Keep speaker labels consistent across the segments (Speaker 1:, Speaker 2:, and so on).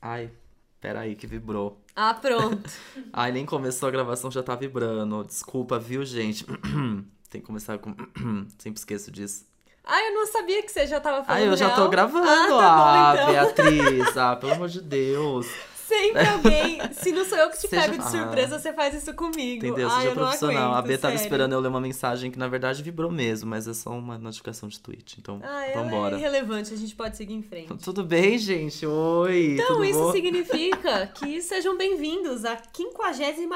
Speaker 1: Ai, peraí que vibrou.
Speaker 2: Ah, pronto.
Speaker 1: Ai, nem começou a gravação, já tá vibrando. Desculpa, viu, gente? Tem que começar com. Sempre esqueço disso.
Speaker 2: Ai, Ah, eu não sabia que você já tava falando.
Speaker 1: Ai, Ah, eu já tô
Speaker 2: real.
Speaker 1: gravando,
Speaker 2: Tá então? Ah, tá bom,
Speaker 1: ah,
Speaker 2: então.
Speaker 1: Beatriz. Ah, pelo amor de Deus.
Speaker 2: Sempre alguém. Se não sou eu que te
Speaker 1: Seja-
Speaker 2: pego de
Speaker 1: Ah.
Speaker 2: surpresa, você faz isso comigo.
Speaker 1: Entendeu?
Speaker 2: Ai,
Speaker 1: Seja
Speaker 2: eu
Speaker 1: profissional.
Speaker 2: Não
Speaker 1: a
Speaker 2: aguento,
Speaker 1: Bia tava
Speaker 2: sério.
Speaker 1: esperando eu ler uma mensagem que, na verdade, vibrou mesmo, mas é só uma notificação de tweet. Então,
Speaker 2: Ah, ela é
Speaker 1: vambora. Então,
Speaker 2: irrelevante, a gente pode seguir em frente.
Speaker 1: Tudo bem, gente? Oi.
Speaker 2: Então,
Speaker 1: tudo
Speaker 2: isso
Speaker 1: bom?
Speaker 2: significa que sejam bem-vindos à 55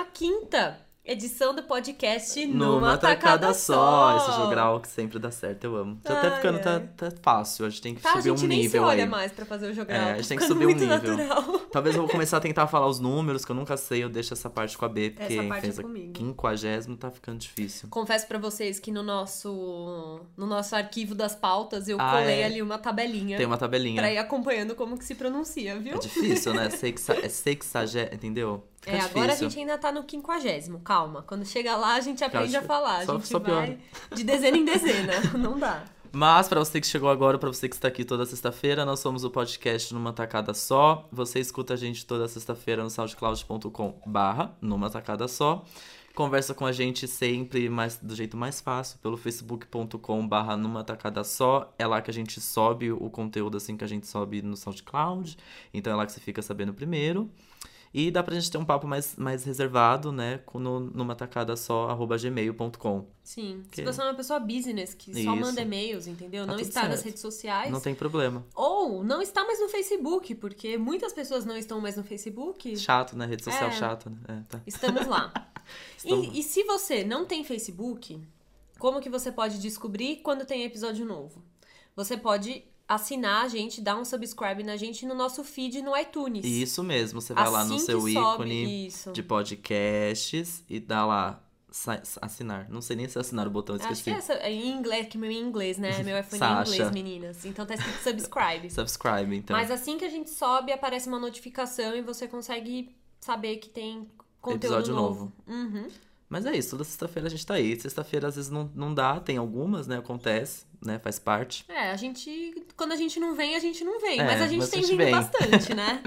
Speaker 2: edição do podcast Numa,
Speaker 1: Numa tacada só. Esse jogral que sempre dá certo, eu amo. Tá até
Speaker 2: Ai,
Speaker 1: ficando tá,
Speaker 2: ai.
Speaker 1: tá fácil, a gente tem que
Speaker 2: Ah, é. Tá, a
Speaker 1: subir
Speaker 2: gente
Speaker 1: um
Speaker 2: nem se
Speaker 1: nível
Speaker 2: olha
Speaker 1: aí.
Speaker 2: mais pra fazer o jogral.
Speaker 1: É, a
Speaker 2: tá
Speaker 1: gente tem que
Speaker 2: ficando
Speaker 1: subir um
Speaker 2: muito
Speaker 1: nível.
Speaker 2: natural.
Speaker 1: Talvez eu vou começar a tentar falar os números, que eu nunca sei, eu deixo essa parte com a B, porque
Speaker 2: Essa parte é
Speaker 1: fez a
Speaker 2: comigo.
Speaker 1: quinquagésimo tá ficando difícil.
Speaker 2: Confesso pra vocês que no nosso no nosso arquivo das pautas eu
Speaker 1: Ah,
Speaker 2: colei
Speaker 1: é.
Speaker 2: ali uma tabelinha
Speaker 1: Tem uma tabelinha.
Speaker 2: pra ir acompanhando como que se pronuncia, viu?
Speaker 1: É difícil, né? Sexa, é sexagé, entendeu? Fica
Speaker 2: É,
Speaker 1: difícil.
Speaker 2: agora a gente ainda tá no quinquagésimo, calma. Quando chega lá, a gente aprende a
Speaker 1: acho-
Speaker 2: falar. A
Speaker 1: só-
Speaker 2: gente
Speaker 1: só piora.
Speaker 2: vai de dezena em dezena. Não dá.
Speaker 1: Mas, pra você que chegou agora, pra você que está aqui toda sexta-feira, nós somos o podcast Numa Tacada Só. Você escuta a gente toda sexta-feira no soundcloud.com barra Numa Tacada Só. Conversa com a gente sempre mais, do jeito mais fácil, pelo facebook.com barra Numa Tacada Só. É lá que a gente sobe o conteúdo assim que a gente sobe no SoundCloud. Então é lá que você fica sabendo primeiro. E dá pra gente ter um papo mais, mais reservado, né? com- No, numa tacada só, arroba gmail.com.
Speaker 2: Sim.
Speaker 1: Que-
Speaker 2: Se você é uma pessoa business que só
Speaker 1: Isso.
Speaker 2: manda e-mails, entendeu?
Speaker 1: Tá
Speaker 2: não
Speaker 1: tudo
Speaker 2: está nas
Speaker 1: certo.
Speaker 2: redes sociais.
Speaker 1: Não tem problema.
Speaker 2: Ou não está mais no Facebook, porque muitas pessoas não estão mais no Facebook.
Speaker 1: Chato, né? Rede social
Speaker 2: É.
Speaker 1: chata, né? É, tá.
Speaker 2: Estamos lá.
Speaker 1: Estamos lá.
Speaker 2: E, e se você não tem Facebook, como que você pode descobrir quando tem episódio novo? Você pode assinar a gente, dar um subscribe na gente no nosso feed no iTunes.
Speaker 1: E Isso mesmo, você vai lá no
Speaker 2: Assim
Speaker 1: seu
Speaker 2: que sobe,
Speaker 1: ícone
Speaker 2: Isso.
Speaker 1: de podcasts e dá lá sa- assinar. Não sei nem se é assinar o botão,
Speaker 2: Acho que
Speaker 1: esqueci.
Speaker 2: é essa, é em inglês, que meu inglês, né? Meu iPhone é em
Speaker 1: Sasha.
Speaker 2: inglês, meninas. Então tá escrito subscribe.
Speaker 1: Subscribe, então.
Speaker 2: Mas assim que a gente sobe, aparece uma notificação e você consegue saber que tem conteúdo
Speaker 1: Episódio
Speaker 2: novo. Uhum.
Speaker 1: Mas é isso, toda sexta-feira a gente tá aí. Sexta-feira às vezes não, não dá, tem algumas, né? Acontece, né? Faz parte.
Speaker 2: É, a gente. Quando a gente não vem, a gente não vem.
Speaker 1: É,
Speaker 2: mas a gente
Speaker 1: mas
Speaker 2: tem
Speaker 1: a gente
Speaker 2: vindo
Speaker 1: vem.
Speaker 2: bastante, né?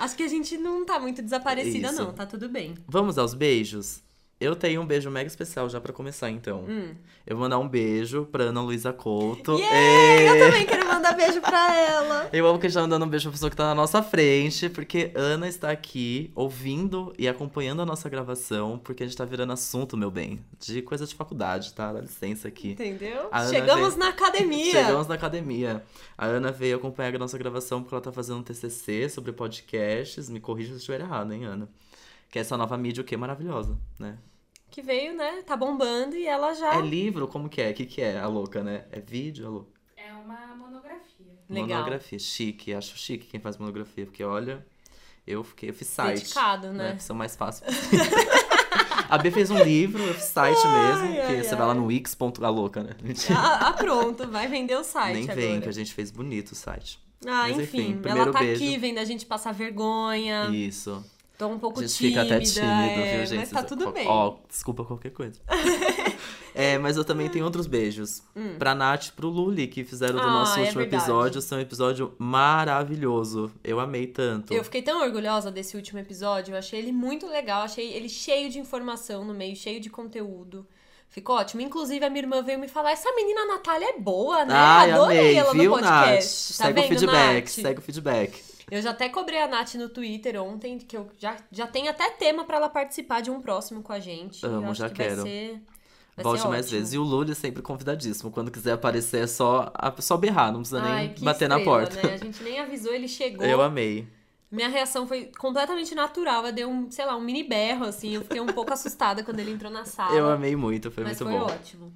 Speaker 2: Acho que a gente não tá muito desaparecida,
Speaker 1: Isso.
Speaker 2: não. Tá tudo bem.
Speaker 1: Vamos aos beijos? Eu tenho um beijo mega especial já pra começar, então.
Speaker 2: Hum.
Speaker 1: Eu vou mandar um beijo pra Ana Luísa Couto.
Speaker 2: Yay!
Speaker 1: Ê!
Speaker 2: Eu também quero mandar beijo pra ela.
Speaker 1: Eu amo que a gente tá mandando um beijo pra pessoa que tá na nossa frente, porque Ana está aqui ouvindo e acompanhando a nossa gravação, porque a gente tá virando assunto, meu bem, de coisa de faculdade, tá? Dá licença aqui.
Speaker 2: Entendeu?
Speaker 1: A Ana
Speaker 2: Chegamos
Speaker 1: veio-
Speaker 2: na academia.
Speaker 1: Chegamos na academia. A Ana veio acompanhar a nossa gravação porque ela tá fazendo um TCC sobre podcasts. Me corrija se eu estiver errado, hein, Ana? Que é essa nova mídia o quê? Maravilhosa, né?
Speaker 2: Que veio, né? Tá bombando e ela já.
Speaker 1: É livro? Como que é? O que que é a louca, né? É vídeo, a louca?
Speaker 3: É uma monografia.
Speaker 2: Legal.
Speaker 1: Monografia. Chique. Acho chique quem faz monografia, porque olha... Eu fiquei... Eu fiz site.
Speaker 2: Dedicado,
Speaker 1: né?
Speaker 2: né?
Speaker 1: Que são mais fáceis. a B fez um livro, eu fiz site mesmo,
Speaker 2: Ai,
Speaker 1: que
Speaker 2: ai,
Speaker 1: você vai lá no Wix. ponto- Ah, louca, né? Mentira.
Speaker 2: Ah, ah, pronto, vai vender o site
Speaker 1: Nem
Speaker 2: agora.
Speaker 1: vem, que a gente fez bonito o site.
Speaker 2: Ah,
Speaker 1: Mas enfim,
Speaker 2: enfim, ela
Speaker 1: primeiro
Speaker 2: tá
Speaker 1: beijo.
Speaker 2: aqui vendo a gente passar vergonha.
Speaker 1: Isso.
Speaker 2: Tô um Ah, pouco
Speaker 1: a gente
Speaker 2: tímida.
Speaker 1: fica até tímido,
Speaker 2: é,
Speaker 1: viu, gente?
Speaker 2: Mas tá tudo
Speaker 1: Ó,
Speaker 2: bem.
Speaker 1: Ó, desculpa qualquer coisa. é, mas eu também tenho outros beijos.
Speaker 2: Hum.
Speaker 1: Pra Nath e pro Luli, que fizeram do
Speaker 2: Ah,
Speaker 1: nosso
Speaker 2: é
Speaker 1: último
Speaker 2: verdade.
Speaker 1: episódio. Seu episódio maravilhoso. Eu amei tanto.
Speaker 2: Eu fiquei tão orgulhosa desse último episódio, eu achei ele muito legal, achei ele cheio de informação no meio, cheio de conteúdo. Ficou ótimo. Inclusive, a minha irmã veio me falar: essa menina Natália é boa, né?
Speaker 1: Ai,
Speaker 2: Adorei
Speaker 1: amei,
Speaker 2: ela
Speaker 1: viu,
Speaker 2: no
Speaker 1: Nath?
Speaker 2: podcast. Tá
Speaker 1: segue
Speaker 2: vendo,
Speaker 1: o feedback,
Speaker 2: Nath?
Speaker 1: segue o feedback.
Speaker 2: Eu já até cobrei a Nath no Twitter ontem, que eu já, já tem até tema pra ela participar de um próximo com a gente.
Speaker 1: Amo,
Speaker 2: eu acho
Speaker 1: já
Speaker 2: que
Speaker 1: quero.
Speaker 2: Vai ser, vai
Speaker 1: Volte
Speaker 2: ser
Speaker 1: mais
Speaker 2: ótimo.
Speaker 1: vezes. E o Lully é sempre convidadíssimo. Quando quiser aparecer, é só, a- só berrar, não precisa
Speaker 2: Ai,
Speaker 1: nem
Speaker 2: que
Speaker 1: bater na
Speaker 2: estrela,
Speaker 1: porta.
Speaker 2: né? A gente nem avisou, ele chegou.
Speaker 1: Eu amei.
Speaker 2: Minha reação foi completamente natural. Eu dei um, sei lá, um mini berro, assim. Eu fiquei um pouco assustada quando ele entrou na sala.
Speaker 1: Eu amei muito, foi
Speaker 2: Ah, mas
Speaker 1: muito
Speaker 2: foi
Speaker 1: bom.
Speaker 2: ótimo.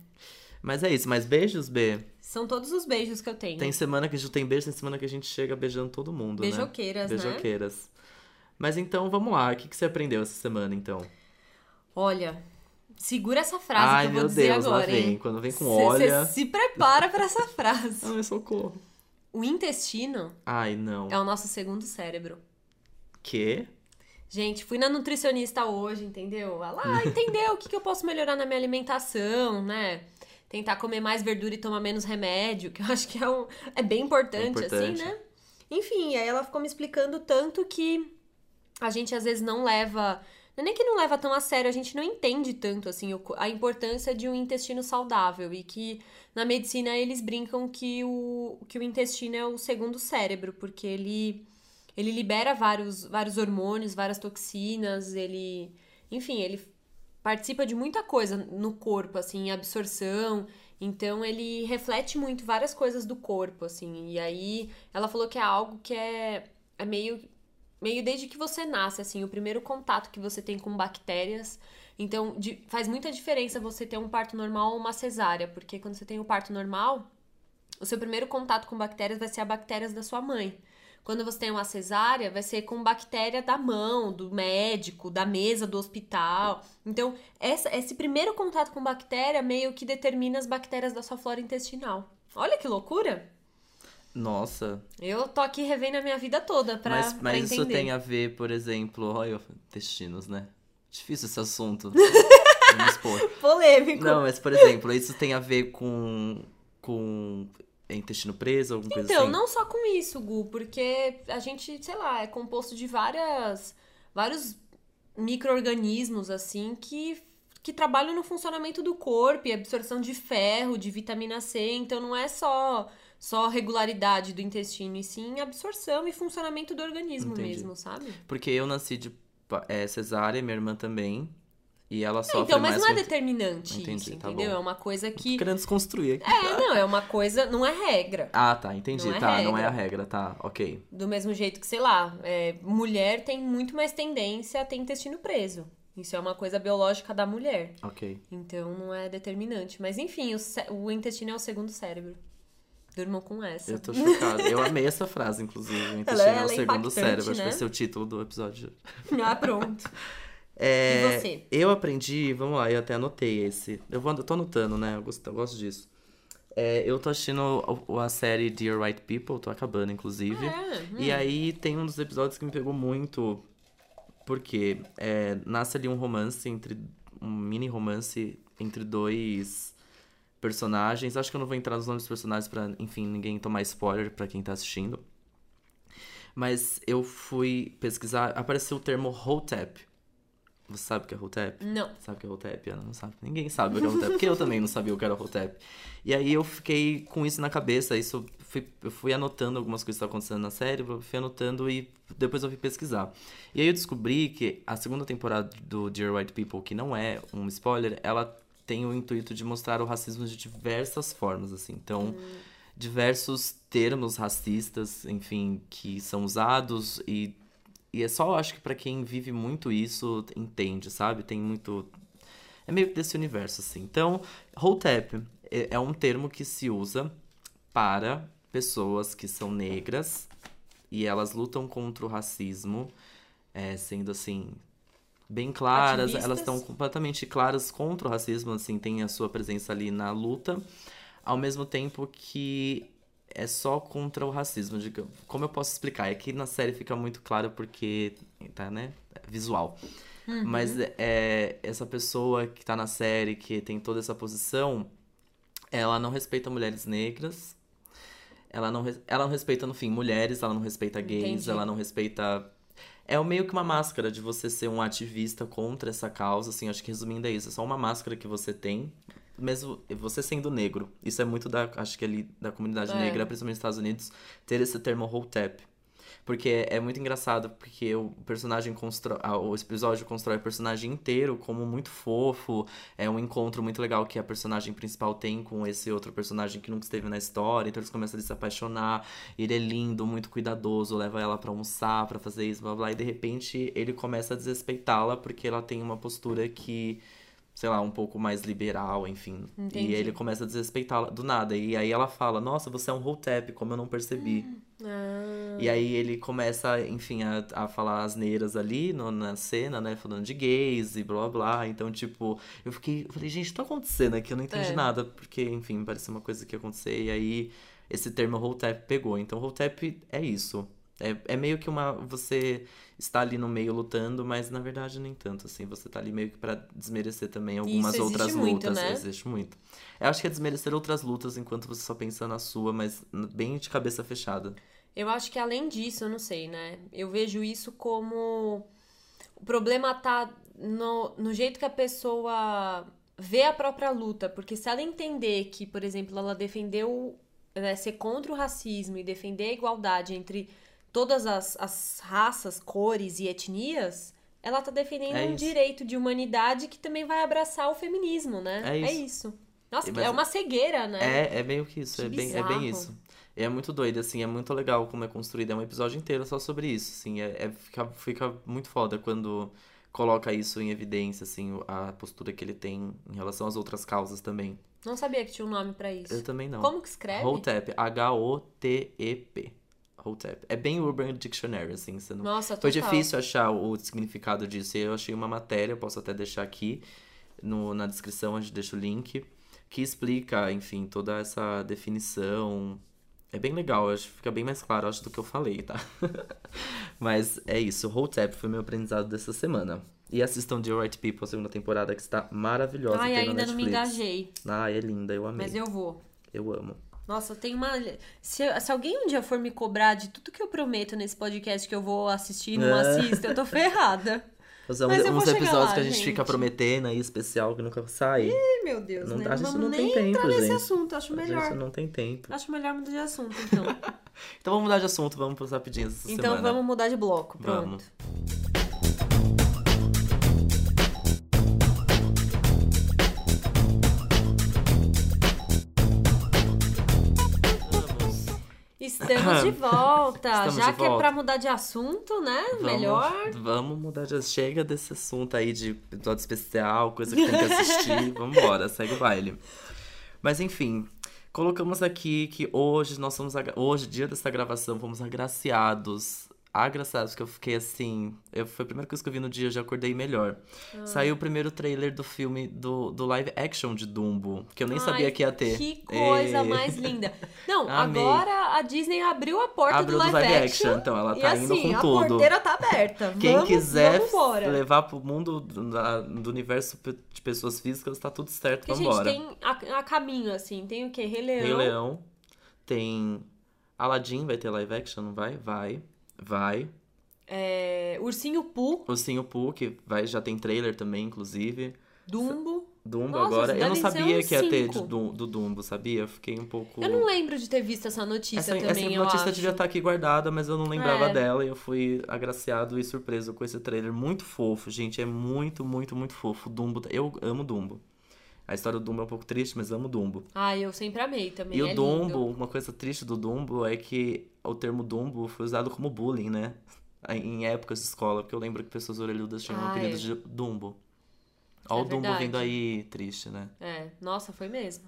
Speaker 1: Mas é isso, mas beijos, B.
Speaker 2: São todos os beijos que eu tenho.
Speaker 1: Tem semana que a gente tem beijo, tem semana que a gente chega beijando todo mundo, né?
Speaker 2: Beijoqueiras, né?
Speaker 1: Beijoqueiras. Mas então, vamos lá. O que, que você aprendeu essa semana, então?
Speaker 2: Olha, segura essa frase
Speaker 1: Ai,
Speaker 2: que eu vou
Speaker 1: meu
Speaker 2: dizer
Speaker 1: Deus, lá
Speaker 2: agora,
Speaker 1: vem.
Speaker 2: hein?
Speaker 1: Quando vem com
Speaker 2: Cê- cê
Speaker 1: olha...
Speaker 2: se prepara pra essa frase.
Speaker 1: Ai, socorro.
Speaker 2: O intestino
Speaker 1: Ai, não.
Speaker 2: é o nosso segundo cérebro.
Speaker 1: Quê?
Speaker 2: Gente, fui na nutricionista hoje, entendeu? Ela ah, entendeu o que, que eu posso melhorar na minha alimentação, né? Tentar comer mais verdura e tomar menos remédio, que eu acho que é, um, é bem importante,
Speaker 1: É importante.
Speaker 2: assim, né? Enfim, aí ela ficou me explicando tanto que a gente às vezes não leva. não é Nem que não leva tão a sério, a gente não entende tanto assim o co- a importância de um intestino saudável e que na medicina eles brincam que o, que o intestino é o segundo cérebro, porque ele, ele libera vários, vários hormônios, várias toxinas, ele. Enfim, ele participa de muita coisa no corpo, assim, absorção. Então ele reflete muito várias coisas do corpo, assim. E aí ela falou que é algo que é, é meio, meio desde que você nasce, assim, o primeiro contato que você tem com bactérias. Então de- faz muita diferença você ter um parto normal ou uma cesárea, porque quando você tem o parto normal, o seu primeiro contato com bactérias vai ser a bactérias da sua mãe. Quando você tem uma cesárea, vai ser com bactéria da mão, do médico, da mesa do hospital. Então, essa- esse primeiro contato com bactéria meio que determina as bactérias da sua flora intestinal. Olha que loucura!
Speaker 1: Nossa,
Speaker 2: Eu tô aqui revendo a minha vida toda pra,
Speaker 1: mas,
Speaker 2: pra
Speaker 1: mas
Speaker 2: entender.
Speaker 1: isso tem a ver, por exemplo, olha, intestinos, né? Difícil esse assunto. Vamos expor.
Speaker 2: Polêmico.
Speaker 1: Não, mas por exemplo, isso tem a ver com. com. intestino preso, alguma coisa
Speaker 2: Então,
Speaker 1: assim?
Speaker 2: não só com isso, Gu, porque a gente, sei lá, é composto de várias, vários micro-organismos, assim, que, que trabalham no funcionamento do corpo e absorção de ferro, de vitamina C. Então, não é só, só regularidade do intestino, e sim absorção e funcionamento do organismo
Speaker 1: Entendi.
Speaker 2: mesmo, sabe?
Speaker 1: Porque eu nasci de pa- é, cesárea, minha irmã também. E ela sofre
Speaker 2: então, mas
Speaker 1: mais
Speaker 2: não é
Speaker 1: com-
Speaker 2: determinante
Speaker 1: Entendi,
Speaker 2: isso,
Speaker 1: tá
Speaker 2: entendeu?
Speaker 1: bom.
Speaker 2: É uma coisa
Speaker 1: Tô
Speaker 2: que...
Speaker 1: querendo desconstruir aqui.
Speaker 2: É, não, é uma coisa... Não é regra.
Speaker 1: Ah, tá, entendi.
Speaker 2: Não é
Speaker 1: tá, não é
Speaker 2: regra.
Speaker 1: a regra, tá, ok.
Speaker 2: Do mesmo jeito que, sei lá, é, mulher tem muito mais tendência a ter intestino preso. Isso é uma coisa biológica da mulher.
Speaker 1: Ok.
Speaker 2: Então não é determinante. Mas enfim, o, cé- o intestino é o segundo cérebro. Durmam com essa.
Speaker 1: Eu tô chocada. Eu amei essa frase, inclusive. O intestino
Speaker 2: ela
Speaker 1: é
Speaker 2: é
Speaker 1: o segundo
Speaker 2: impactante,
Speaker 1: cérebro. Acho que
Speaker 2: né?
Speaker 1: vai ser o título do episódio.
Speaker 2: Ah, pronto.
Speaker 1: É,
Speaker 2: E você?
Speaker 1: Eu aprendi, vamos lá, eu até anotei esse. Eu vou, eu tô anotando, né? Eu gosto, eu gosto disso. É, eu tô assistindo o- a série Dear White People, tô acabando, inclusive.
Speaker 2: É, hum.
Speaker 1: E aí tem um dos episódios que me pegou muito, porque é, nasce ali um romance entre. um mini romance entre dois personagens. Acho que eu não vou entrar nos nomes dos personagens pra, enfim, ninguém tomar spoiler pra quem tá assistindo. Mas eu fui pesquisar, apareceu o termo Hotep. Você sabe o que é Hotep?
Speaker 2: Não.
Speaker 1: Sabe o que é Hotep? Ana não sabe. Ninguém sabe o que é Hotep, porque eu também não sabia o que era Hotep. E aí eu fiquei com isso na cabeça, isso fui, eu fui anotando algumas coisas que estavam acontecendo na série, eu fui anotando e depois eu fui pesquisar. E aí eu descobri que a segunda temporada do Dear White People, que não é um spoiler, ela tem o intuito de mostrar o racismo de diversas formas, assim. Então, diversos termos racistas, enfim, que são usados e e é só, eu acho que pra quem vive muito isso, entende, sabe? Tem muito. É meio que desse universo, assim. Então, Hotep é é um termo que se usa para pessoas que são negras e elas lutam contra o racismo, é, sendo assim. Bem claras, elas
Speaker 2: Ativistas.
Speaker 1: estão completamente claras contra o racismo, assim, tem a sua presença ali na luta, ao mesmo tempo que é só contra o racismo. diga- Como eu posso explicar? É que na série fica muito claro porque tá, né? Visual. Mas é, essa pessoa que tá na série, que tem toda essa posição, ela não respeita mulheres negras. Ela não, res- ela não respeita, no fim, mulheres, ela não respeita gays,
Speaker 2: Entendi.
Speaker 1: ela não respeita. É o meio que uma máscara de você ser um ativista contra essa causa, assim, acho que resumindo é isso, é só uma máscara que você tem, mesmo você sendo negro. Isso é muito da, acho que ali, da comunidade
Speaker 2: É.
Speaker 1: negra, principalmente nos Estados Unidos, ter esse termo hotep. Porque é- é muito engraçado, porque o personagem constrói. ah, O episódio constrói o personagem inteiro como muito fofo. É um encontro muito legal que a personagem principal tem com esse outro personagem que nunca esteve na história. Então eles começam a se apaixonar. Ele é lindo, muito cuidadoso, leva ela pra almoçar, pra fazer isso, blá blá. E de repente ele começa a desrespeitá-la porque ela tem uma postura que. Sei lá, um pouco mais liberal, enfim.
Speaker 2: Entendi.
Speaker 1: E ele começa a desrespeitá-la do nada. E aí ela fala: Nossa, você é um hotep, como eu não percebi.
Speaker 2: Ah,
Speaker 1: E aí ele começa, enfim, a, a falar asneiras ali no- na cena, né? Falando de gays e blá blá. Então, tipo, eu fiquei. Eu falei, gente, o que tá acontecendo aqui? Eu não entendi
Speaker 2: É.
Speaker 1: nada, porque, enfim, parecia uma coisa que ia acontecer. E aí esse termo Hotep pegou. Então, Hotep é isso. É, é meio que uma. Você está ali no meio lutando, mas na verdade nem tanto, assim. Você tá ali meio que pra desmerecer também algumas
Speaker 2: existe
Speaker 1: outras
Speaker 2: muito,
Speaker 1: lutas.
Speaker 2: né?
Speaker 1: Existe muito. Eu acho que é desmerecer outras lutas enquanto você só pensa na sua, mas bem de cabeça fechada.
Speaker 2: Eu acho que além disso, eu não sei, né? Eu vejo isso como. O problema tá no, no jeito que a pessoa vê a própria luta. Porque se ela entender que, por exemplo, ela defendeu né, ser contra o racismo e defender a igualdade entre todas as, as raças, cores e etnias, ela tá defendendo
Speaker 1: É
Speaker 2: um
Speaker 1: isso.
Speaker 2: direito de humanidade que também vai abraçar o feminismo, né?
Speaker 1: É isso.
Speaker 2: Nossa,
Speaker 1: Mas-
Speaker 2: é uma cegueira, né?
Speaker 1: É, é meio que isso,
Speaker 2: Que
Speaker 1: é bem, é bem
Speaker 2: bizarro.
Speaker 1: isso. E é muito doido, assim, é muito legal como é construído, é um episódio inteiro só sobre isso, assim, é, é- fica, fica muito foda quando coloca isso em evidência, assim, o- a postura que ele tem em relação às outras causas também.
Speaker 2: Não sabia que tinha um nome pra isso.
Speaker 1: Eu também não.
Speaker 2: Como que escreve?
Speaker 1: Hotep, H-O-T-E-P, Hotep. É bem Urban Dictionary, assim, você não...
Speaker 2: Nossa,
Speaker 1: Foi
Speaker 2: total.
Speaker 1: difícil achar o significado disso. e Eu achei uma matéria, eu posso até deixar aqui no, na descrição, a gente deixa o link, que explica, enfim, toda essa definição. É bem legal, acho que fica bem mais claro, acho, do que eu falei, tá? Mas é isso, Hotep foi meu aprendizado dessa semana. E assistam The Right People, a segunda temporada, que está maravilhosa.
Speaker 2: Ai,
Speaker 1: tem na
Speaker 2: ainda não me
Speaker 1: Netflix.
Speaker 2: engajei,
Speaker 1: Ai, é linda, eu amei.
Speaker 2: mas eu vou.
Speaker 1: Eu amo.
Speaker 2: Nossa, eu tenho uma. Se, se alguém um dia for me cobrar de tudo que eu prometo nesse podcast que eu vou assistir e não
Speaker 1: Ah.
Speaker 2: assisto, eu tô ferrada.
Speaker 1: Fazer
Speaker 2: Mas
Speaker 1: uns,
Speaker 2: eu vou
Speaker 1: uns
Speaker 2: chegar
Speaker 1: episódios
Speaker 2: lá,
Speaker 1: que a gente,
Speaker 2: gente.
Speaker 1: fica prometendo aí, especial, que nunca sai.
Speaker 2: Ai, meu Deus,
Speaker 1: Não
Speaker 2: né?
Speaker 1: dá- a gente
Speaker 2: vamos
Speaker 1: não tem
Speaker 2: nem
Speaker 1: tempo,
Speaker 2: entrar nesse
Speaker 1: gente.
Speaker 2: assunto, acho
Speaker 1: Mas
Speaker 2: melhor.
Speaker 1: Isso não tem tempo.
Speaker 2: Acho melhor mudar de assunto, então.
Speaker 1: Então vamos mudar de assunto, vamos pros rapidinhos essa
Speaker 2: então
Speaker 1: semana.
Speaker 2: vamos mudar de bloco, pronto.
Speaker 1: Vamos. Vamos.
Speaker 2: Estamos de volta.
Speaker 1: Estamos
Speaker 2: Já
Speaker 1: de
Speaker 2: que é
Speaker 1: volta.
Speaker 2: pra mudar de assunto, né? Melhor.
Speaker 1: Vamos mudar de chega desse assunto aí de episódio especial, coisa que tem que assistir. Vambora, segue o baile. Mas enfim, colocamos aqui que hoje nós somos agra- hoje dia dessa gravação, fomos agraciados. Agraciados que eu fiquei assim, eu foi a primeira coisa que eu vi no dia, eu já acordei melhor.
Speaker 2: Ah.
Speaker 1: Saiu o primeiro trailer do filme do, do live action de Dumbo, que eu nem
Speaker 2: Ai,
Speaker 1: sabia que ia ter.
Speaker 2: Que coisa
Speaker 1: Ê.
Speaker 2: mais linda. Não,
Speaker 1: Amei.
Speaker 2: agora a Disney abriu a porta
Speaker 1: Abriu
Speaker 2: do live, action.
Speaker 1: então ela
Speaker 2: E
Speaker 1: tá indo
Speaker 2: assim,
Speaker 1: com
Speaker 2: a
Speaker 1: tudo.
Speaker 2: porteira tá aberta.
Speaker 1: Quem
Speaker 2: vamos,
Speaker 1: quiser
Speaker 2: vamos embora.
Speaker 1: levar pro mundo da- do universo pe- de pessoas físicas, tá tudo certo,
Speaker 2: Porque, gente,
Speaker 1: vambora.
Speaker 2: tem a, a caminho, assim, tem o quê? Rei Leão.
Speaker 1: Rei Leão, tem Aladdin, vai ter live action, não vai? Vai, vai.
Speaker 2: é, Ursinho Pooh,
Speaker 1: Ursinho Pooh, que vai, já tem trailer também, inclusive.
Speaker 2: Dumbo.
Speaker 1: Dumbo
Speaker 2: Nossa,
Speaker 1: agora. Eu não
Speaker 2: devem ser
Speaker 1: sabia
Speaker 2: uns
Speaker 1: que ia ter de
Speaker 2: cinco.
Speaker 1: Dum- do Dumbo, sabia? Eu fiquei um pouco...
Speaker 2: Eu não lembro de ter visto essa notícia
Speaker 1: Essa,
Speaker 2: também,
Speaker 1: essa
Speaker 2: eu
Speaker 1: notícia
Speaker 2: acho.
Speaker 1: devia estar aqui guardada, mas eu não lembrava
Speaker 2: É.
Speaker 1: dela e eu fui agraciado e surpreso com esse trailer. Muito fofo, gente. É muito, muito, muito fofo. Dumbo. tá- Eu amo Dumbo. A história do Dumbo é um pouco triste, mas amo Dumbo.
Speaker 2: Ah, eu sempre amei também.
Speaker 1: E
Speaker 2: é
Speaker 1: o
Speaker 2: lindo.
Speaker 1: Dumbo, uma coisa triste do Dumbo é que o termo Dumbo foi usado como bullying, né? Em épocas de escola, porque eu lembro que pessoas orelhudas tinham
Speaker 2: Ah,
Speaker 1: apelidos
Speaker 2: é.
Speaker 1: de Dumbo. Ó,
Speaker 2: É
Speaker 1: o Dumbo
Speaker 2: verdade.
Speaker 1: vindo aí, triste, né?
Speaker 2: É, nossa, foi mesmo.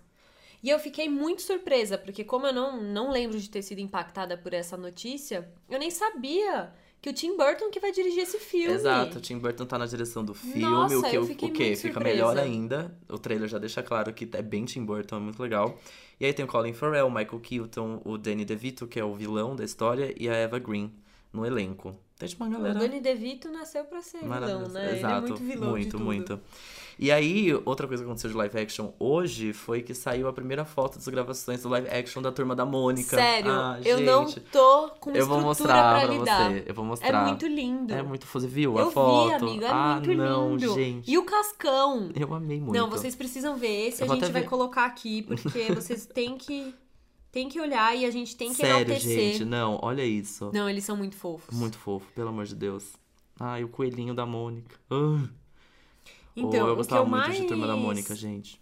Speaker 2: E eu fiquei muito surpresa, porque como eu não, não lembro de ter sido impactada por essa notícia, eu nem sabia que o Tim Burton que vai dirigir esse filme.
Speaker 1: Exato, o Tim Burton tá na direção do filme,
Speaker 2: Nossa,
Speaker 1: o que,
Speaker 2: eu
Speaker 1: o
Speaker 2: fiquei
Speaker 1: o que
Speaker 2: muito
Speaker 1: fica
Speaker 2: surpresa.
Speaker 1: melhor ainda. O trailer já deixa claro que é bem Tim Burton, é muito legal. E aí tem o Colin Farrell, o Michael Keaton, o Danny DeVito, que é o vilão da história, e a Eva Green no elenco. Tem tipo uma
Speaker 2: O
Speaker 1: galera
Speaker 2: Danny DeVito nasceu pra ser É um vilão,
Speaker 1: maravilhosa.
Speaker 2: né? Ele é
Speaker 1: Exato,
Speaker 2: muito vilão de
Speaker 1: muito,
Speaker 2: tudo.
Speaker 1: muito. E aí, outra coisa que aconteceu de live action hoje foi que saiu a primeira foto das gravações do live action da Turma da Mônica.
Speaker 2: Sério,
Speaker 1: Ah,
Speaker 2: eu
Speaker 1: gente,
Speaker 2: não tô com estrutura
Speaker 1: Eu vou mostrar
Speaker 2: pra
Speaker 1: pra,
Speaker 2: lidar.
Speaker 1: você. Eu vou
Speaker 2: É
Speaker 1: mostrar.
Speaker 2: muito lindo.
Speaker 1: É muito fofo, você viu?
Speaker 2: eu
Speaker 1: a foto.
Speaker 2: vi, amigo, é
Speaker 1: ah,
Speaker 2: muito
Speaker 1: não,
Speaker 2: lindo.
Speaker 1: gente.
Speaker 2: E o cascão?
Speaker 1: Eu amei muito.
Speaker 2: Não, vocês precisam ver esse,
Speaker 1: Eu
Speaker 2: a
Speaker 1: vou
Speaker 2: gente
Speaker 1: até
Speaker 2: vai
Speaker 1: ver.
Speaker 2: colocar aqui, porque vocês têm que têm que olhar e a gente tem que
Speaker 1: Sério,
Speaker 2: enaltecer.
Speaker 1: gente, não, olha isso.
Speaker 2: Não, eles são muito fofos.
Speaker 1: Muito fofo, pelo amor de Deus. Ai, o coelhinho da Mônica. Ah.
Speaker 2: Então,
Speaker 1: Oh, eu
Speaker 2: o que
Speaker 1: gostava
Speaker 2: eu
Speaker 1: muito
Speaker 2: mais...
Speaker 1: de Turma da Mônica, gente.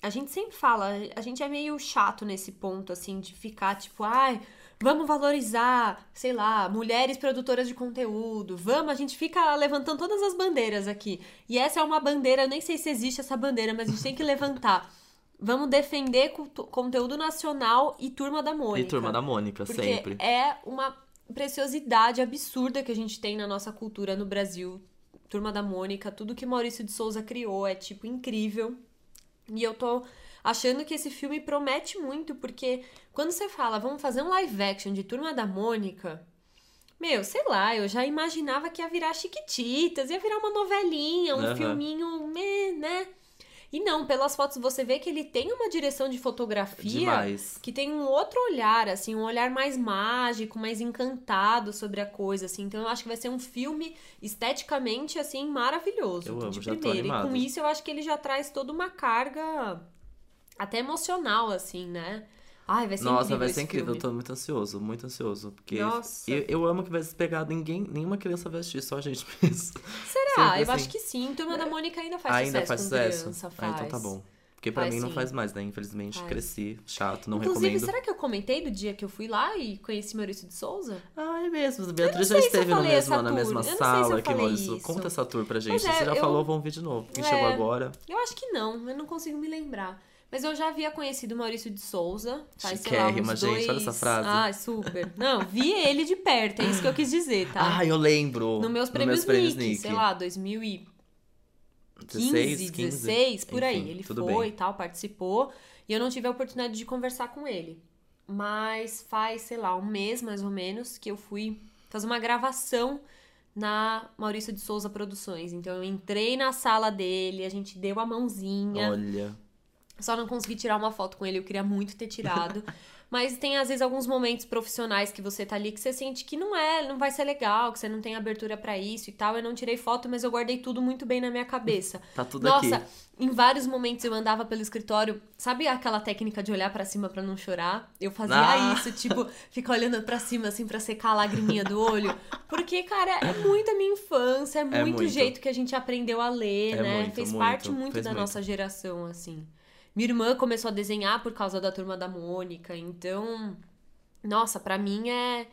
Speaker 2: A gente sempre fala, a gente é meio chato nesse ponto, assim, de ficar tipo, ai, vamos valorizar, sei lá, mulheres produtoras de conteúdo, vamos, a gente fica levantando todas as bandeiras aqui. E essa é uma bandeira, eu nem sei se existe essa bandeira, mas a gente tem que levantar. Vamos defender cultu- conteúdo nacional e Turma da Mônica.
Speaker 1: E Turma da Mônica,
Speaker 2: Porque
Speaker 1: sempre.
Speaker 2: é uma preciosidade absurda que a gente tem na nossa cultura no Brasil. Turma da Mônica, tudo que Maurício de Souza criou é tipo incrível. E eu tô achando que esse filme promete muito, porque quando você fala, vamos fazer um live action de Turma da Mônica, meu, sei lá, eu já imaginava que ia virar Chiquititas, ia virar uma novelinha, um
Speaker 1: Aham.
Speaker 2: filminho, meh, né? E não, pelas fotos você vê que ele tem uma direção de fotografia
Speaker 1: Demais.
Speaker 2: que tem um outro olhar, assim, um olhar mais mágico, mais encantado sobre a coisa, assim. Então eu acho que vai ser um filme esteticamente, assim, maravilhoso.
Speaker 1: Eu
Speaker 2: de
Speaker 1: amo, já tô
Speaker 2: primeira. E
Speaker 1: animado.
Speaker 2: com isso eu acho que ele já traz toda uma carga até emocional, assim, né? Ai, vai ser
Speaker 1: Nossa,
Speaker 2: incrível.
Speaker 1: vai
Speaker 2: esse
Speaker 1: ser incrível.
Speaker 2: filme.
Speaker 1: Eu tô muito ansioso, muito ansioso. Porque
Speaker 2: Nossa.
Speaker 1: eu, eu amo que vai se pegar ninguém, nenhuma criança vai assistir, só a gente mesmo.
Speaker 2: Será?
Speaker 1: sempre
Speaker 2: eu acho
Speaker 1: assim.
Speaker 2: que sim. Turma da Mônica ainda faz
Speaker 1: Ainda
Speaker 2: sucesso
Speaker 1: faz
Speaker 2: com
Speaker 1: sucesso?
Speaker 2: criança,
Speaker 1: Ah,
Speaker 2: faz.
Speaker 1: então tá bom. Porque pra
Speaker 2: Faz
Speaker 1: mim não
Speaker 2: sim.
Speaker 1: faz mais, né? Infelizmente,
Speaker 2: Faz.
Speaker 1: cresci, chato, não
Speaker 2: Inclusive,
Speaker 1: recomendo.
Speaker 2: será que eu comentei do dia que eu fui lá e conheci Maurício de Souza?
Speaker 1: Ah, é mesmo. Beatriz já
Speaker 2: sei se eu
Speaker 1: esteve no
Speaker 2: falei
Speaker 1: mesmo,
Speaker 2: essa
Speaker 1: na
Speaker 2: tour. Eu
Speaker 1: mesma
Speaker 2: não sei se eu
Speaker 1: sala que
Speaker 2: falei
Speaker 1: Maurício.
Speaker 2: isso.
Speaker 1: Conta essa tour pra gente.
Speaker 2: Pois
Speaker 1: Você
Speaker 2: é,
Speaker 1: já
Speaker 2: eu-
Speaker 1: falou, vamos ver de novo. Quem
Speaker 2: É.
Speaker 1: chegou agora.
Speaker 2: Eu acho que não, eu não consigo me lembrar. Mas eu já havia conhecido Maurício de Souza. Faz, sei lá,
Speaker 1: Chiquérrima,
Speaker 2: uns
Speaker 1: gente,
Speaker 2: dois...
Speaker 1: olha essa frase.
Speaker 2: Ah, super. Não, vi ele de perto, é isso que eu quis dizer, tá?
Speaker 1: Ah, eu lembro.
Speaker 2: no meus
Speaker 1: No
Speaker 2: prêmios,
Speaker 1: meus prêmios
Speaker 2: Nick,
Speaker 1: Nick.
Speaker 2: sei lá, 2015,
Speaker 1: 16, 15.
Speaker 2: 16, por aí.
Speaker 1: Enfim,
Speaker 2: Ele
Speaker 1: tudo
Speaker 2: foi e
Speaker 1: bem.
Speaker 2: tal, participou. E eu não tive a oportunidade de conversar com ele. Mas faz, sei lá, um mês mais ou menos que eu fui fazer uma gravação na Maurício de Souza Produções. Então eu entrei na sala dele, a gente deu a mãozinha.
Speaker 1: Olha.
Speaker 2: Só não consegui tirar uma foto com ele, eu queria muito ter tirado. Mas tem, às vezes, alguns momentos profissionais que você tá ali que você sente que não é, não vai ser legal, que você não tem abertura pra isso e tal. Eu não tirei foto, mas eu guardei tudo muito bem na minha cabeça.
Speaker 1: Tá tudo
Speaker 2: Nossa,
Speaker 1: aqui.
Speaker 2: em vários momentos eu andava pelo escritório, sabe aquela técnica de olhar pra cima pra não chorar? Eu fazia
Speaker 1: Ah.
Speaker 2: isso, tipo, fica olhando pra cima assim pra secar a lagriminha do olho, porque cara, é muito a minha infância, é muito, o
Speaker 1: muito.
Speaker 2: jeito que a gente aprendeu a ler,
Speaker 1: É
Speaker 2: né?
Speaker 1: muito,
Speaker 2: Fez
Speaker 1: muito,
Speaker 2: parte muito
Speaker 1: fez
Speaker 2: da
Speaker 1: muito.
Speaker 2: nossa geração assim. Minha irmã começou a desenhar por causa da turma da Mônica, então nossa, pra mim é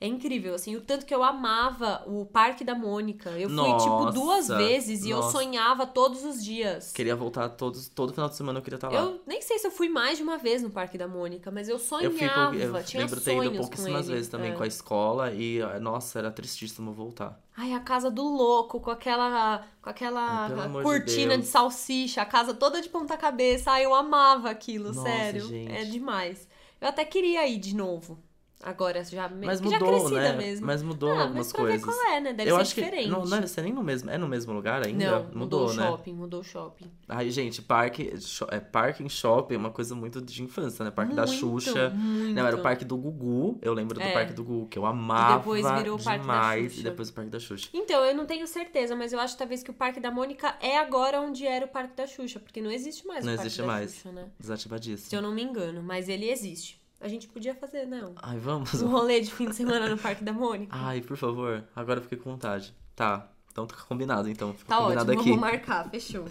Speaker 2: é incrível, assim, o tanto que eu amava o Parque da Mônica. Eu fui, tipo, duas
Speaker 1: Nossa,
Speaker 2: vezes e eu
Speaker 1: nossa.
Speaker 2: sonhava todos os dias.
Speaker 1: Queria voltar todos, todo final de semana eu queria estar lá.
Speaker 2: Eu nem sei se eu fui mais de uma vez no Parque da Mônica, mas eu
Speaker 1: Eu
Speaker 2: sonhava,
Speaker 1: fico, eu
Speaker 2: tinha
Speaker 1: lembro ter
Speaker 2: sonhos
Speaker 1: ido pouquíssimas
Speaker 2: com ele.
Speaker 1: vezes também
Speaker 2: é.
Speaker 1: com a escola e, ah, nossa, era tristíssimo voltar.
Speaker 2: Ai, a casa do louco, com aquela, com aquela
Speaker 1: Ai, pelo amor de
Speaker 2: cortina de,
Speaker 1: Deus.
Speaker 2: salsicha, a casa toda de ponta cabeça. Ai, eu amava aquilo,
Speaker 1: Nossa,
Speaker 2: sério.
Speaker 1: gente.
Speaker 2: É demais. Eu até queria ir de novo. Agora já me-
Speaker 1: Mas
Speaker 2: que já
Speaker 1: mudou,
Speaker 2: crescida
Speaker 1: né?
Speaker 2: mesmo.
Speaker 1: Mas mudou
Speaker 2: ah,
Speaker 1: algumas
Speaker 2: mas pra
Speaker 1: coisas.
Speaker 2: ver qual é, né? Deve
Speaker 1: eu
Speaker 2: ser
Speaker 1: acho
Speaker 2: diferente.
Speaker 1: que não, não deve ser nem no mesmo, é no mesmo lugar ainda?
Speaker 2: Não, mudou,
Speaker 1: mudou,
Speaker 2: o
Speaker 1: né?
Speaker 2: shopping, mudou o shopping.
Speaker 1: Ai, gente, parque, sho- é, parque em shopping é uma coisa muito de infância, né? Parque da
Speaker 2: Muito,
Speaker 1: Xuxa.
Speaker 2: muito.
Speaker 1: Não, era o parque do Gugu. Eu lembro do
Speaker 2: É.
Speaker 1: parque do Gugu, que eu amava
Speaker 2: depois virou o
Speaker 1: demais.
Speaker 2: Parque da
Speaker 1: E
Speaker 2: Xuxa.
Speaker 1: depois o parque da Xuxa.
Speaker 2: Então, eu não tenho certeza, mas eu acho talvez que o Parque da Mônica é agora onde era o Parque da Xuxa, porque não existe mais
Speaker 1: Não
Speaker 2: o Parque
Speaker 1: existe
Speaker 2: da
Speaker 1: mais.
Speaker 2: Xuxa, né? Se
Speaker 1: Desativadíssimo.
Speaker 2: eu não me engano, mas ele existe. A gente podia fazer, não.
Speaker 1: Ai, vamos.
Speaker 2: Um rolê de fim de semana no Parque da Mônica.
Speaker 1: Ai, por favor. Agora eu fiquei com vontade. Tá. Então tá combinado, então. Fica
Speaker 2: Tá
Speaker 1: combinado
Speaker 2: ótimo,
Speaker 1: aqui.
Speaker 2: vamos marcar, fechou.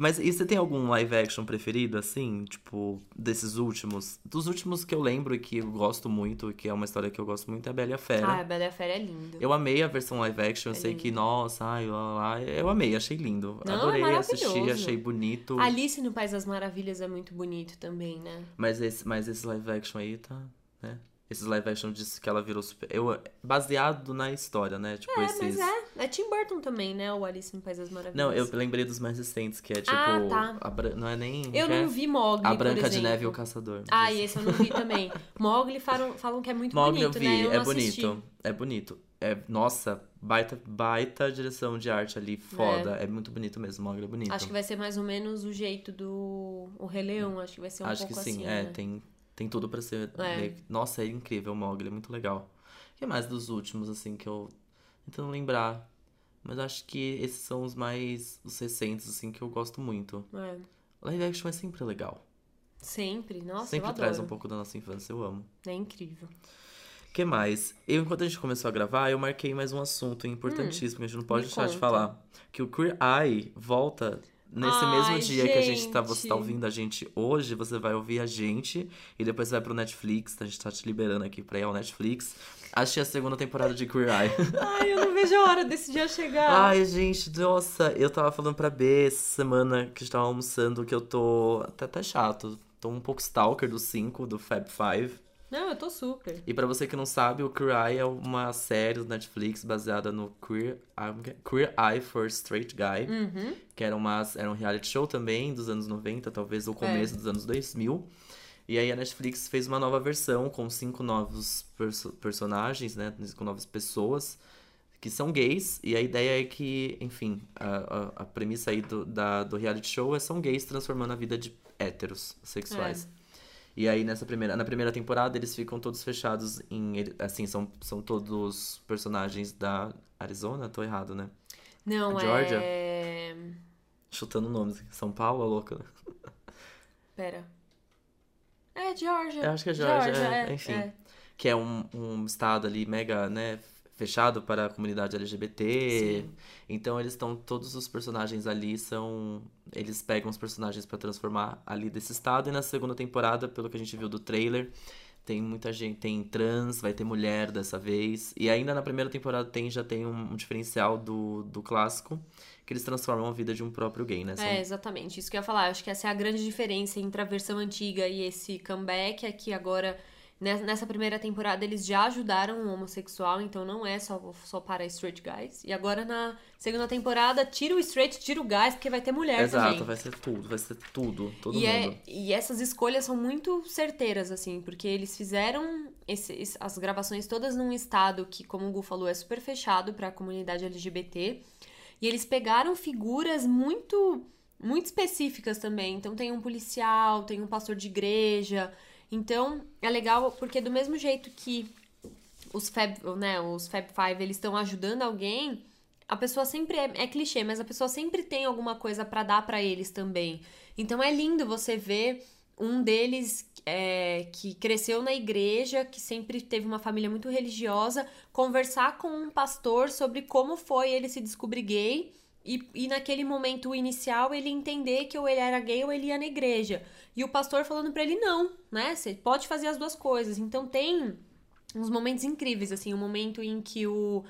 Speaker 1: Mas e você tem algum live action preferido, assim? Tipo, desses últimos? Dos últimos que eu lembro e que eu gosto muito, que é uma história que eu gosto muito, é a Bela e a Fera.
Speaker 2: Ah, a Bela e a Fera é linda.
Speaker 1: Eu amei a versão live action, eu
Speaker 2: É
Speaker 1: sei
Speaker 2: lindo.
Speaker 1: que, nossa, ai, lá, lá, é, eu amei, achei lindo.
Speaker 2: Não, é
Speaker 1: Adorei assistir,
Speaker 2: maravilhoso.
Speaker 1: achei bonito.
Speaker 2: Alice no País das Maravilhas é muito bonito também, né?
Speaker 1: Mas, esse, mas esse live action aí tá, né? Esses live action disse que ela virou super. Eu, baseado na história, né? Tipo,
Speaker 2: É,
Speaker 1: esses.
Speaker 2: mas é. É Tim Burton também, né? O Alice no País das Maravilhas.
Speaker 1: Não, eu lembrei dos mais recentes, que é tipo.
Speaker 2: Ah, tá.
Speaker 1: a Bran- Não é nem.
Speaker 2: Eu
Speaker 1: que é?
Speaker 2: não vi Mogli,
Speaker 1: A Branca de
Speaker 2: por exemplo.
Speaker 1: Neve e o Caçador.
Speaker 2: Ah,
Speaker 1: Isso.
Speaker 2: e esse eu não vi também. Mogli falam, falam que é muito
Speaker 1: Mogli
Speaker 2: bonito,
Speaker 1: eu vi,
Speaker 2: né? Eu
Speaker 1: é
Speaker 2: não assisti.
Speaker 1: bonito. É bonito. É, nossa, baita, baita direção de arte ali, foda. É, muito bonito mesmo, Mogli é bonito.
Speaker 2: Né? Acho que vai ser mais ou menos o jeito do o Rei Leão, acho que vai ser um
Speaker 1: Acho que
Speaker 2: pouco
Speaker 1: sim,
Speaker 2: assim,
Speaker 1: é,
Speaker 2: né?
Speaker 1: tem, tem tudo pra ser.
Speaker 2: É.
Speaker 1: Nossa, é incrível o Mogli, é muito legal. O que mais dos últimos, assim, que eu. Tentando lembrar. Mas acho que esses são os mais. os recentes, assim, que eu gosto muito.
Speaker 2: É.
Speaker 1: Live action é sempre legal.
Speaker 2: Sempre, nossa,
Speaker 1: sempre
Speaker 2: eu
Speaker 1: traz
Speaker 2: adoro.
Speaker 1: um pouco da nossa infância, eu amo.
Speaker 2: É incrível.
Speaker 1: O que mais? Eu, enquanto a gente começou a gravar, eu marquei mais um assunto importantíssimo que a gente não pode
Speaker 2: Hum, me
Speaker 1: deixar de
Speaker 2: conta.
Speaker 1: falar. Que o Queer Eye volta nesse
Speaker 2: Ai,
Speaker 1: mesmo dia que a gente tá, você tá
Speaker 2: gente.
Speaker 1: ouvindo a gente hoje, você vai ouvir a gente e depois você vai pro Netflix. A gente tá te liberando aqui pra ir ao Netflix. Achei a segunda temporada de Queer Eye.
Speaker 2: Ai, eu não vejo a hora desse dia chegar.
Speaker 1: Ai, gente, nossa, eu tava falando pra B essa semana que a gente tava almoçando que eu tô. Tá, tá chato. Tô um pouco stalker do 5, do Fab Five.
Speaker 2: Não, eu tô super.
Speaker 1: E pra você que não sabe, o Queer Eye é uma série do Netflix baseada no Queer, Eye- Queer Eye for Straight Guy,
Speaker 2: Uhum.
Speaker 1: que era, uma, era um reality show também dos anos 90, talvez, ou começo dos anos 2000. E aí a Netflix fez uma nova versão com cinco novos perso- personagens, né? Com novas pessoas que são gays, e a ideia é que, enfim, a, a, a premissa aí do, da, do reality show é são gays transformando a vida de héteros sexuais. E aí nessa primeira, na primeira temporada eles ficam todos fechados em. ele- Assim, são, são todos personagens da Arizona? Tô errado, né?
Speaker 2: Não,
Speaker 1: A Georgia?
Speaker 2: é.
Speaker 1: Chutando nomes. São Paulo, louca. né?
Speaker 2: Pera. É, Georgia.
Speaker 1: Eu acho que é Georgia, é, enfim. Que é um, um estado ali mega, né? Fechado para a comunidade LGBT.
Speaker 2: Sim.
Speaker 1: Então eles estão. Todos os personagens ali são. Eles pegam os personagens pra transformar ali desse estado. E na segunda temporada, pelo que a gente viu do trailer, tem muita gente. Tem trans, vai ter mulher dessa vez. E ainda na primeira temporada tem já tem um, um diferencial do, do clássico. Que eles transformam a vida de um próprio gay, né? São-
Speaker 2: É, exatamente. Isso que eu ia falar. Eu Acho que essa é a grande diferença entre a versão antiga e esse comeback. É que agora, ne- nessa primeira temporada, eles já ajudaram o homossexual, então não é só, só para straight guys. E agora na segunda temporada, tira o straight, tira o guys, porque vai ter mulher
Speaker 1: Exato,
Speaker 2: também.
Speaker 1: vai ser tudo, vai ser tudo, todo
Speaker 2: E,
Speaker 1: mundo.
Speaker 2: é- e essas escolhas são muito certeiras, assim, porque eles fizeram esse- es- as gravações todas num estado que, como o Gu falou, é super fechado pra comunidade LGBT. E eles pegaram figuras muito, muito específicas também. Então tem um policial, tem um pastor de igreja. Então é legal porque do mesmo jeito que os Fab, né, os Fab Five eles estão ajudando alguém, a pessoa sempre é, é clichê, mas a pessoa sempre tem alguma coisa pra dar pra eles também. Então é lindo você ver um deles é, que cresceu na igreja, que sempre teve uma família muito religiosa, conversar com um pastor sobre como foi ele se descobrir gay. E, e naquele momento inicial ele entender que ou ele era gay ou ele ia na igreja. E o pastor falando pra ele não, né? Você pode fazer as duas coisas. Então tem uns momentos incríveis, assim, o momento em que o,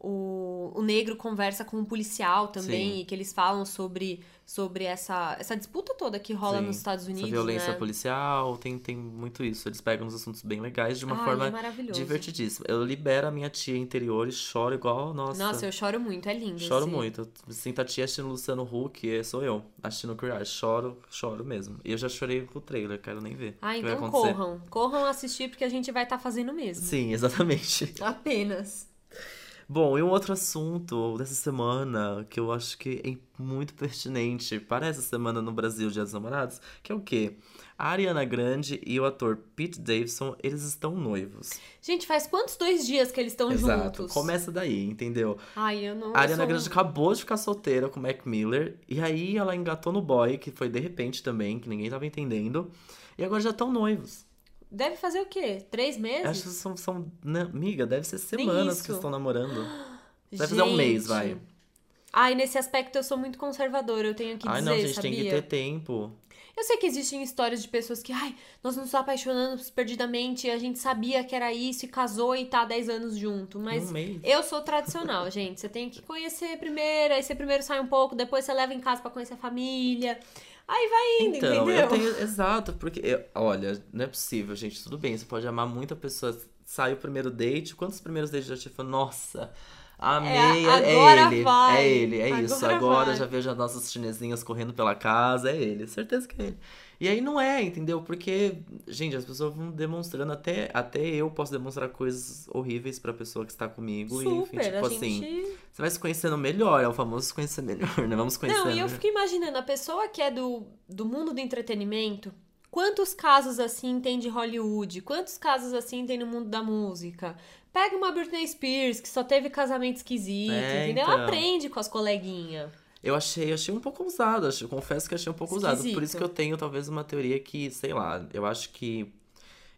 Speaker 2: o, o negro conversa com um policial também,
Speaker 1: Sim.
Speaker 2: e que eles falam sobre, sobre essa, essa disputa toda que rola
Speaker 1: Sim,
Speaker 2: nos Estados Unidos.
Speaker 1: Essa violência
Speaker 2: né?
Speaker 1: policial, tem, tem muito isso. Eles pegam uns assuntos bem legais de uma
Speaker 2: Ai, é
Speaker 1: forma
Speaker 2: maravilhoso.
Speaker 1: divertidíssima. Eu libero a minha tia interior e choro igual, nossa.
Speaker 2: Nossa, eu choro muito, é lindo.
Speaker 1: Choro
Speaker 2: esse-
Speaker 1: muito. Eu Sinto a tia assistindo Luciano Huck, e sou eu. Assistindo Queer Eye. Choro, choro mesmo. E eu já chorei com o trailer, quero nem ver. o
Speaker 2: Ah,
Speaker 1: que vai
Speaker 2: então
Speaker 1: acontecer.
Speaker 2: corram. Corram assistir porque a gente vai estar fazendo mesmo.
Speaker 1: Sim, exatamente.
Speaker 2: Apenas.
Speaker 1: Bom, e um outro assunto dessa semana que eu acho que é muito pertinente para essa semana no Brasil, Dia dos Namorados, que é o quê? A Ariana Grande e o ator Pete Davidson, eles estão noivos.
Speaker 2: Gente, faz quantos dois dias que eles estão
Speaker 1: Exato.
Speaker 2: juntos?
Speaker 1: Começa daí, entendeu?
Speaker 2: Ai, eu não.
Speaker 1: A Ariana
Speaker 2: eu sou um-
Speaker 1: Grande acabou de ficar solteira com o Mac Miller, e aí ela engatou no boy, que foi de repente também, que ninguém tava entendendo, e agora já estão noivos.
Speaker 2: um- Deve fazer o quê? Três meses?
Speaker 1: Acho que são, são né, amiga, deve ser
Speaker 2: É Nem
Speaker 1: semanas que
Speaker 2: isso.
Speaker 1: estão namorando. Vai fazer um mês,
Speaker 2: Gente.
Speaker 1: vai.
Speaker 2: Ai, nesse aspecto eu sou muito conservadora, eu tenho que
Speaker 1: Ai,
Speaker 2: dizer,
Speaker 1: não, gente,
Speaker 2: sabia?
Speaker 1: tem que ter tempo.
Speaker 2: Eu sei que existem histórias de pessoas que, ai, nós nos apaixonamos perdidamente, a gente sabia que era isso e casou e tá há 10 anos junto, mas
Speaker 1: Um mês.
Speaker 2: Eu sou tradicional, gente. Você tem que conhecer primeiro, aí você primeiro sai um pouco, depois você leva em casa pra conhecer a família. Aí vai indo,
Speaker 1: Então,
Speaker 2: entendeu?
Speaker 1: eu tenho. Exato, porque. eu- olha, não é possível, gente. Tudo bem, você pode amar muita pessoa. Sai o primeiro date. Quantos primeiros dates já te falou? Nossa! Amei,
Speaker 2: É,
Speaker 1: é,
Speaker 2: agora
Speaker 1: ele.
Speaker 2: vai.
Speaker 1: É ele, é
Speaker 2: Agora
Speaker 1: isso. Agora
Speaker 2: vai.
Speaker 1: já vejo as nossas chinesinhas correndo pela casa. É ele, certeza que é ele. E aí não é, entendeu? Porque, gente, as pessoas vão demonstrando, até, até eu posso demonstrar coisas horríveis pra pessoa que está comigo. e, enfim,
Speaker 2: Super,
Speaker 1: tipo
Speaker 2: a gente.
Speaker 1: assim, você vai se conhecendo melhor, é o famoso se conhecer melhor, né? Vamos conhecer
Speaker 2: Não, e eu
Speaker 1: melhor.
Speaker 2: fico imaginando, a pessoa que é do, do mundo do entretenimento, quantos casos assim tem de Hollywood? Quantos casos assim tem no mundo da música? Pega uma Britney Spears, que só teve casamento esquisito,
Speaker 1: É,
Speaker 2: entendeu?
Speaker 1: então.
Speaker 2: Aprende com as coleguinhas.
Speaker 1: Eu achei, achei um pouco ousado, acho- confesso que achei um pouco ousado. Por isso
Speaker 2: Esquisito.
Speaker 1: que eu tenho talvez uma teoria que, sei lá, eu acho que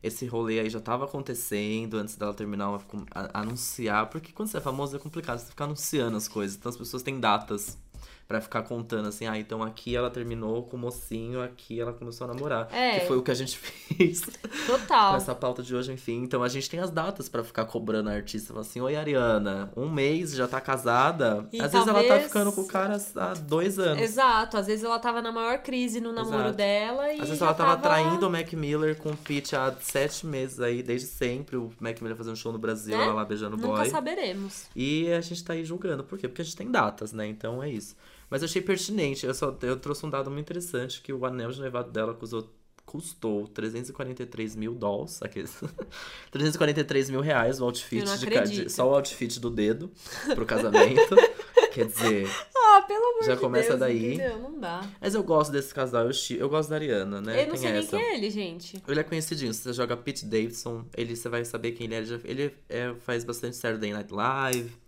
Speaker 1: esse rolê aí já tava acontecendo antes dela terminar, ela ficou- a- anunciar. Porque quando você é famoso é complicado, você fica anunciando as coisas. Então as pessoas têm datas pra ficar contando assim, ah, então aqui ela terminou com o mocinho, aqui ela começou a namorar.
Speaker 2: É.
Speaker 1: Que foi o que a gente fez com
Speaker 2: Total.
Speaker 1: essa pauta de hoje, enfim. Então a gente tem as datas pra ficar cobrando a artista. Fala assim, oi Ariana, um mês já tá casada.
Speaker 2: E
Speaker 1: Às vezes ela tá
Speaker 2: talvez-
Speaker 1: ficando com o cara há dois anos.
Speaker 2: Exato, às vezes ela tava na maior crise no namoro
Speaker 1: Exato.
Speaker 2: dela e.
Speaker 1: Às vezes
Speaker 2: já
Speaker 1: ela tava, traindo o Mac Miller com o Pete há sete meses aí, desde sempre. O Mac Miller fazendo show no Brasil,
Speaker 2: Né?
Speaker 1: ela lá beijando o
Speaker 2: Nunca
Speaker 1: boy.
Speaker 2: saberemos.
Speaker 1: E a gente tá aí julgando. Por quê? Porque a gente tem datas, né? Então é isso. Mas eu achei pertinente. Eu só eu trouxe um dado muito interessante que o anel de noivado dela custou, custou 343 mil dolls, aqueles. 343 mil reais o outfit
Speaker 2: Eu não
Speaker 1: de, ca- de
Speaker 2: acredito.
Speaker 1: só o outfit do dedo pro casamento. Quer dizer,
Speaker 2: Ah, pelo amor
Speaker 1: Já
Speaker 2: de
Speaker 1: começa
Speaker 2: Deus,
Speaker 1: daí.
Speaker 2: entendeu? Não dá.
Speaker 1: mas eu gosto desse casal, eu, chi- eu gosto da Ariana, né?
Speaker 2: eu não
Speaker 1: Tem
Speaker 2: sei nem
Speaker 1: essa.
Speaker 2: quem é ele, gente.
Speaker 1: Ele é conhecidinho, se você joga Pete Davidson, ele você vai saber quem ele é. Ele, já- ele é- faz bastante Saturday Night Live.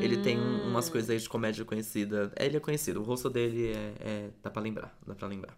Speaker 1: Ele tem
Speaker 2: Hum.
Speaker 1: um- umas coisas aí de comédia conhecida. É, ele é conhecido, o rosto dele é, é- dá pra lembrar, dá pra lembrar.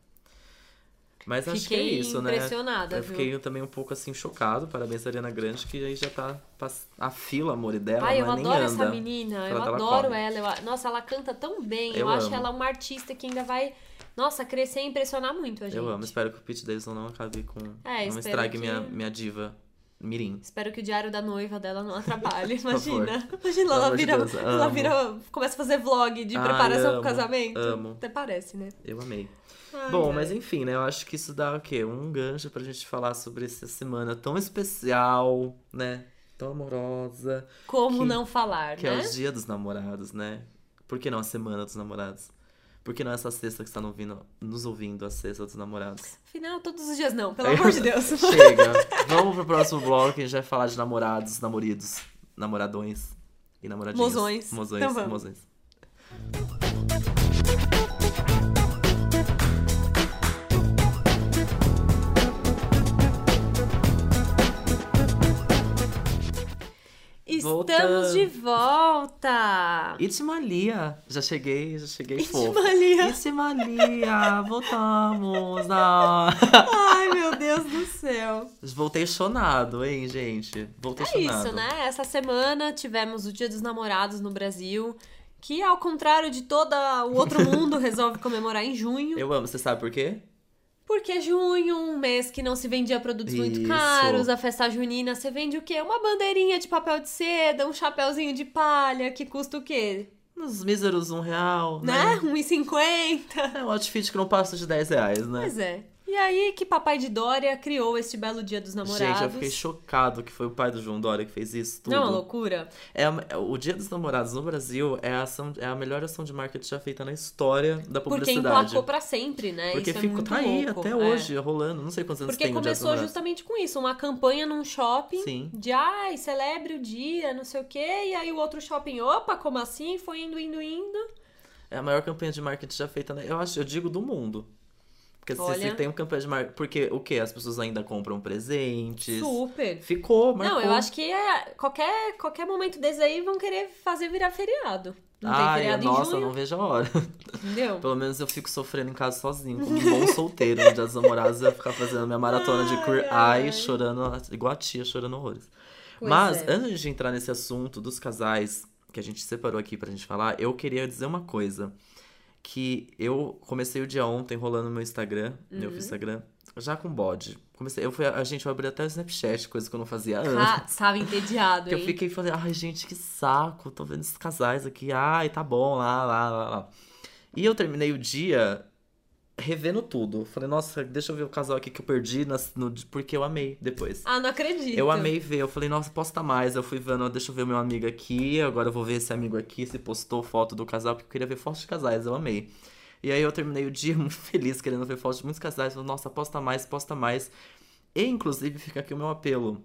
Speaker 1: Mas acho que é
Speaker 2: Fiquei
Speaker 1: isso, né?
Speaker 2: impressionada,
Speaker 1: Eu
Speaker 2: viu?
Speaker 1: fiquei também um pouco assim chocado. Parabéns, Ariana Grande, que aí já tá pass- a fila, amor dela,
Speaker 2: Ai, eu
Speaker 1: mas nem
Speaker 2: adoro
Speaker 1: anda.
Speaker 2: essa menina, eu
Speaker 1: Ela- ela
Speaker 2: adoro
Speaker 1: come.
Speaker 2: ela. eu a- nossa, ela canta tão bem. Eu,
Speaker 1: Eu
Speaker 2: acho
Speaker 1: amo.
Speaker 2: ela uma artista que ainda vai, nossa, crescer e impressionar muito a gente.
Speaker 1: Eu amo, espero que o Pete Davidson não acabe com.
Speaker 2: É,
Speaker 1: não
Speaker 2: espero
Speaker 1: estrague
Speaker 2: que-
Speaker 1: minha, minha diva Mirim.
Speaker 2: Espero que o diário da noiva dela não atrapalhe.
Speaker 1: Por favor.
Speaker 2: Imagina. Imagina,
Speaker 1: Pelo
Speaker 2: ela
Speaker 1: amor de
Speaker 2: vira.
Speaker 1: Deus,
Speaker 2: ela
Speaker 1: amo.
Speaker 2: vira. Começa a fazer vlog de
Speaker 1: Ai,
Speaker 2: preparação
Speaker 1: amo,
Speaker 2: pro casamento.
Speaker 1: amo.
Speaker 2: Até parece, né?
Speaker 1: Eu amei.
Speaker 2: Ai,
Speaker 1: Bom,
Speaker 2: ai.
Speaker 1: mas enfim, né? Eu acho que isso dá o quê? Um gancho pra gente falar sobre essa semana tão especial, né? Tão amorosa.
Speaker 2: Como
Speaker 1: que-
Speaker 2: não falar,
Speaker 1: Que é
Speaker 2: né?
Speaker 1: o dia dos namorados, né? Por que não a semana dos namorados? Por que não essa sexta que está nos ouvindo, nos ouvindo a sexta dos namorados?
Speaker 2: Afinal, todos os dias não,
Speaker 1: É
Speaker 2: pelo amor de Deus.
Speaker 1: Chega! Vamos pro próximo bloco que a gente vai falar de namorados, namoridos, namoradões e namoradinhos.
Speaker 2: Mozões.
Speaker 1: Mozões,
Speaker 2: Então vamos.
Speaker 1: mozões.
Speaker 2: Estamos
Speaker 1: Voltando.
Speaker 2: de volta!
Speaker 1: Itimalia! Já cheguei, já cheguei fofo.
Speaker 2: Itimalia. ah,
Speaker 1: Itimalia! Voltamos! Ah.
Speaker 2: Ai, meu Deus do céu.
Speaker 1: Voltei chonado, hein, gente? Voltei
Speaker 2: É
Speaker 1: chonado.
Speaker 2: isso, né? Essa semana tivemos o Dia dos Namorados no Brasil, que ao contrário de todo o outro mundo, resolve comemorar em junho.
Speaker 1: Eu amo, você sabe por quê?
Speaker 2: Porque junho, um mês que não se vendia produtos muito
Speaker 1: Isso.
Speaker 2: caros, a festa junina, você vende o quê? Uma bandeirinha de papel de seda, um chapéuzinho de palha, que custa o quê?
Speaker 1: Nos míseros um real,
Speaker 2: Né?
Speaker 1: né?
Speaker 2: R$1,50.
Speaker 1: É um outfit que não passa de 10 reais, né?
Speaker 2: Pois é. E aí que papai de Dória criou este belo dia dos namorados.
Speaker 1: Gente, eu fiquei chocado que foi o pai do João Dória que fez isso tudo.
Speaker 2: Não é uma loucura?
Speaker 1: É a- é o Dia dos Namorados no Brasil é a, ação- é a melhor ação de marketing já feita na história da
Speaker 2: Porque
Speaker 1: publicidade.
Speaker 2: emplacou pra sempre, né?
Speaker 1: Porque
Speaker 2: Isso é
Speaker 1: ficou,
Speaker 2: muito
Speaker 1: tá aí
Speaker 2: louco,
Speaker 1: até
Speaker 2: é.
Speaker 1: hoje, rolando. Não sei quantos anos
Speaker 2: Porque
Speaker 1: tem o Dia dos
Speaker 2: começou
Speaker 1: Namorados.
Speaker 2: justamente com isso, uma campanha num shopping
Speaker 1: Sim.
Speaker 2: de ai, celebre o dia, não sei o quê, e aí o outro shopping, opa, como assim? Foi indo, indo, indo.
Speaker 1: É a maior campanha de marketing já feita, né? eu acho, eu digo do mundo. Porque se,
Speaker 2: Olha.
Speaker 1: se tem uma campanha de marketing, porque o quê? As pessoas ainda compram presentes.
Speaker 2: Super.
Speaker 1: Ficou, marcou.
Speaker 2: Não, eu acho que é, qualquer, qualquer momento desse aí vão querer fazer virar feriado. Não
Speaker 1: Ai,
Speaker 2: tem feriado
Speaker 1: nossa,
Speaker 2: em junho,
Speaker 1: não vejo a hora.
Speaker 2: entendeu?
Speaker 1: Pelo menos eu fico sofrendo em casa sozinho, como um bom solteiro. No dia dos namorados, eu ia ficar fazendo minha maratona de queer
Speaker 2: Ai, ai.
Speaker 1: eye, chorando, igual a tia, chorando horrores.
Speaker 2: Pois
Speaker 1: Mas,
Speaker 2: é.
Speaker 1: antes de entrar nesse assunto dos casais que a gente separou aqui pra gente falar, eu queria dizer uma coisa. Que eu comecei o dia ontem rolando meu Instagram, meu
Speaker 2: Uhum.
Speaker 1: Instagram, já com bode. Comecei, eu fui, a gente, eu abri até o Snapchat, coisa que eu não fazia antes.
Speaker 2: Ah, estava entediado,
Speaker 1: Que eu
Speaker 2: hein?
Speaker 1: fiquei falando, ai, gente, que saco, tô vendo esses casais aqui, ai, tá bom, lá, lá, lá, lá. E eu terminei o dia revendo tudo. Falei, nossa, deixa eu ver o casal aqui que eu perdi, nas- no- porque eu amei depois.
Speaker 2: Ah, não acredito.
Speaker 1: Eu amei ver, eu falei, nossa, posta mais. Eu fui vendo, ó, deixa eu ver meu amigo aqui, agora eu vou ver esse amigo aqui, se postou foto do casal, porque eu queria ver fotos de casais, eu amei. E aí eu terminei o dia muito feliz, querendo ver fotos de muitos casais, falei, nossa, posta mais, posta mais. E, inclusive, fica aqui o meu apelo.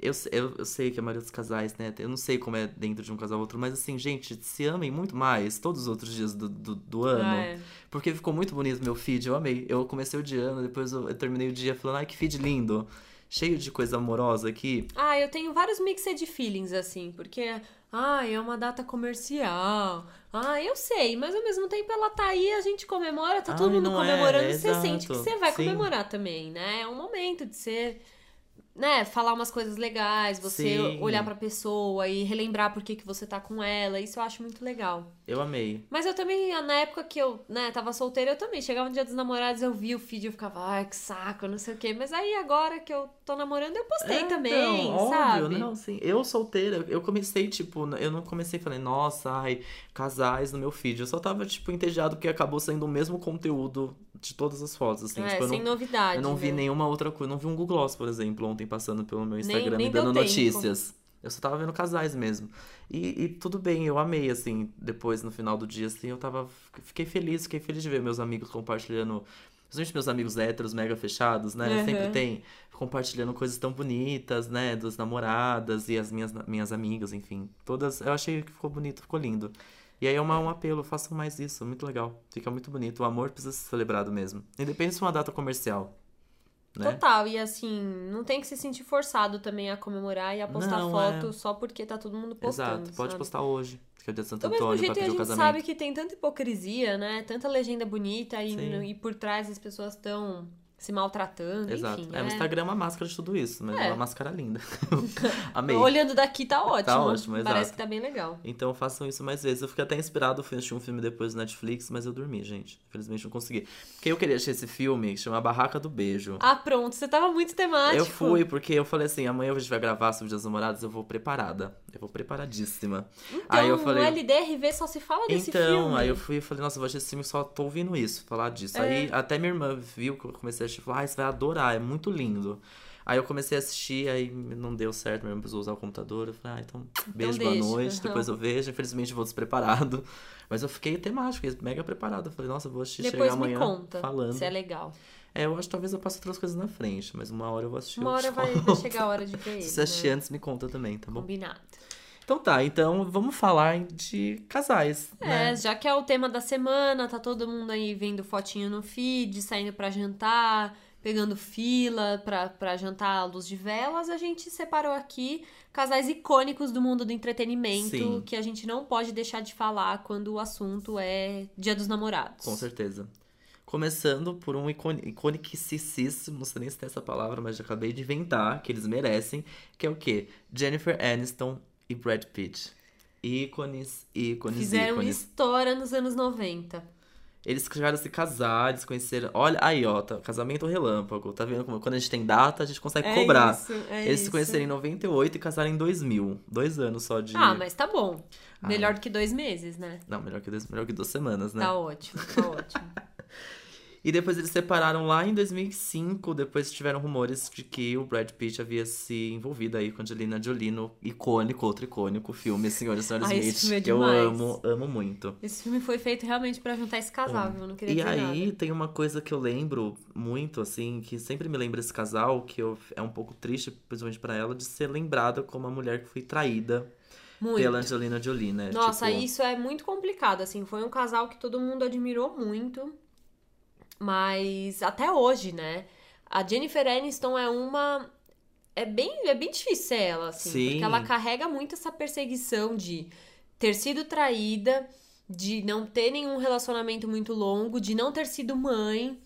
Speaker 1: Eu, se- eu, eu sei que a maioria dos casais, né? Eu não sei como é dentro de um casal ou outro, mas assim, gente, se amem muito mais todos os outros dias do, do, do ano.
Speaker 2: Ah, é.
Speaker 1: Porque ficou muito bonito meu feed, eu amei. Eu comecei o dia, né, depois eu, eu terminei o dia falando, ai, que feed lindo. Cheio de coisa amorosa aqui.
Speaker 2: Ah, eu tenho vários mixed feelings, assim, porque. Ah, é uma data comercial. Ah, eu sei, mas ao mesmo tempo ela tá aí, a gente comemora, tá todo
Speaker 1: Ai,
Speaker 2: mundo
Speaker 1: não é,
Speaker 2: comemorando,
Speaker 1: é
Speaker 2: você sente que
Speaker 1: exato,
Speaker 2: você vai
Speaker 1: sim.
Speaker 2: comemorar também, né? É um momento de você, né, falar umas coisas legais, você
Speaker 1: Sim.
Speaker 2: olhar pra pessoa e relembrar por que, que você tá com ela, isso eu acho muito legal.
Speaker 1: Eu amei.
Speaker 2: Mas eu também, na época que eu, né, tava solteira, eu também. Chegava no dia dos namorados, eu via o feed, eu ficava, ai, que saco, não sei o quê. Mas aí agora que eu tô namorando, eu postei
Speaker 1: É,
Speaker 2: também,
Speaker 1: então,
Speaker 2: sabe?
Speaker 1: Óbvio, não, sim. Eu solteira, eu comecei, tipo, eu não comecei falando, nossa, ai, casais no meu feed. Eu só tava, tipo, entediado porque acabou saindo o mesmo conteúdo de todas as fotos, assim.
Speaker 2: é,
Speaker 1: tipo, eu
Speaker 2: sem
Speaker 1: não,
Speaker 2: novidade.
Speaker 1: eu não vi
Speaker 2: né?
Speaker 1: nenhuma outra coisa. Não vi um Google Gloss, por exemplo, ontem passando pelo meu
Speaker 2: Nem-
Speaker 1: Instagram
Speaker 2: nem
Speaker 1: e dando
Speaker 2: deu tempo.
Speaker 1: notícias. Eu só tava vendo casais mesmo. E, e tudo bem, eu amei, assim, depois, no final do dia, assim, eu tava. Fiquei feliz, fiquei feliz de ver meus amigos compartilhando Principalmente meus amigos héteros mega fechados, né?
Speaker 2: Uhum.
Speaker 1: Sempre tem compartilhando coisas tão bonitas, né? Das namoradas e as minhas, minhas amigas, enfim. Todas. Eu achei que ficou bonito, ficou lindo. E aí é uma- um apelo, façam mais isso, é muito legal. Fica muito bonito. O amor precisa ser celebrado mesmo. Independente se é uma data comercial. Né?
Speaker 2: Total, e assim, não tem que se sentir forçado também a comemorar e a postar
Speaker 1: Não, é.
Speaker 2: foto só porque tá todo mundo postando.
Speaker 1: Exato. Pode
Speaker 2: sabe?
Speaker 1: postar hoje, que é o dia de Santo
Speaker 2: Do mesmo
Speaker 1: Antônio, pra
Speaker 2: jeito que a
Speaker 1: pedir o
Speaker 2: gente
Speaker 1: casamento.
Speaker 2: sabe que tem tanta hipocrisia, né? Tanta legenda bonita
Speaker 1: Sim.
Speaker 2: e, e por trás as pessoas estão se maltratando,
Speaker 1: Exato.
Speaker 2: enfim. né?
Speaker 1: é, o Instagram é uma máscara de tudo isso, mas
Speaker 2: É.
Speaker 1: uma máscara linda. Amei.
Speaker 2: Olhando daqui tá ótimo.
Speaker 1: ótimo,
Speaker 2: Parece
Speaker 1: exato.
Speaker 2: que tá bem legal.
Speaker 1: Então façam isso mais vezes. Eu fiquei até inspirado, fui assistir um filme depois no Netflix, mas eu dormi, gente. Infelizmente não consegui. Porque eu queria assistir esse filme que chama Barraca do Beijo.
Speaker 2: Ah, pronto, você tava muito temático.
Speaker 1: Eu fui, porque eu falei assim, amanhã a gente vai gravar sobre Dias Namorados, eu vou preparada. Eu vou preparadíssima.
Speaker 2: Então,
Speaker 1: Aí eu falei-
Speaker 2: no LDRV só se fala desse
Speaker 1: então,
Speaker 2: filme. É.
Speaker 1: aí eu fui e falei, nossa, eu vou assistir esse filme, só tô ouvindo isso, falar disso. Aí até minha irmã viu que eu comecei a assistir, falou, ai, você vai adorar, é muito lindo. Aí eu comecei a assistir, aí não deu certo, minha irmã precisou usar o computador. Eu falei, ah, então, beijo,
Speaker 2: deixa,
Speaker 1: boa noite,
Speaker 2: aham.
Speaker 1: depois eu vejo. Infelizmente eu vou despreparado. Mas eu fiquei temático, fiquei mega preparado. Eu falei, nossa, eu vou assistir chegar
Speaker 2: Depois me
Speaker 1: amanhã
Speaker 2: conta
Speaker 1: falando.
Speaker 2: se é legal.
Speaker 1: É, eu acho que talvez eu passe outras coisas na frente, mas uma hora eu vou assistir.
Speaker 2: Uma
Speaker 1: eu te
Speaker 2: hora vai, vai
Speaker 1: conto.
Speaker 2: chegar a hora de ver ele.
Speaker 1: Se você assistir
Speaker 2: né?
Speaker 1: antes, me conta também, tá bom?
Speaker 2: Combinado.
Speaker 1: Então tá, então vamos falar de casais, né?
Speaker 2: É, já que é o tema da semana, tá todo mundo aí vendo fotinho no feed, saindo pra jantar, pegando fila pra, pra jantar à luz de velas, a gente separou aqui casais icônicos do mundo do entretenimento
Speaker 1: Sim.
Speaker 2: que a gente não pode deixar de falar quando o assunto é Dia dos Namorados.
Speaker 1: Com certeza. Começando por um iconi- iconicicíssimo, não sei nem se tem essa palavra, mas já acabei de inventar, que eles merecem, que é o quê? Jennifer Aniston e Brad Pitt. Ícones, ícones,
Speaker 2: Fizeram
Speaker 1: ícones.
Speaker 2: história nos anos 90.
Speaker 1: Eles chegaram a se casar, eles conheceram. Olha, aí, ó, tá, casamento relâmpago. Tá vendo como quando a gente tem data, a gente consegue
Speaker 2: É
Speaker 1: cobrar.
Speaker 2: isso, é
Speaker 1: eles se
Speaker 2: isso.
Speaker 1: conheceram em 98 e casaram em 2000. Dois anos só de.
Speaker 2: Ah, mas tá bom.
Speaker 1: Ah.
Speaker 2: Melhor do que dois meses, né?
Speaker 1: Não, melhor que, dois, melhor que duas semanas, né?
Speaker 2: Tá ótimo, tá ótimo.
Speaker 1: E depois eles separaram lá em 2005. Depois tiveram rumores de que o Brad Pitt havia se envolvido aí com a Angelina Jolie no icônico, outro icônico filme Senhor e Senhora
Speaker 2: Ah, esse
Speaker 1: Smith.
Speaker 2: filme é
Speaker 1: que eu
Speaker 2: demais.
Speaker 1: amo, amo muito.
Speaker 2: Esse filme foi feito realmente pra juntar esse casal, viu? Não queria
Speaker 1: E
Speaker 2: dizer
Speaker 1: aí
Speaker 2: nada.
Speaker 1: tem uma coisa que eu lembro muito, assim, que sempre me lembra esse casal, que eu, é um pouco triste, principalmente pra ela, de ser lembrada como a mulher que foi traída
Speaker 2: Muito.
Speaker 1: pela Angelina Jolie, né?
Speaker 2: Nossa,
Speaker 1: Tipo,
Speaker 2: isso é muito complicado, assim. Foi um casal que todo mundo admirou muito. Mas até hoje, né? A Jennifer Aniston é uma. É bem, é bem difícil ser ela, assim.
Speaker 1: Sim.
Speaker 2: Porque ela carrega muito essa perseguição de ter sido traída, de não ter nenhum relacionamento muito longo, de não ter sido mãe.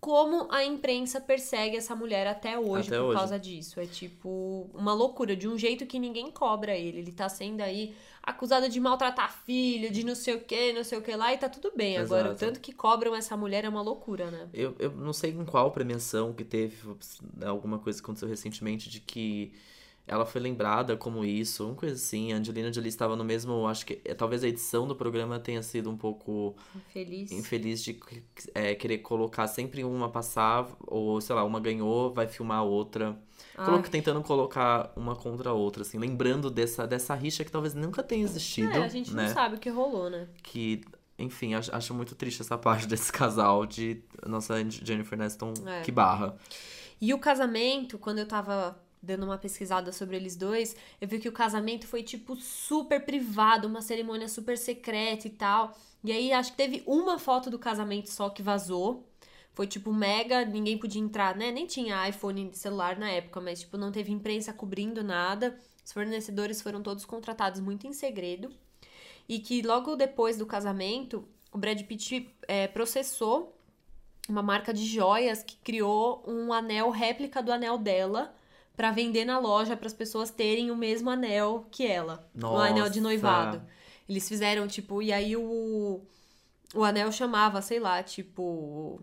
Speaker 2: Como a imprensa persegue essa mulher até hoje
Speaker 1: Até
Speaker 2: por
Speaker 1: hoje.
Speaker 2: causa disso. É tipo uma loucura, de um jeito que ninguém cobra ele. Ele tá sendo aí acusado de maltratar filho, de não sei o que, não sei o que lá, e tá tudo bem. Agora, o
Speaker 1: Exato.
Speaker 2: tanto que cobram essa mulher é uma loucura, né?
Speaker 1: Eu, eu não sei em qual premiação que teve né, alguma coisa que aconteceu recentemente de que ela foi lembrada como isso, uma coisa assim. A Angelina Jolie estava no mesmo, acho que é, talvez a edição do programa tenha sido um pouco
Speaker 2: Feliz.
Speaker 1: infeliz de é, querer colocar sempre uma passar ou sei lá, uma ganhou, vai filmar a outra.
Speaker 2: Ah,
Speaker 1: Colo- tentando colocar uma contra a outra, assim, lembrando dessa dessa rixa que talvez nunca tenha existido,
Speaker 2: é, a gente
Speaker 1: né?
Speaker 2: não sabe o que rolou, né?
Speaker 1: que enfim, acho, acho muito triste essa parte desse casal de nossa Jennifer Aniston
Speaker 2: É.
Speaker 1: que barra.
Speaker 2: E o casamento, quando eu tava dando uma pesquisada sobre eles dois, eu vi que o casamento foi, tipo, super privado, uma cerimônia super secreta e tal. E aí, acho que teve uma foto do casamento só que vazou. Foi, tipo, mega, ninguém podia entrar, né? Nem tinha iPhone celular na época, mas, tipo, não teve imprensa cobrindo nada. Os fornecedores foram todos contratados muito em segredo. E que logo depois do casamento, o Brad Pitt eh, processou uma marca de joias que criou um anel réplica do anel dela pra vender na loja para as pessoas terem o mesmo anel que ela, o
Speaker 1: Nossa.
Speaker 2: anel de noivado. Eles fizeram tipo e aí o o anel chamava, sei lá, tipo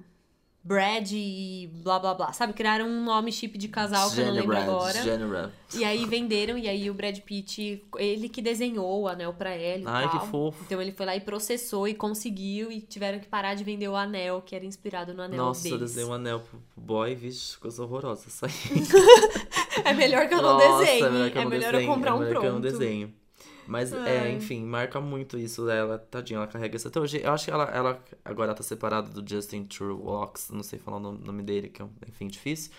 Speaker 2: Brad e blá blá blá. Sabe, criaram um nome chip de casal que eu não lembro
Speaker 1: Jennifer,
Speaker 2: agora.
Speaker 1: Jennifer.
Speaker 2: E aí venderam, e aí o Brad Pitt, ele que desenhou o anel pra ela e
Speaker 1: Ai,
Speaker 2: tal.
Speaker 1: que fofo.
Speaker 2: Então ele foi lá e processou e conseguiu, e tiveram que parar de vender o anel, que era inspirado no anel
Speaker 1: Nossa, eu
Speaker 2: deles.
Speaker 1: desenhei um anel pro pro boy, vixe, coisa horrorosa. Isso aí.
Speaker 2: É melhor que eu não
Speaker 1: Nossa,
Speaker 2: desenhe.
Speaker 1: é melhor que eu não
Speaker 2: é melhor
Speaker 1: desenhe,
Speaker 2: eu comprar
Speaker 1: é
Speaker 2: um
Speaker 1: melhor que eu não
Speaker 2: pronto.
Speaker 1: desenho. Mas, é,
Speaker 2: Ai.
Speaker 1: enfim, marca muito isso. né? Ela, tadinha, ela carrega isso até hoje. Eu acho que ela, ela agora tá separada do Justin Truex, não sei falar o nome nome dele, que é, um- enfim, difícil.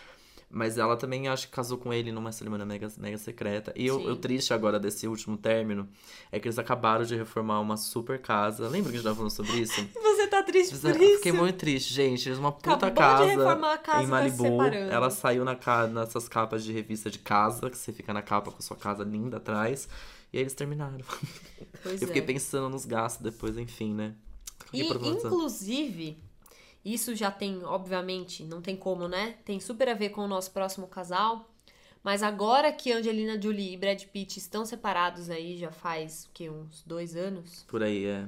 Speaker 1: Mas ela também, acho que casou com ele numa cerimônia mega, mega secreta. E eu,
Speaker 2: Sim.
Speaker 1: eu triste agora desse último término é que eles acabaram de reformar uma super casa. Lembra que a gente tava falando sobre isso?
Speaker 2: Você tá triste
Speaker 1: Eles-
Speaker 2: por
Speaker 1: é, eu
Speaker 2: isso?
Speaker 1: Fiquei muito triste, gente. Eles uma puta
Speaker 2: Acabou
Speaker 1: casa
Speaker 2: de reformar a casa
Speaker 1: em
Speaker 2: e
Speaker 1: Malibu.
Speaker 2: tá se separando.
Speaker 1: ela saiu na ca- nessas capas de revista de casa, que você fica na capa com a sua casa linda atrás. E aí eles terminaram.
Speaker 2: Pois
Speaker 1: eu fiquei
Speaker 2: é.
Speaker 1: pensando nos gastos depois, enfim, né? Fiquei
Speaker 2: E,
Speaker 1: problematizando.
Speaker 2: inclusive, isso já tem, obviamente, não tem como, né? Tem super a ver com o nosso próximo casal. Mas agora que Angelina Jolie e Brad Pitt estão separados aí, já faz o quê? Uns dois anos?
Speaker 1: Por aí, é.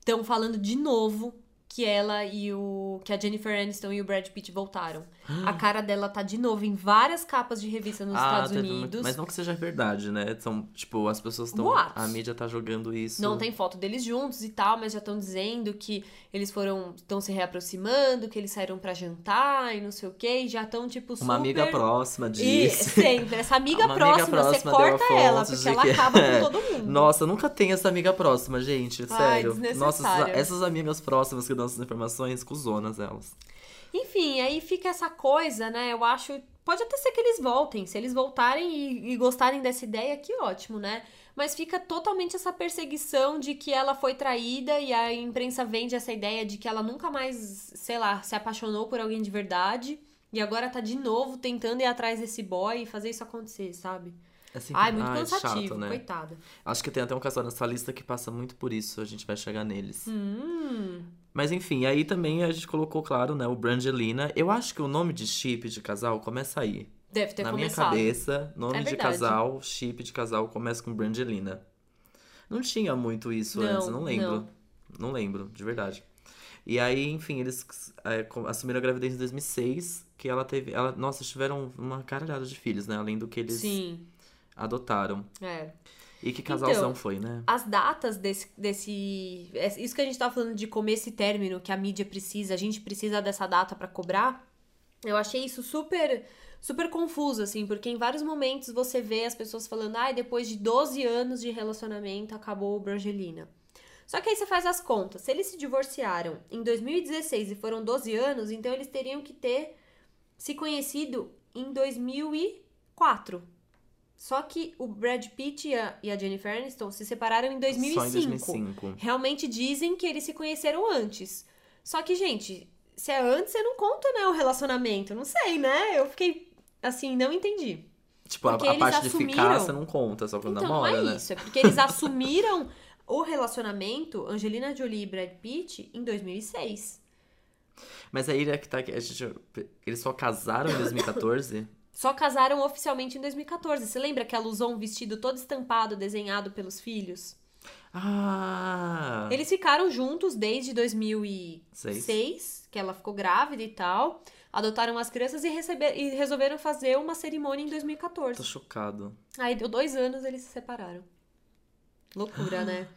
Speaker 2: Estão falando de novo que ela e o. que a Jennifer Aniston e o Brad Pitt voltaram.
Speaker 1: Ah.
Speaker 2: A cara dela tá de novo em várias capas de revista nos Estados
Speaker 1: teve muito-
Speaker 2: Unidos.
Speaker 1: Mas não que seja verdade, né? São, tipo, as pessoas estão.
Speaker 2: Boatos.
Speaker 1: A mídia tá jogando isso.
Speaker 2: Não tem foto deles juntos e tal, mas já estão dizendo que eles foram, estão se reaproximando, que eles saíram pra jantar e não sei o quê, e já estão tipo super
Speaker 1: Uma amiga próxima
Speaker 2: E
Speaker 1: disso.
Speaker 2: sempre essa amiga,
Speaker 1: Uma amiga
Speaker 2: próxima,
Speaker 1: próxima
Speaker 2: você
Speaker 1: deu a
Speaker 2: corta ela,
Speaker 1: fonte de
Speaker 2: porque ela
Speaker 1: que-
Speaker 2: acaba
Speaker 1: É.
Speaker 2: com todo mundo.
Speaker 1: Nossa, eu nunca tenho essa amiga próxima, gente.
Speaker 2: Ai,
Speaker 1: Sério. Nossa,
Speaker 2: desnecessário.
Speaker 1: essas, essas amigas próximas que dão essas informações, cuzonas elas.
Speaker 2: Enfim, aí fica essa coisa, né? Eu acho. Pode até ser que eles voltem. Se eles voltarem e, e gostarem dessa ideia, que ótimo, né? Mas fica totalmente essa perseguição de que ela foi traída e a imprensa vende essa ideia de que ela nunca mais, sei lá, se apaixonou por alguém de verdade. E agora tá de novo tentando ir atrás desse boy e fazer isso acontecer, sabe?
Speaker 1: É sempre-
Speaker 2: Ai, muito
Speaker 1: Ai,
Speaker 2: cansativo,
Speaker 1: chato, né?
Speaker 2: coitada.
Speaker 1: Acho que tem até um casal nessa lista que passa muito por isso, a gente vai chegar neles.
Speaker 2: Hum.
Speaker 1: Mas enfim, aí também a gente colocou, claro, né, o Brangelina. Eu acho que o nome de chip de casal começa aí.
Speaker 2: Deve ter
Speaker 1: Na
Speaker 2: começado.
Speaker 1: minha cabeça, nome
Speaker 2: É
Speaker 1: de
Speaker 2: verdade.
Speaker 1: casal, chip de casal começa com Brangelina. Não tinha muito isso
Speaker 2: Não,
Speaker 1: antes, eu não lembro.
Speaker 2: não.
Speaker 1: Não lembro, de verdade. E aí, enfim, eles é, com- assumiram a gravidez em 2006, que ela teve. Ela, nossa, eles tiveram uma caralhada de filhos, né? Além do que eles
Speaker 2: Sim,
Speaker 1: adotaram.
Speaker 2: é.
Speaker 1: E que casalzão
Speaker 2: Então,
Speaker 1: foi, né?
Speaker 2: as datas desse, desse. é Isso que a gente tá falando de começo e término, que a mídia precisa, a gente precisa dessa data pra cobrar. Eu achei isso super, super confuso, assim, porque em vários momentos você vê as pessoas falando, ai, depois de 12 anos de relacionamento acabou o Brangelina. Só que aí você faz as contas. Se eles se divorciaram em 2016 e foram 12 anos, então eles teriam que ter se conhecido em 2004. Só que o Brad Pitt e a, e a Jennifer Aniston se separaram em 2005.
Speaker 1: Só em 2005.
Speaker 2: Realmente dizem que eles se conheceram antes. Só que, gente, se é antes, você não conta, né, o relacionamento. Não sei, né? Eu fiquei, assim, não entendi.
Speaker 1: Tipo, a,
Speaker 2: Porque
Speaker 1: a
Speaker 2: eles
Speaker 1: parte de ficar
Speaker 2: assumiram.
Speaker 1: você não conta, só quando
Speaker 2: Então, não
Speaker 1: namora,
Speaker 2: é
Speaker 1: né?
Speaker 2: isso. É porque eles assumiram o relacionamento Angelina Jolie e Brad Pitt em 2006.
Speaker 1: Mas aí é que tá. que a gente- eles só casaram em 2014?
Speaker 2: Só casaram oficialmente em 2014. Você lembra que ela usou um vestido todo estampado, desenhado pelos filhos?
Speaker 1: ah!
Speaker 2: Eles ficaram juntos desde 2006,
Speaker 1: Seis.
Speaker 2: que ela ficou grávida e tal. Adotaram as crianças e, receber, e resolveram fazer uma cerimônia em
Speaker 1: Tô
Speaker 2: 2014.
Speaker 1: chocado.
Speaker 2: Aí deu dois anos eles se separaram. Loucura, né?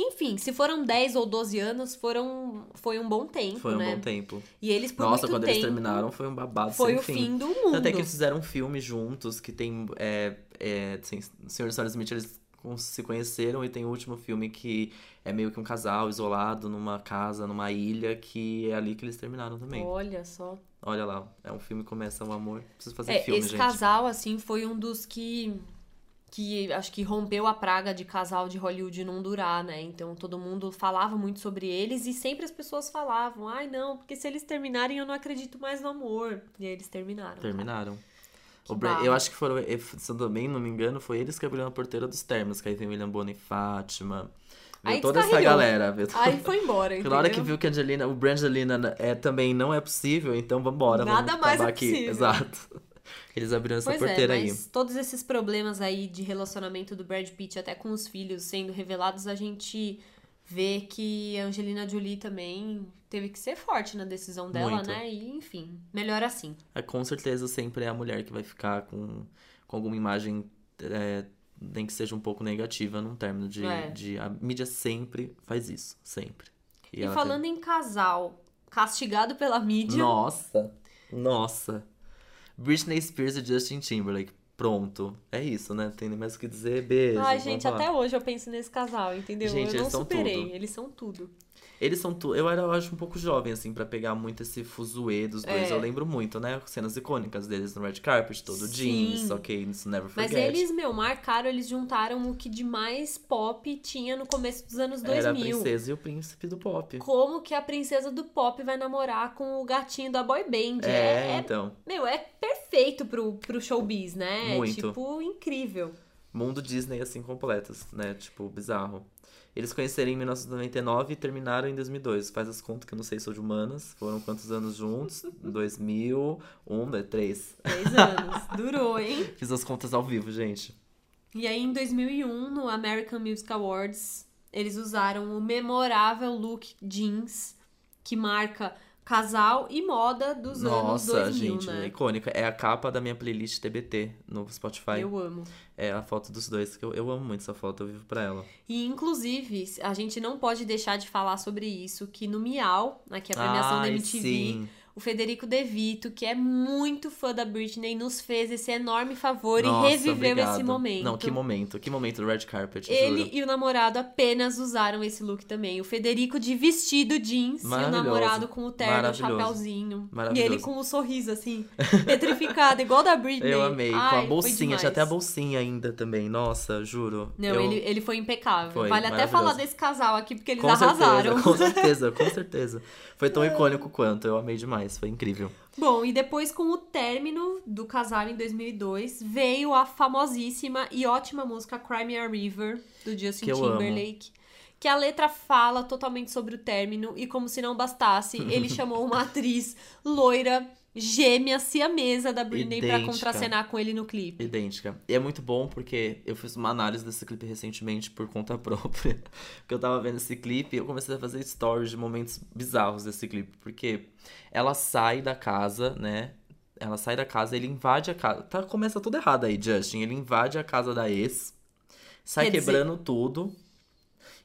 Speaker 2: Enfim, se foram 10 ou 12 anos, foram, foi um bom tempo,
Speaker 1: Foi um
Speaker 2: né?
Speaker 1: bom tempo.
Speaker 2: E eles, por
Speaker 1: Nossa,
Speaker 2: muito
Speaker 1: quando
Speaker 2: tempo,
Speaker 1: eles terminaram foi um babado
Speaker 2: foi
Speaker 1: sem
Speaker 2: o fim do mundo.
Speaker 1: Até que eles fizeram um filme juntos que tem. É, é, sem- Senhor e Senhora Smith, eles con- se conheceram e tem o último filme que é meio que um casal isolado numa casa, numa ilha, que é ali que eles terminaram também.
Speaker 2: Olha só.
Speaker 1: Olha lá, é um filme que começa um amor. Preciso fazer
Speaker 2: É,
Speaker 1: filme,
Speaker 2: esse
Speaker 1: gente.
Speaker 2: casal, assim, foi um dos que... Que acho que rompeu a praga de casal de Hollywood não durar, né? Então todo mundo falava muito sobre eles e sempre as pessoas falavam: ai não, porque se eles terminarem eu não acredito mais no amor. E aí eles terminaram. Ah,
Speaker 1: Terminaram.
Speaker 2: Que
Speaker 1: O Bra-
Speaker 2: barra.
Speaker 1: eu acho que foram, eh, se eu também não me engano, foi eles que abriram a porteira dos termos, que aí veio William Bonner e Fátima. Veio
Speaker 2: Aí
Speaker 1: toda essa
Speaker 2: descarrilhou.
Speaker 1: galera. Veio...
Speaker 2: Aí foi embora,
Speaker 1: Porque
Speaker 2: entendeu?
Speaker 1: Na hora que viu que a Angelina, o Brangelina é, também não é possível, então vambora,
Speaker 2: Nada
Speaker 1: vamos
Speaker 2: mais
Speaker 1: acabar
Speaker 2: é
Speaker 1: aqui.
Speaker 2: possível.
Speaker 1: Exato. Eles abriram essa
Speaker 2: Pois é,
Speaker 1: porteira aí.
Speaker 2: mas todos esses problemas aí de relacionamento do Brad Pitt até com os filhos sendo revelados, a gente vê que a Angelina Jolie também teve que ser forte na decisão dela,
Speaker 1: Muito.
Speaker 2: né? E enfim, melhor assim.
Speaker 1: É, com certeza sempre é a mulher que vai ficar com, com alguma imagem, eh, nem que seja um pouco negativa, num término de,
Speaker 2: É.
Speaker 1: de. A mídia sempre faz isso, sempre.
Speaker 2: E,
Speaker 1: ela
Speaker 2: falando em casal castigado pela mídia,
Speaker 1: Nossa, nossa. Britney Spears e Justin Timberlake. Pronto. É isso, né? Não tem nem mais o que dizer. Beijo.
Speaker 2: Ai,
Speaker 1: blá,
Speaker 2: gente,
Speaker 1: blá.
Speaker 2: até hoje eu penso nesse casal, entendeu?
Speaker 1: Gente, eles
Speaker 2: eu não
Speaker 1: são
Speaker 2: superei.
Speaker 1: tudo.
Speaker 2: Eles são tudo.
Speaker 1: Eles são. Tu... Eu era, eu acho, um pouco jovem, assim, pra pegar muito esse fuzuê dos dois.
Speaker 2: É.
Speaker 1: Eu lembro muito, né? Cenas icônicas deles no red carpet, todo
Speaker 2: Sim.
Speaker 1: jeans, ok, isso never
Speaker 2: Mas
Speaker 1: forget.
Speaker 2: eles, meu, marcaram, eles juntaram o que de mais pop tinha no começo dos anos
Speaker 1: Era a
Speaker 2: 2000.
Speaker 1: princesa e o príncipe do pop.
Speaker 2: Como que a princesa do pop vai namorar com o gatinho da boy band?
Speaker 1: É,
Speaker 2: É, é-
Speaker 1: então.
Speaker 2: meu, é perfeito pro, pro showbiz, né? É,
Speaker 1: Muito.
Speaker 2: tipo, incrível.
Speaker 1: Mundo Disney, assim, completos, né? Tipo, bizarro. Eles conheceram em 1999 e terminaram em 2002. Faz as contas que eu não sei, sou de humanas. Foram quantos anos juntos? 2000, 1, 2, 3.
Speaker 2: Dez anos. Durou, hein?
Speaker 1: né? Fiz as contas ao vivo, gente.
Speaker 2: E aí, em 2001, no American Music Awards, eles usaram o memorável look jeans, que marca casal e moda dos
Speaker 1: Nossa,
Speaker 2: anos 2000,
Speaker 1: gente,
Speaker 2: né?
Speaker 1: icônica. É a capa da minha playlist TBT no Spotify.
Speaker 2: Eu amo.
Speaker 1: É a foto dos dois, que eu, eu amo muito essa foto, eu vivo pra ela.
Speaker 2: E, inclusive, a gente não pode deixar de falar sobre isso, que no Miau, né, que é a premiação da
Speaker 1: Ai,
Speaker 2: MTV,
Speaker 1: sim.
Speaker 2: o Federico De Vito, que é muito fã da Britney, nos fez esse enorme favor
Speaker 1: Nossa,
Speaker 2: e reviveu
Speaker 1: obrigado.
Speaker 2: esse momento.
Speaker 1: Não, que momento, que momento do red carpet,
Speaker 2: Ele
Speaker 1: juro.
Speaker 2: e o namorado apenas usaram esse look também. O Federico de vestido jeans e o
Speaker 1: Maravilhoso.
Speaker 2: namorado com o terno, o
Speaker 1: Maravilhoso.
Speaker 2: chapéuzinho. E
Speaker 1: Maravilhoso.
Speaker 2: ele com o sorriso, assim, petrificado, igual da Britney.
Speaker 1: Eu amei,
Speaker 2: Né? Ai,
Speaker 1: com a
Speaker 2: foi
Speaker 1: bolsinha,
Speaker 2: demais.
Speaker 1: tinha até a bolsinha ainda também, nossa, juro.
Speaker 2: Não,
Speaker 1: Eu-
Speaker 2: ele, ele foi impecável.
Speaker 1: Foi,
Speaker 2: vale até
Speaker 1: maravilhoso.
Speaker 2: falar desse casal aqui, porque eles
Speaker 1: Com certeza,
Speaker 2: arrasaram.
Speaker 1: com certeza, com certeza. Foi tão icônico quanto, eu amei demais, foi incrível.
Speaker 2: Bom, e depois com o término do casal em 2002, veio a famosíssima e ótima música Crimea River, do Justin
Speaker 1: Que eu amo.
Speaker 2: Timberlake. Que a letra fala totalmente sobre o término e como se não bastasse, ele chamou uma atriz loira, gêmea, siamesa da Britney pra
Speaker 1: Idêntica.
Speaker 2: contracenar com ele no clipe.
Speaker 1: Idêntica. E é muito bom porque eu fiz uma análise desse clipe recentemente por conta própria. Porque eu tava vendo esse clipe e eu comecei a fazer stories de momentos bizarros desse clipe. Porque ela sai da casa, né? Ela sai da casa, ele invade a casa. Tá, começa tudo errado aí, Justin. Ele invade a casa da ex, sai
Speaker 2: Quer dizer-
Speaker 1: quebrando tudo.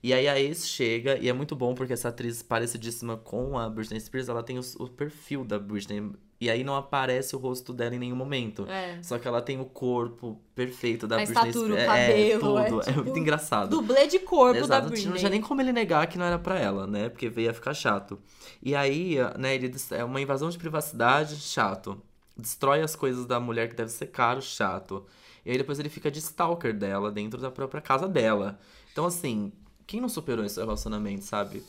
Speaker 1: E aí a ex chega, e é muito bom porque essa atriz parecidíssima com a Britney Spears, ela tem o, o perfil da Britney. E aí não aparece o rosto dela em nenhum momento.
Speaker 2: É.
Speaker 1: Só que ela tem o corpo perfeito da
Speaker 2: A
Speaker 1: Britney
Speaker 2: estatura, o
Speaker 1: Spears.
Speaker 2: cabelo,
Speaker 1: É,
Speaker 2: é
Speaker 1: tudo. É,
Speaker 2: tipo-
Speaker 1: muito engraçado.
Speaker 2: Dublê de corpo da
Speaker 1: Exato,
Speaker 2: Britney.
Speaker 1: não tinha um nem como ele negar que não era pra ela, né? Porque ia ficar chato. E aí, né, ele des- é uma invasão de privacidade, chato. Destrói as coisas da mulher que deve ser caro, chato. E aí depois ele fica de stalker dela dentro da própria casa dela. Então assim, quem não superou esse relacionamento, sabe?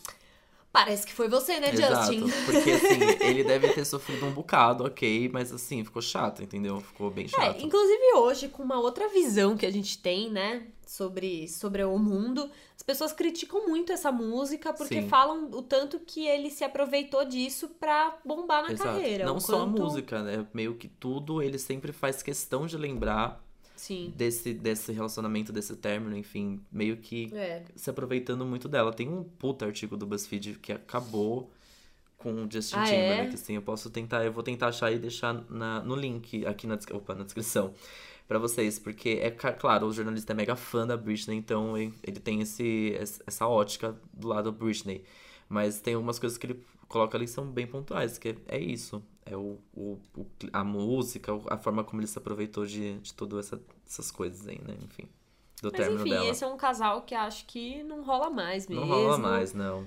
Speaker 2: Parece que foi você, né, Justin?
Speaker 1: Porque assim, ele deve ter sofrido um bocado, ok, mas assim, ficou chato, entendeu? Ficou bem chato.
Speaker 2: É, inclusive hoje, com uma outra visão que a gente tem, né, sobre, sobre o mundo, as pessoas criticam muito essa música porque
Speaker 1: Sim.
Speaker 2: falam o tanto que ele se aproveitou disso pra bombar na
Speaker 1: Exato.
Speaker 2: carreira.
Speaker 1: Não
Speaker 2: o
Speaker 1: só a
Speaker 2: quanto-
Speaker 1: música, né? Meio que tudo, ele sempre faz questão de lembrar
Speaker 2: Sim.
Speaker 1: desse, desse relacionamento, desse término, enfim, meio que
Speaker 2: É.
Speaker 1: se aproveitando muito dela. Tem um puta artigo do BuzzFeed que acabou com o Justin
Speaker 2: Ah, é?
Speaker 1: Timberlake, assim, eu posso tentar, eu vou tentar achar e deixar na- no link aqui na, descri- opa, na descrição pra vocês, porque é ca- claro, o jornalista é mega fã da Britney, então ele ele tem esse, es- essa ótica do lado da Britney, mas tem algumas coisas que ele coloca ali que são bem pontuais, que é, é isso, é o, o- o cli- a música, o- a forma como ele se aproveitou de, de todas essa- essas coisas aí, né, enfim, do
Speaker 2: Mas
Speaker 1: término
Speaker 2: enfim,
Speaker 1: dela.
Speaker 2: esse é um casal que acho que não rola mais mesmo.
Speaker 1: Não rola mais, não.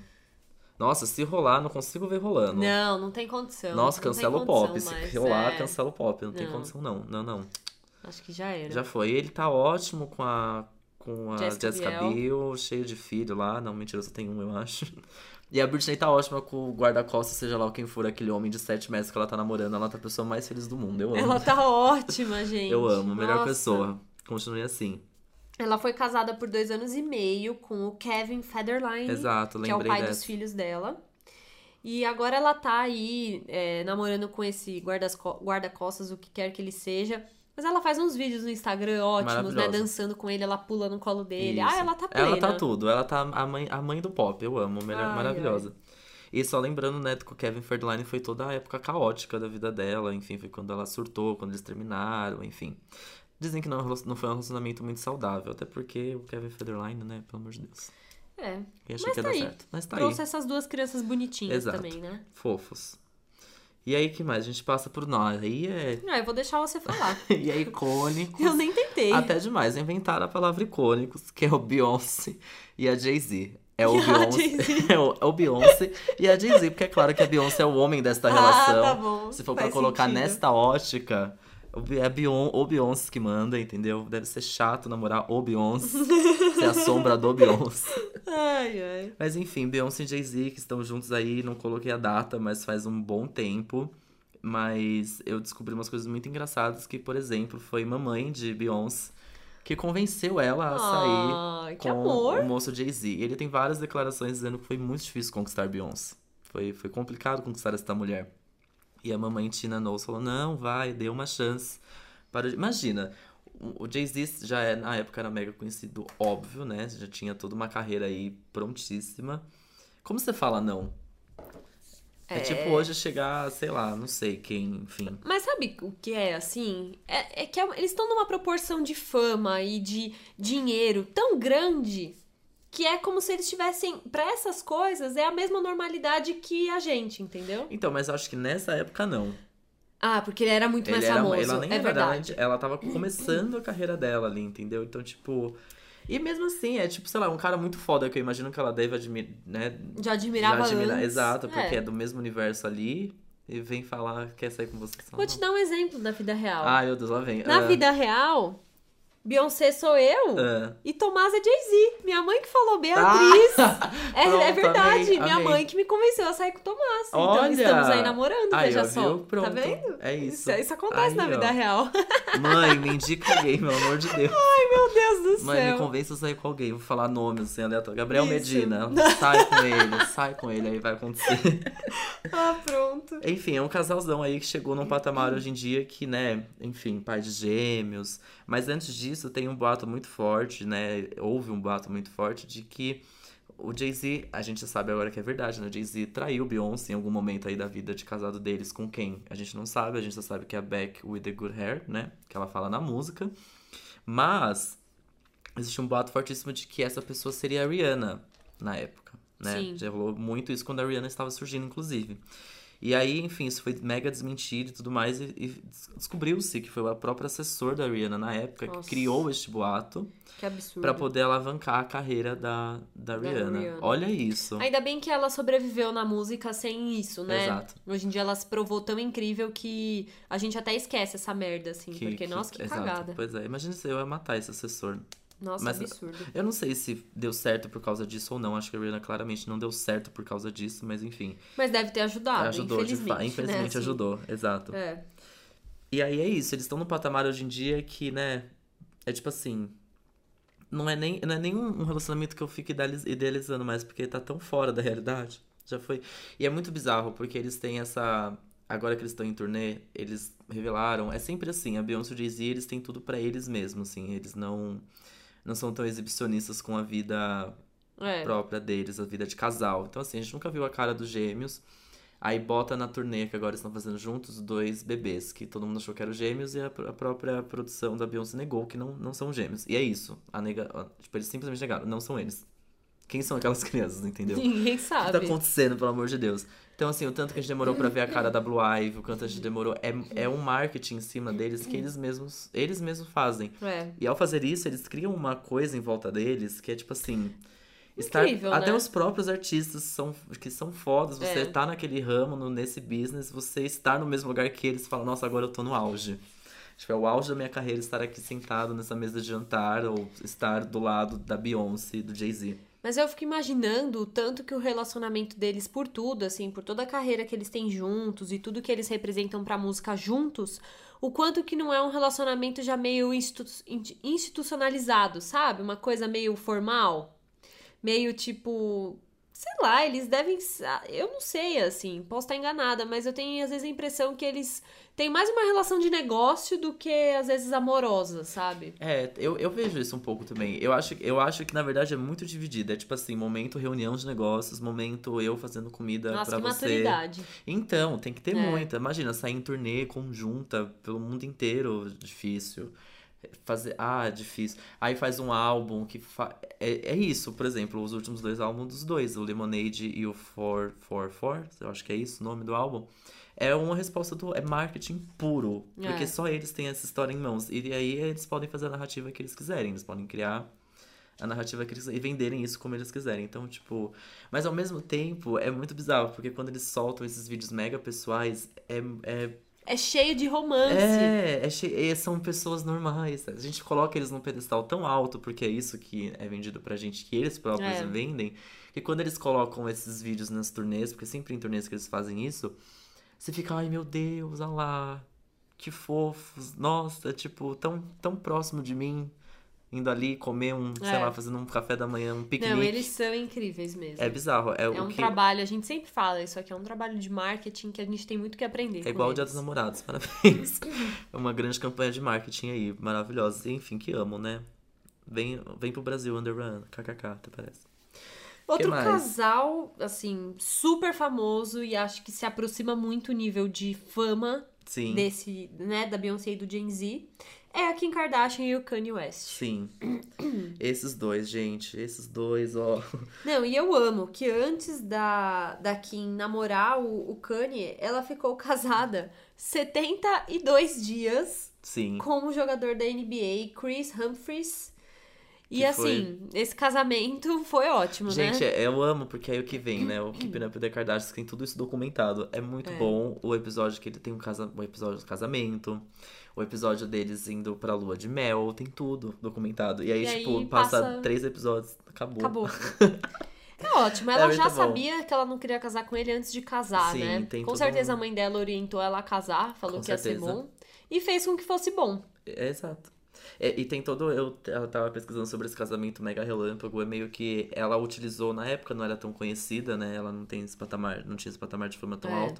Speaker 1: Nossa, se rolar, não consigo ver rolando.
Speaker 2: Não, não tem condição.
Speaker 1: Nossa,
Speaker 2: não tem
Speaker 1: cancela o
Speaker 2: condição
Speaker 1: pop. Se
Speaker 2: mais,
Speaker 1: rolar,
Speaker 2: é.
Speaker 1: cancela o pop. Não, tem
Speaker 2: Não.
Speaker 1: condição, não. Não, não.
Speaker 2: Acho que já era.
Speaker 1: Já foi. Ele tá ótimo com a, com a
Speaker 2: Jessica
Speaker 1: Jessica,
Speaker 2: Biel.
Speaker 1: Biel, cheio de filho lá. Não, mentira, só tem um, eu acho. E a Britney tá ótima com o guarda-costas, seja lá quem for aquele homem de sete meses que ela tá namorando. Ela tá a pessoa mais feliz do mundo. Eu amo.
Speaker 2: Ela tá ótima, gente.
Speaker 1: Eu amo. Melhor
Speaker 2: Nossa.
Speaker 1: pessoa. Continue assim.
Speaker 2: Ela foi casada por dois anos e meio com o Kevin Federline.
Speaker 1: Exato,
Speaker 2: que é o
Speaker 1: lembrei
Speaker 2: pai dos
Speaker 1: dessa.
Speaker 2: filhos dela. E agora ela tá aí é, namorando com esse guardas- guarda-costas, o que quer que ele seja. Mas ela faz uns vídeos no Instagram ótimos, né?
Speaker 1: Maravilhosa.
Speaker 2: Dançando com ele, ela pula no colo dele.
Speaker 1: Isso.
Speaker 2: Ah, ela tá plena.
Speaker 1: Ela tá tudo, ela tá a mãe, a mãe do pop, eu amo, melhor,
Speaker 2: Ai,
Speaker 1: maravilhosa. E só lembrando, né, que o Kevin Federline foi toda a época caótica da vida dela, enfim, foi quando ela surtou, quando eles terminaram, enfim. Dizem que não, é um relacion- não foi um relacionamento muito saudável, até porque o Kevin Federline, né, pelo amor de Deus.
Speaker 2: É,
Speaker 1: Eu achei
Speaker 2: Mas
Speaker 1: que ia
Speaker 2: tá
Speaker 1: dar
Speaker 2: aí.
Speaker 1: certo. Mas tá
Speaker 2: trouxe
Speaker 1: aí,
Speaker 2: essas duas crianças bonitinhas
Speaker 1: Exato.
Speaker 2: também, né?
Speaker 1: fofos. E aí, que mais? A gente passa por nós. Aí é.
Speaker 2: Ah, eu vou deixar você falar.
Speaker 1: E é icônico.
Speaker 2: Eu nem tentei.
Speaker 1: Até demais, inventaram a palavra icônicos, que é o Beyoncé e a Jay-Z. É o
Speaker 2: E a
Speaker 1: Beyoncé.
Speaker 2: Jay-Z.
Speaker 1: É o, é o Beyoncé e a Jay-Z, porque é claro que a Beyoncé é o homem desta relação.
Speaker 2: Ah, tá bom.
Speaker 1: Se for
Speaker 2: Faz
Speaker 1: pra colocar
Speaker 2: sentido.
Speaker 1: nesta ótica, o Be- é Beyon- o Beyoncé que manda, entendeu? Deve ser chato namorar o Beyoncé, ser a sombra do Beyoncé.
Speaker 2: Ai, ai.
Speaker 1: Mas enfim, Beyoncé e Jay-Z que estão juntos aí, não coloquei a data, mas faz um bom tempo. Mas eu descobri umas coisas muito engraçadas que, por exemplo, foi mamãe de Beyoncé que convenceu ela a sair
Speaker 2: Ah, que
Speaker 1: com
Speaker 2: amor.
Speaker 1: o moço Jay-Z. E ele tem várias declarações dizendo que foi muito difícil conquistar Beyoncé. Foi, foi complicado conquistar esta mulher. E a mamãe Tina Knowles falou: não, vai, dê uma chance. Para... o- Imagina, o o Jay-Z já é, na época era mega conhecido, óbvio, né? Já tinha toda uma carreira aí prontíssima. Como você fala não? É, tipo hoje chegar, sei lá, não sei quem, enfim.
Speaker 2: Mas sabe o que é, assim? É, é que é uma- eles estão numa proporção de fama e de dinheiro tão grande que é como se eles tivessem. Pra essas coisas, é a mesma normalidade que a gente, entendeu?
Speaker 1: Então, mas eu acho que nessa época não.
Speaker 2: Ah, porque ele era muito mais
Speaker 1: era-
Speaker 2: famoso.
Speaker 1: ela nem
Speaker 2: é
Speaker 1: era,
Speaker 2: verdade.
Speaker 1: Ela, ela tava começando a carreira dela ali, entendeu? Então, tipo. E mesmo assim, é tipo, sei lá, um cara muito foda que eu imagino que ela deve admirar, né?
Speaker 2: Já admirava
Speaker 1: já admirar.
Speaker 2: antes.
Speaker 1: Exato,
Speaker 2: É.
Speaker 1: porque é. do mesmo universo ali e vem falar, quer sair com você.
Speaker 2: Vou te dar um exemplo da vida real.
Speaker 1: Ai, meu Deus, lá vem.
Speaker 2: Na
Speaker 1: Ah,
Speaker 2: vida real, Beyoncé sou eu
Speaker 1: ah.
Speaker 2: e Tomás é Jay-Z. Minha mãe que falou Beatriz.
Speaker 1: Ah!
Speaker 2: É,
Speaker 1: Pronto,
Speaker 2: é verdade.
Speaker 1: amei,
Speaker 2: Minha
Speaker 1: amei.
Speaker 2: mãe que me convenceu a sair com o Tomás.
Speaker 1: Olha!
Speaker 2: Então estamos aí namorando,
Speaker 1: Aí,
Speaker 2: veja
Speaker 1: ó,
Speaker 2: só.
Speaker 1: viu? Pronto.
Speaker 2: Tá vendo?
Speaker 1: É isso.
Speaker 2: Isso, isso acontece
Speaker 1: Aí,
Speaker 2: na
Speaker 1: ó.
Speaker 2: vida real.
Speaker 1: Mãe, me indica alguém, meu amor de Deus.
Speaker 2: Meu Deus do
Speaker 1: Mãe, me
Speaker 2: céu.
Speaker 1: convence a sair com alguém. Vou falar nomes, assim, aleatório. Gabriel
Speaker 2: Isso.
Speaker 1: Medina. Sai com ele, sai com ele, aí vai acontecer.
Speaker 2: Ah, pronto.
Speaker 1: Enfim, é um casalzão aí que chegou num patamar hoje em dia que, né, enfim, pai de gêmeos. Mas antes disso, tem um boato muito forte, né? Houve um boato muito forte de que o Jay-Z, a gente já sabe agora que é verdade, né? O Jay-Z traiu Beyoncé em algum momento aí da vida de casado deles com quem? A gente não sabe, a gente só sabe que é a Beck with the Good Hair, né? Que ela fala na música. Mas existe um boato fortíssimo de que essa pessoa seria a Rihanna na época, né?
Speaker 2: Sim.
Speaker 1: Já rolou muito isso quando a Rihanna estava surgindo, inclusive. E aí, enfim, isso foi mega desmentido e tudo mais. E, e des- descobriu-se que foi o próprio assessor da Rihanna na época
Speaker 2: Nossa.
Speaker 1: que criou este boato
Speaker 2: Que absurdo.
Speaker 1: pra poder alavancar a carreira da, da,
Speaker 2: Da
Speaker 1: Rihanna.
Speaker 2: Rihanna.
Speaker 1: Olha isso.
Speaker 2: Ainda bem que ela sobreviveu na música sem isso, né?
Speaker 1: Exato.
Speaker 2: Hoje em dia ela se provou tão incrível que a gente até esquece essa merda, assim. porque, nossa, que
Speaker 1: exato.
Speaker 2: cagada.
Speaker 1: Pois é, imagina se eu ia matar esse assessor.
Speaker 2: Nossa,
Speaker 1: Mas-
Speaker 2: absurdo.
Speaker 1: Eu não sei se deu certo por causa disso ou não. Acho que a Rihanna claramente não deu certo por causa disso, mas enfim.
Speaker 2: Mas deve ter ajudado,
Speaker 1: ajudou de
Speaker 2: infelizmente.
Speaker 1: fato. Infelizmente
Speaker 2: né?
Speaker 1: ajudou, exato.
Speaker 2: Assim, É.
Speaker 1: E aí é isso, eles estão num patamar hoje em dia que, né, é tipo assim. Não é nem, não é nem um um relacionamento que eu fico idealiz- idealizando mais, porque tá tão fora da realidade. Já foi. E é muito bizarro, porque eles têm essa. Agora que eles estão em turnê, eles revelaram. É sempre assim, a Beyoncé e o Jay-Z, eles têm tudo pra eles mesmos, assim. Eles não. Não são tão exibicionistas com a vida
Speaker 2: É.
Speaker 1: própria deles, a vida de casal. Então, assim, a gente nunca viu a cara dos gêmeos. Aí bota na turnê que agora estão fazendo juntos dois bebês, que todo mundo achou que eram gêmeos, e a, pr- a própria produção da Beyoncé negou que não, não são gêmeos. E é isso. A nega, a- tipo, eles simplesmente negaram, não são eles. Quem são aquelas crianças, entendeu?
Speaker 2: Ninguém
Speaker 1: O que tá
Speaker 2: sabe.
Speaker 1: acontecendo, pelo amor de Deus? Então, assim, o tanto que a gente demorou pra ver a cara da Blue Ivy, o quanto a gente demorou. É, é um marketing em cima deles que eles mesmos, eles mesmos fazem.
Speaker 2: É.
Speaker 1: E ao fazer isso, eles criam uma coisa em volta deles que é tipo assim. Estar,
Speaker 2: Incrível,
Speaker 1: até
Speaker 2: né?
Speaker 1: os próprios artistas são, que são fodas, você
Speaker 2: É.
Speaker 1: tá naquele ramo, no, nesse business, você estar no mesmo lugar que eles fala, nossa, agora eu tô no auge. Tipo, é o auge da minha carreira estar aqui sentado nessa mesa de jantar ou estar do lado da Beyoncé e do Jay-Z.
Speaker 2: Mas eu fico imaginando o tanto que o relacionamento deles por tudo, assim, por toda a carreira que eles têm juntos e tudo que eles representam pra música juntos, o quanto que não é um relacionamento já meio institu- in- institucionalizado, sabe? Uma coisa meio formal, meio tipo, sei lá, eles devem, sa- eu não sei assim, posso estar enganada, mas eu tenho às vezes a impressão que eles têm mais uma relação de negócio do que às vezes amorosa, sabe?
Speaker 1: É, eu, eu vejo isso um pouco também. Eu acho, eu acho que, na verdade, é muito dividido. É tipo assim, momento reunião de negócios, momento eu fazendo comida
Speaker 2: Nossa,
Speaker 1: pra
Speaker 2: que
Speaker 1: você.
Speaker 2: maturidade.
Speaker 1: Então, tem que ter
Speaker 2: É.
Speaker 1: muita. Imagina, sair em turnê conjunta pelo mundo inteiro, difícil. fazer. Ah, difícil. Aí faz um álbum que. Fa... É, é isso, por exemplo, os últimos dois álbuns dos dois, o Lemonade e o 444, eu acho que é isso o nome do álbum. É uma resposta do. É marketing puro.
Speaker 2: É.
Speaker 1: Porque só eles têm essa história em mãos. E aí eles podem fazer a narrativa que eles quiserem. Eles podem criar a narrativa que eles e venderem isso como eles quiserem. Então, tipo. Mas ao mesmo tempo, é muito bizarro, porque quando eles soltam esses vídeos mega pessoais, é- é
Speaker 2: É cheio de romance.
Speaker 1: é, é che- é, são pessoas normais. né? A gente coloca eles num pedestal tão alto, porque é isso que é vendido pra gente, que eles próprios
Speaker 2: É.
Speaker 1: vendem, que quando eles colocam esses vídeos nas turnês, porque é sempre em turnês que eles fazem isso, você fica, ai meu Deus, olha lá, que fofos, nossa, tipo, tão, tão próximo de mim, indo ali comer um, sei
Speaker 2: É.
Speaker 1: lá, fazendo um café da manhã, um piquenique.
Speaker 2: Não, eles são incríveis mesmo.
Speaker 1: É bizarro. É,
Speaker 2: É
Speaker 1: o
Speaker 2: um
Speaker 1: que...
Speaker 2: trabalho, a gente sempre fala isso aqui, é um trabalho de marketing que a gente tem muito que aprender.
Speaker 1: É igual o
Speaker 2: com
Speaker 1: Dia
Speaker 2: eles.
Speaker 1: dos Namorados, parabéns.
Speaker 2: Uhum.
Speaker 1: É uma grande campanha de marketing aí, maravilhosa. Enfim, que amo, né? Vem, vem pro Brasil, Underrun, kkk, até parece.
Speaker 2: Outro
Speaker 1: mais?
Speaker 2: casal, assim, super famoso e acho que se aproxima muito o nível de fama
Speaker 1: Sim,
Speaker 2: desse, né, da Beyoncé e do Gen Z, é a Kim Kardashian e o Kanye West.
Speaker 1: sim. esses dois, gente, esses dois, ó.
Speaker 2: Não, e eu amo que antes da, da Kim namorar o, o Kanye, ela ficou casada 72 dias
Speaker 1: Sim,
Speaker 2: com o jogador da NBA, Chris Humphries. E
Speaker 1: Que
Speaker 2: assim, esse casamento foi ótimo,
Speaker 1: Gente,
Speaker 2: né?
Speaker 1: é- eu amo, porque aí o que vem, né? O Keeping Up with the Kardashians tem tudo isso documentado. É muito
Speaker 2: É.
Speaker 1: bom o episódio que ele tem um casa... o episódio do casamento, o episódio deles indo pra lua de mel, tem tudo documentado. E aí,
Speaker 2: E aí
Speaker 1: tipo, passa...
Speaker 2: passa-
Speaker 1: três episódios, acabou.
Speaker 2: Acabou. É ótimo, ela
Speaker 1: É
Speaker 2: já
Speaker 1: muito bom.
Speaker 2: sabia que ela não queria casar com ele antes de casar,
Speaker 1: Sim,
Speaker 2: né?
Speaker 1: tem
Speaker 2: Com
Speaker 1: todo
Speaker 2: certeza
Speaker 1: um-
Speaker 2: a mãe dela orientou ela a casar, falou
Speaker 1: Com
Speaker 2: que ia ser
Speaker 1: certeza.
Speaker 2: bom. E fez com que fosse bom.
Speaker 1: É, exato. É, e tem todo. Eu, eu tava pesquisando sobre esse casamento mega relâmpago. É meio que ela utilizou, na época não era tão conhecida, né? Ela não tem esse patamar, não tinha esse patamar de fama tão
Speaker 2: É.
Speaker 1: alto.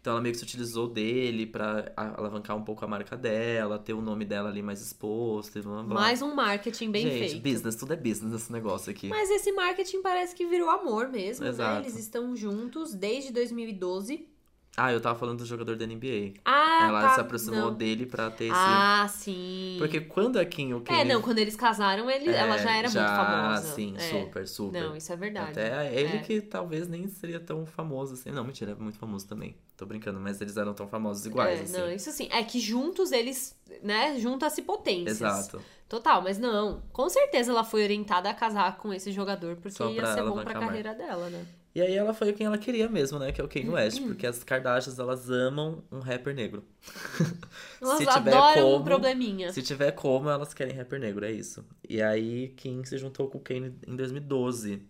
Speaker 1: Então ela meio que se utilizou dele pra a- alavancar um pouco a marca dela, ter o nome dela ali mais exposto e blá blá blá.
Speaker 2: Mais um marketing bem
Speaker 1: Gente,
Speaker 2: feito.
Speaker 1: business, tudo é business nesse negócio aqui.
Speaker 2: Mas esse marketing parece que virou amor mesmo, né?
Speaker 1: Exato.
Speaker 2: Eles estão juntos desde 2012.
Speaker 1: Ah, eu tava falando do jogador da NBA.
Speaker 2: Ah,
Speaker 1: ela
Speaker 2: tá,
Speaker 1: se aproximou
Speaker 2: não.
Speaker 1: dele pra ter esse.
Speaker 2: Ah, sim.
Speaker 1: Porque quando a Kim e o
Speaker 2: É,
Speaker 1: Kanye-
Speaker 2: não, quando eles casaram, ele- ela
Speaker 1: É,
Speaker 2: já era muito famosa.
Speaker 1: sim,
Speaker 2: É.
Speaker 1: super, super.
Speaker 2: Não, isso é verdade.
Speaker 1: Até ele
Speaker 2: É.
Speaker 1: que talvez nem seria tão famoso assim. Não, mentira, é muito famoso também. Tô brincando, mas eles eram tão famosos iguais,
Speaker 2: É,
Speaker 1: assim.
Speaker 2: Não, isso sim. É que juntos eles, né, juntam-se potências.
Speaker 1: Exato.
Speaker 2: Total, mas não. Com certeza ela foi orientada a casar com esse jogador, porque
Speaker 1: Só
Speaker 2: ia
Speaker 1: pra
Speaker 2: ser
Speaker 1: ela
Speaker 2: bom pra
Speaker 1: bancar
Speaker 2: carreira dela, né?
Speaker 1: E aí ela foi quem ela queria mesmo, né? Que é o Kanye West.
Speaker 2: Uhum.
Speaker 1: porque as Kardashians, elas amam um rapper negro.
Speaker 2: Elas
Speaker 1: Se tiver
Speaker 2: adoram um
Speaker 1: como,
Speaker 2: probleminha.
Speaker 1: Se tiver como, elas querem rapper negro, é isso. E aí Kim se juntou com o Kanye em 2012.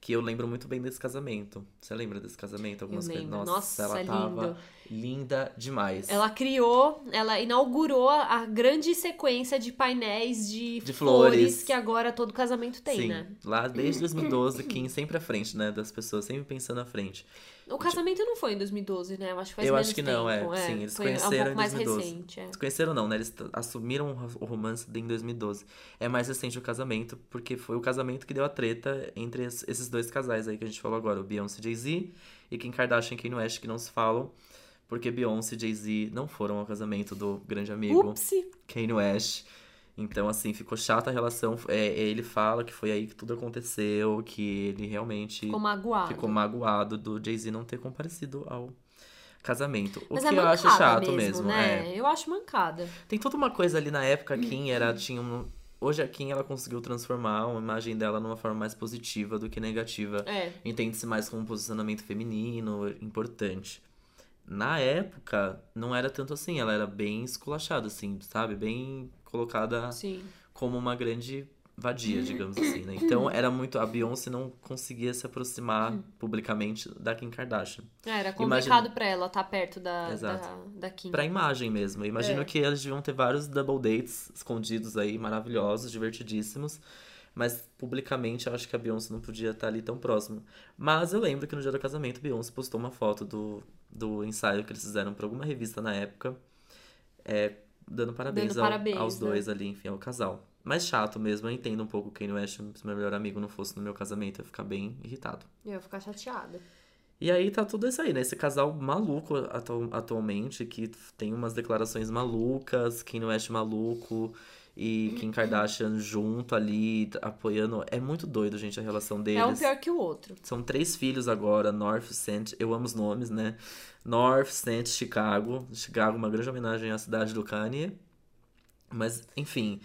Speaker 1: Que eu lembro muito bem desse casamento. Você lembra desse casamento?
Speaker 2: Eu
Speaker 1: Algumas coisas.
Speaker 2: lembro.
Speaker 1: Nossa, ela
Speaker 2: é lindo.
Speaker 1: tava linda demais.
Speaker 2: Ela criou, ela inaugurou a grande sequência de painéis de,
Speaker 1: De
Speaker 2: flores.
Speaker 1: flores.
Speaker 2: que agora todo casamento tem,
Speaker 1: Sim,
Speaker 2: né?
Speaker 1: lá desde 2012, Kim sempre à frente, né? Das pessoas, sempre pensando à frente.
Speaker 2: O casamento não foi em 2012, né? Eu acho que faz
Speaker 1: Eu
Speaker 2: menos
Speaker 1: acho que não,
Speaker 2: tempo,
Speaker 1: é. Sim, eles
Speaker 2: foi um
Speaker 1: conheceram
Speaker 2: pouco
Speaker 1: em
Speaker 2: mais
Speaker 1: 2012.
Speaker 2: recente, é.
Speaker 1: Eles conheceram não, né? Eles t- assumiram o ro- o romance em 2012. É mais recente o casamento, porque foi o casamento que deu a treta entre es- esses dois casais aí que a gente falou agora. O Beyoncé e Jay-Z e Kim Kardashian e Kanye West que não se falam. Porque Beyoncé e Jay-Z não foram ao casamento do grande amigo
Speaker 2: Upsi!
Speaker 1: Kanye West. Então, assim, ficou chata a relação. É, ele fala que foi aí que tudo aconteceu, que ele realmente
Speaker 2: Ficou magoado.
Speaker 1: ficou magoado do Jay-Z não ter comparecido ao casamento. O
Speaker 2: Mas
Speaker 1: que
Speaker 2: é
Speaker 1: eu
Speaker 2: mancada
Speaker 1: acho chato mesmo, é.
Speaker 2: né? Eu acho mancada.
Speaker 1: Tem toda uma coisa ali na época, a Kim era, tinha um... Hoje a Kim, ela conseguiu transformar uma imagem dela numa forma mais positiva do que negativa.
Speaker 2: É.
Speaker 1: Entende-se mais como um posicionamento feminino, importante. Na época, não era tanto assim, ela era bem esculachada, assim, sabe? Bem colocada
Speaker 2: Sim.
Speaker 1: como uma grande vadia, digamos assim, né? Então, era muito... A Beyoncé não conseguia se aproximar publicamente da Kim Kardashian.
Speaker 2: É, Era complicado
Speaker 1: Imagina-
Speaker 2: pra ela estar perto da,
Speaker 1: Exato.
Speaker 2: da, da Kim.
Speaker 1: Pra imagem mesmo. Eu imagino
Speaker 2: É.
Speaker 1: que eles deviam ter vários double dates escondidos aí, maravilhosos, divertidíssimos. Mas publicamente eu acho que a Beyoncé não podia estar ali tão próximo. Mas eu lembro que no dia do casamento, Beyoncé postou uma foto do, do ensaio que eles fizeram pra alguma revista na época. é, dando parabéns,
Speaker 2: Dando
Speaker 1: ao-
Speaker 2: parabéns,
Speaker 1: aos
Speaker 2: né?
Speaker 1: dois ali, enfim, ao casal. Mas chato mesmo, eu entendo um pouco o Kanye West, se meu melhor amigo não fosse no meu casamento, eu ia ficar bem irritado.
Speaker 2: Eu ia ficar chateada.
Speaker 1: E aí tá tudo isso aí, né? Esse casal maluco atu- atualmente, que tem umas declarações malucas, quem não West é maluco, e Kim Kardashian junto ali, t- apoiando. É muito doido, gente, a relação deles.
Speaker 2: É um pior que o outro.
Speaker 1: São três filhos agora, North, Saint, eu amo os nomes, né? North, Saint, Chicago. Chicago, uma grande homenagem à cidade do Kanye. Mas, enfim,